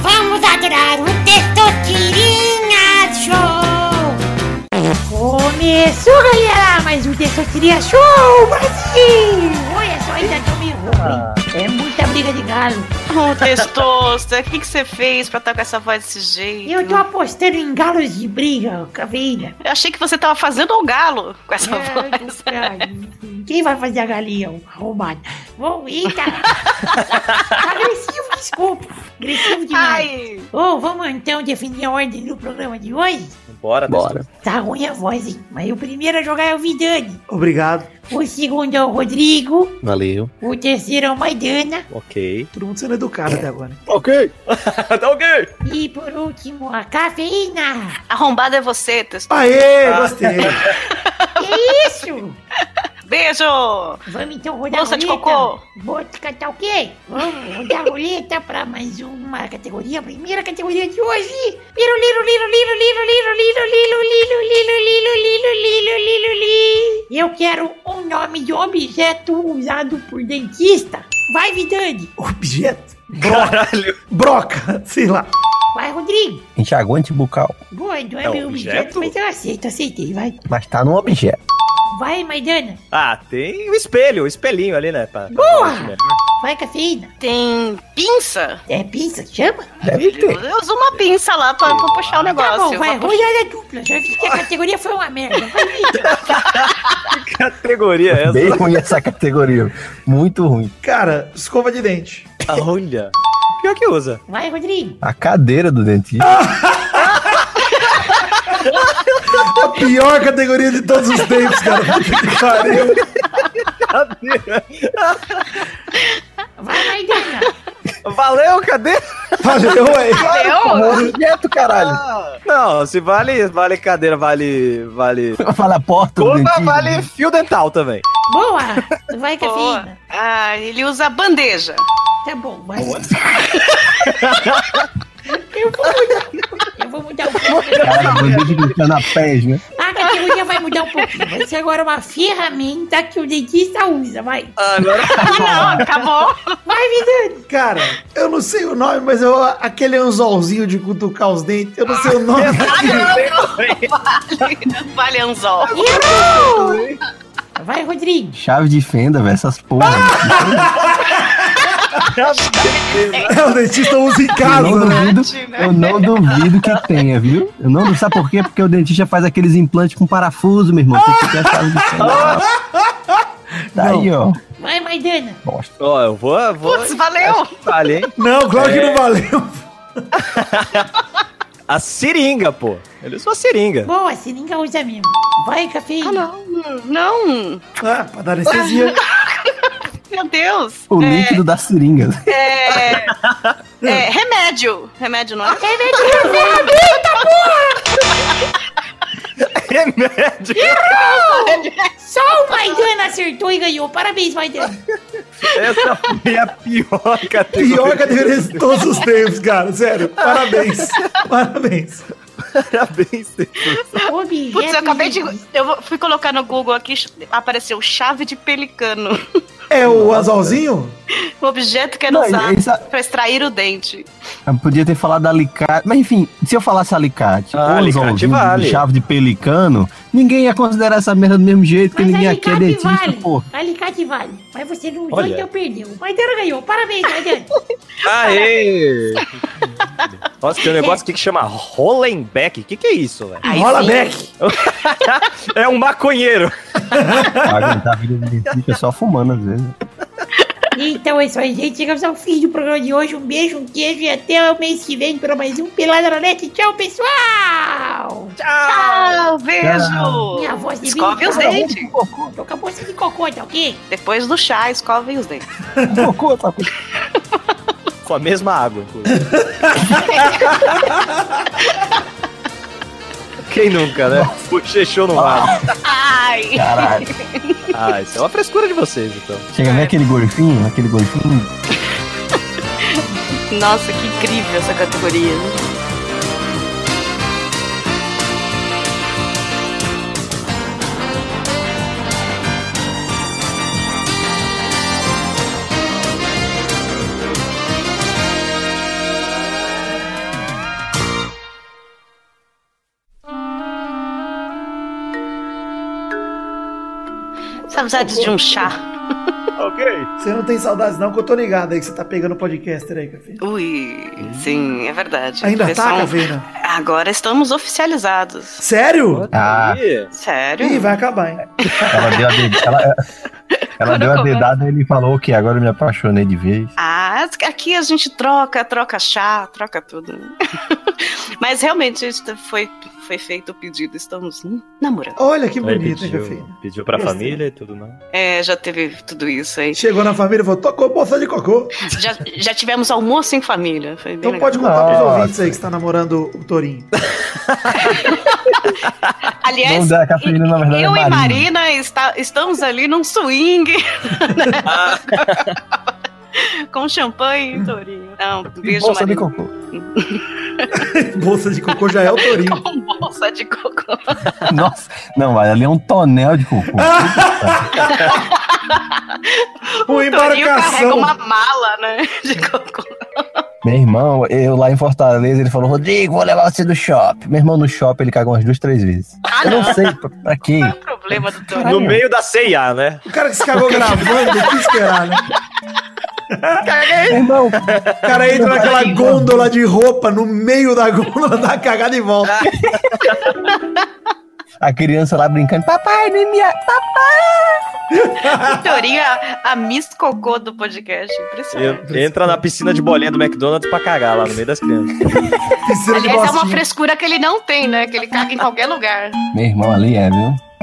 [SPEAKER 8] vamos adorar o Testosterinha Show.
[SPEAKER 7] Começou, galera, mais um Testosteria Show Brasil! Olha só, ainda tô meio rouco, hein? É muita briga de galo.
[SPEAKER 3] Ô, Testosta, o que que você fez pra estar com essa voz desse jeito?
[SPEAKER 7] Eu tô apostando em galos de briga, caveira.
[SPEAKER 3] Eu achei que você tava fazendo o galo com essa voz.
[SPEAKER 7] É, caralho. Quem vai fazer a galinha? O Arrombado. Bom, eita! tá agressivo, desculpa. Agressivo demais.
[SPEAKER 3] Ai,
[SPEAKER 7] Ô, vamos então definir a ordem do programa de hoje?
[SPEAKER 5] Bora,
[SPEAKER 2] Bora.
[SPEAKER 5] Testosta.
[SPEAKER 7] Tá ruim a voz, hein? Mas o primeiro a jogar é o Vidani.
[SPEAKER 1] Obrigado.
[SPEAKER 7] O segundo é o Rodrigo.
[SPEAKER 2] Valeu.
[SPEAKER 7] O terceiro é o Maidana.
[SPEAKER 5] Ok.
[SPEAKER 1] Todo mundo sendo educado até agora.
[SPEAKER 2] Ok.
[SPEAKER 5] (laughs) tá ok.
[SPEAKER 7] E por último,
[SPEAKER 3] (laughs)
[SPEAKER 7] a cafeína.
[SPEAKER 3] arrombado é você, Testosta.
[SPEAKER 1] Aê, gostei.
[SPEAKER 7] Que isso?
[SPEAKER 3] Beijo!
[SPEAKER 7] Vamos então rodar
[SPEAKER 3] Bolsa
[SPEAKER 7] a
[SPEAKER 3] de
[SPEAKER 7] roleta.
[SPEAKER 3] cocô.
[SPEAKER 7] Vou te cantar o quê? Vamos rodar a roleta pra mais uma categoria. A primeira categoria de hoje. Liro, liro, liro, liro, liro, liro, liro, liro, liro, liro, liro, liro, liro, liro, liro. Eu quero um nome de objeto usado por dentista. Vai, Vidani.
[SPEAKER 1] Objeto?
[SPEAKER 5] Caralho.
[SPEAKER 1] Broca, sei lá.
[SPEAKER 7] Vai, Rodrigo.
[SPEAKER 6] Enxaguante bucal.
[SPEAKER 7] Boa, não é,
[SPEAKER 5] É
[SPEAKER 7] meu objeto,
[SPEAKER 5] objeto?
[SPEAKER 7] mas eu aceito, aceitei, vai.
[SPEAKER 6] Mas tá num objeto.
[SPEAKER 7] Vai, Maidana.
[SPEAKER 5] Ah, tem o espelho, o espelhinho ali, né? Pra, pra
[SPEAKER 7] Boa!
[SPEAKER 5] gente melhor.
[SPEAKER 7] Vai, cafeína.
[SPEAKER 3] Tem pinça?
[SPEAKER 7] É pinça, que chama?
[SPEAKER 2] Deve ter.
[SPEAKER 3] Eu uso uma pinça lá pra, pra puxar o
[SPEAKER 7] Tá
[SPEAKER 3] negócio.
[SPEAKER 7] bom,
[SPEAKER 3] Pra puxar-
[SPEAKER 7] vai, vamos olhar a dupla. Já vi que a categoria foi uma merda. Vai, Vitor.
[SPEAKER 5] Que categoria é essa?
[SPEAKER 2] Bem ruim essa categoria. Muito ruim.
[SPEAKER 1] Cara, escova de dente.
[SPEAKER 5] Olha. Pior que usa.
[SPEAKER 7] Vai, Rodrigo.
[SPEAKER 2] A cadeira do dentista.
[SPEAKER 1] A pior categoria de todos os tempos, cara. Puta que pariu.
[SPEAKER 7] Vai, Maidana.
[SPEAKER 5] Valeu, cadê?
[SPEAKER 1] Valeu, ué.
[SPEAKER 3] Entendeu?
[SPEAKER 2] Objeto, caralho.
[SPEAKER 5] (laughs) Não, se vale, vale cadeira, vale. vale.
[SPEAKER 2] Fala a porta do
[SPEAKER 5] Coma,
[SPEAKER 2] dentista. né?
[SPEAKER 5] vale fio dental também.
[SPEAKER 7] Boa. Vai, cafeína.
[SPEAKER 3] Boa. Ah, ele usa bandeja.
[SPEAKER 7] Tá bom, mas... (laughs) Eu vou mudar. Eu vou mudar um pouco. Ah,
[SPEAKER 2] Cara, bandeja gritando a pés, né?
[SPEAKER 7] A categoria vai mudar um pouquinho. Vai ser agora uma ferramenta que o dentista usa, vai.
[SPEAKER 3] (laughs)
[SPEAKER 5] Agora
[SPEAKER 3] Ah, não, acabou.
[SPEAKER 7] Vai, Vidani.
[SPEAKER 1] Cara, eu não sei o nome, mas eu, aquele anzolzinho de cutucar os dentes, eu não sei o nome.
[SPEAKER 3] Vale anzol.
[SPEAKER 7] Vai, Rodrigo.
[SPEAKER 2] Chave de fenda, velho. Essas porra.
[SPEAKER 1] É, o dentista usa em
[SPEAKER 2] Eu não
[SPEAKER 1] casa. né?
[SPEAKER 2] duvido,
[SPEAKER 3] né?
[SPEAKER 2] eu não duvido que tenha, viu? Eu não duvido, sabe por quê? Porque o dentista faz aqueles implantes com parafuso, meu irmão. Tem que ter a chave de fenda. lá. Daí, ó.
[SPEAKER 7] Vai, Maidana.
[SPEAKER 2] Bosta.
[SPEAKER 5] Ó, eu vou. eu vou
[SPEAKER 3] Putz, valeu.
[SPEAKER 5] Vale, hein?
[SPEAKER 1] Não, claro que não valeu.
[SPEAKER 5] A seringa, pô. Ele usou a seringa.
[SPEAKER 7] Boa, se ninguém usa mesmo. Vai, cafeína.
[SPEAKER 3] Ah, não. Não.
[SPEAKER 1] Ah, pra dar anestesia.
[SPEAKER 3] Meu Deus.
[SPEAKER 2] O líquido da seringa.
[SPEAKER 3] É, é, remédio. Remédio, não é?
[SPEAKER 5] Remédio.
[SPEAKER 7] Só o Maidana acertou e ganhou. Parabéns, Maidana.
[SPEAKER 5] Essa foi a pior categoria.
[SPEAKER 1] Pior categoria de todos os tempos, cara. Sério, parabéns. Parabéns.
[SPEAKER 5] Parabéns.
[SPEAKER 7] Objeto
[SPEAKER 3] Putz, eu acabei de.
[SPEAKER 7] invisível.
[SPEAKER 3] Eu vou- fui colocar no Google aqui, apareceu chave de pelicano. (laughs)
[SPEAKER 1] É o anzolzinho?
[SPEAKER 3] O objeto que era
[SPEAKER 2] Não,
[SPEAKER 3] usado
[SPEAKER 2] isso-
[SPEAKER 3] pra extrair o dente.
[SPEAKER 2] Eu podia ter falado alicate. Mas enfim, se eu falasse alicate,
[SPEAKER 5] Ah,
[SPEAKER 2] ou
[SPEAKER 5] alicate
[SPEAKER 2] anzolzinho
[SPEAKER 5] vale.
[SPEAKER 2] de chave de pelicano, ninguém ia considerar essa merda do mesmo jeito, porque
[SPEAKER 7] Mas
[SPEAKER 2] ninguém aqui é
[SPEAKER 7] alicate
[SPEAKER 2] dentista,
[SPEAKER 7] vale.
[SPEAKER 2] pô.
[SPEAKER 7] Alicate vale. Mas você não usou,
[SPEAKER 5] Olha.
[SPEAKER 7] então perdeu. Maidana ganhou. Parabéns,
[SPEAKER 2] (laughs)
[SPEAKER 7] Maidana.
[SPEAKER 5] Aê! Nossa, tem um negócio aqui que chama Hollenbeck. O que, que é isso, velho?
[SPEAKER 1] Rola back.
[SPEAKER 5] (laughs) É um maconheiro.
[SPEAKER 2] Pra aguentar a vida do dentista é só fumando, às vezes.
[SPEAKER 7] Então é isso aí, gente. Chegamos ao fim do programa de hoje. Um beijo, um queijo e até o mês que vem para mais um Peladronete. Tchau, pessoal!
[SPEAKER 3] Tchau, beijo.
[SPEAKER 7] Minha voz de
[SPEAKER 3] Escove
[SPEAKER 7] mim,
[SPEAKER 3] os
[SPEAKER 7] cara.
[SPEAKER 3] dentes.
[SPEAKER 7] Tô com a bolsa de cocô, tá ok?
[SPEAKER 3] Depois do chá, escovem os dentes.
[SPEAKER 2] Cocô, tá com-
[SPEAKER 5] Com a mesma água. inclusive. (laughs) Quem nunca, né? Bochechou no ar.
[SPEAKER 3] Ai.
[SPEAKER 2] Caralho.
[SPEAKER 5] Ah, isso é uma frescura de vocês, então.
[SPEAKER 2] Chega a ver aquele golfinho, aquele golfinho.
[SPEAKER 3] Nossa, que incrível essa categoria. né? Saudades de um chá.
[SPEAKER 1] Você não tem saudades, não, que eu tô ligado aí que você tá pegando o podcaster aí, Café.
[SPEAKER 3] Ui, sim, é verdade.
[SPEAKER 1] Ainda
[SPEAKER 3] Foi só
[SPEAKER 1] tá,
[SPEAKER 3] um-
[SPEAKER 1] Caveira?
[SPEAKER 3] Agora estamos oficializados.
[SPEAKER 1] Sério?
[SPEAKER 2] Ah.
[SPEAKER 5] Ih,
[SPEAKER 3] Sério?
[SPEAKER 1] Ih, vai acabar, hein?
[SPEAKER 2] Ela deu a dedada. Ela, ela
[SPEAKER 3] Quando
[SPEAKER 2] deu a
[SPEAKER 3] começa.
[SPEAKER 2] dedada e ele falou que agora eu me apaixonei de vez.
[SPEAKER 3] Ah, aqui a gente troca, troca chá, troca tudo. (laughs) Mas realmente isso foi, foi feito o pedido, estamos hum, namorando.
[SPEAKER 1] Olha que
[SPEAKER 5] aí
[SPEAKER 1] bonito, hein, Café?
[SPEAKER 5] pediu, pediu pra
[SPEAKER 1] Gostei.
[SPEAKER 5] família e tudo né? mais.
[SPEAKER 3] É, já teve tudo isso aí.
[SPEAKER 1] Chegou na família e falou: tocou bolsa de cocô.
[SPEAKER 3] Já, já tivemos almoço em família. Foi bem
[SPEAKER 1] Então
[SPEAKER 3] legal.
[SPEAKER 1] pode contar pros
[SPEAKER 2] Nossa.
[SPEAKER 1] ouvintes aí que você tá namorando o Torinho.
[SPEAKER 2] O nome
[SPEAKER 3] Aliás,
[SPEAKER 2] da cafeína, na verdade, é
[SPEAKER 3] eu e
[SPEAKER 2] Marina.
[SPEAKER 3] Marina está- estamos ali num swing. (laughs) né? Com champanhe e tourinho. Não,
[SPEAKER 2] E
[SPEAKER 3] beijo,
[SPEAKER 2] bolsa de
[SPEAKER 3] Marina.
[SPEAKER 2] cocô.
[SPEAKER 1] (laughs) bolsa de cocô já é o
[SPEAKER 3] (laughs)
[SPEAKER 1] Torinho.
[SPEAKER 3] Com bolsa de cocô.
[SPEAKER 2] Nossa, não, vai, ali é um tonel de cocô.
[SPEAKER 1] Uma
[SPEAKER 3] Tourinho carrega
[SPEAKER 1] embarcação.
[SPEAKER 3] uma mala, né? (laughs) De cocô.
[SPEAKER 2] Meu irmão, eu lá em Fortaleza, ele falou: Rodrigo, vou levar você do shopping. Meu irmão, no shopping ele cagou umas duas, três vezes.
[SPEAKER 3] Ah,
[SPEAKER 2] Eu
[SPEAKER 3] não.
[SPEAKER 2] não sei pra, pra quê.
[SPEAKER 3] Qual é o problema do teu.
[SPEAKER 5] No meio da ceia, né?
[SPEAKER 1] O cara que se cagou gravando, o que esperar, né?
[SPEAKER 6] Irmão,
[SPEAKER 1] O cara entra naquela gôndola de roupa, no meio da gôndola, dá uma cagada e volta.
[SPEAKER 3] Ah,
[SPEAKER 6] a criança lá brincando, papai,
[SPEAKER 2] é
[SPEAKER 6] nem me... a- Papai!
[SPEAKER 3] Teoria, é a, a Miss Cocô do podcast. Impressionante.
[SPEAKER 5] E entra na piscina de bolinha do McDonald's pra cagar lá no meio das crianças.
[SPEAKER 1] Piscina de
[SPEAKER 3] Aliás, é uma
[SPEAKER 1] bostinha.
[SPEAKER 3] frescura que ele não tem, né? Que ele caga em qualquer lugar.
[SPEAKER 6] Meu irmão ali é, viu?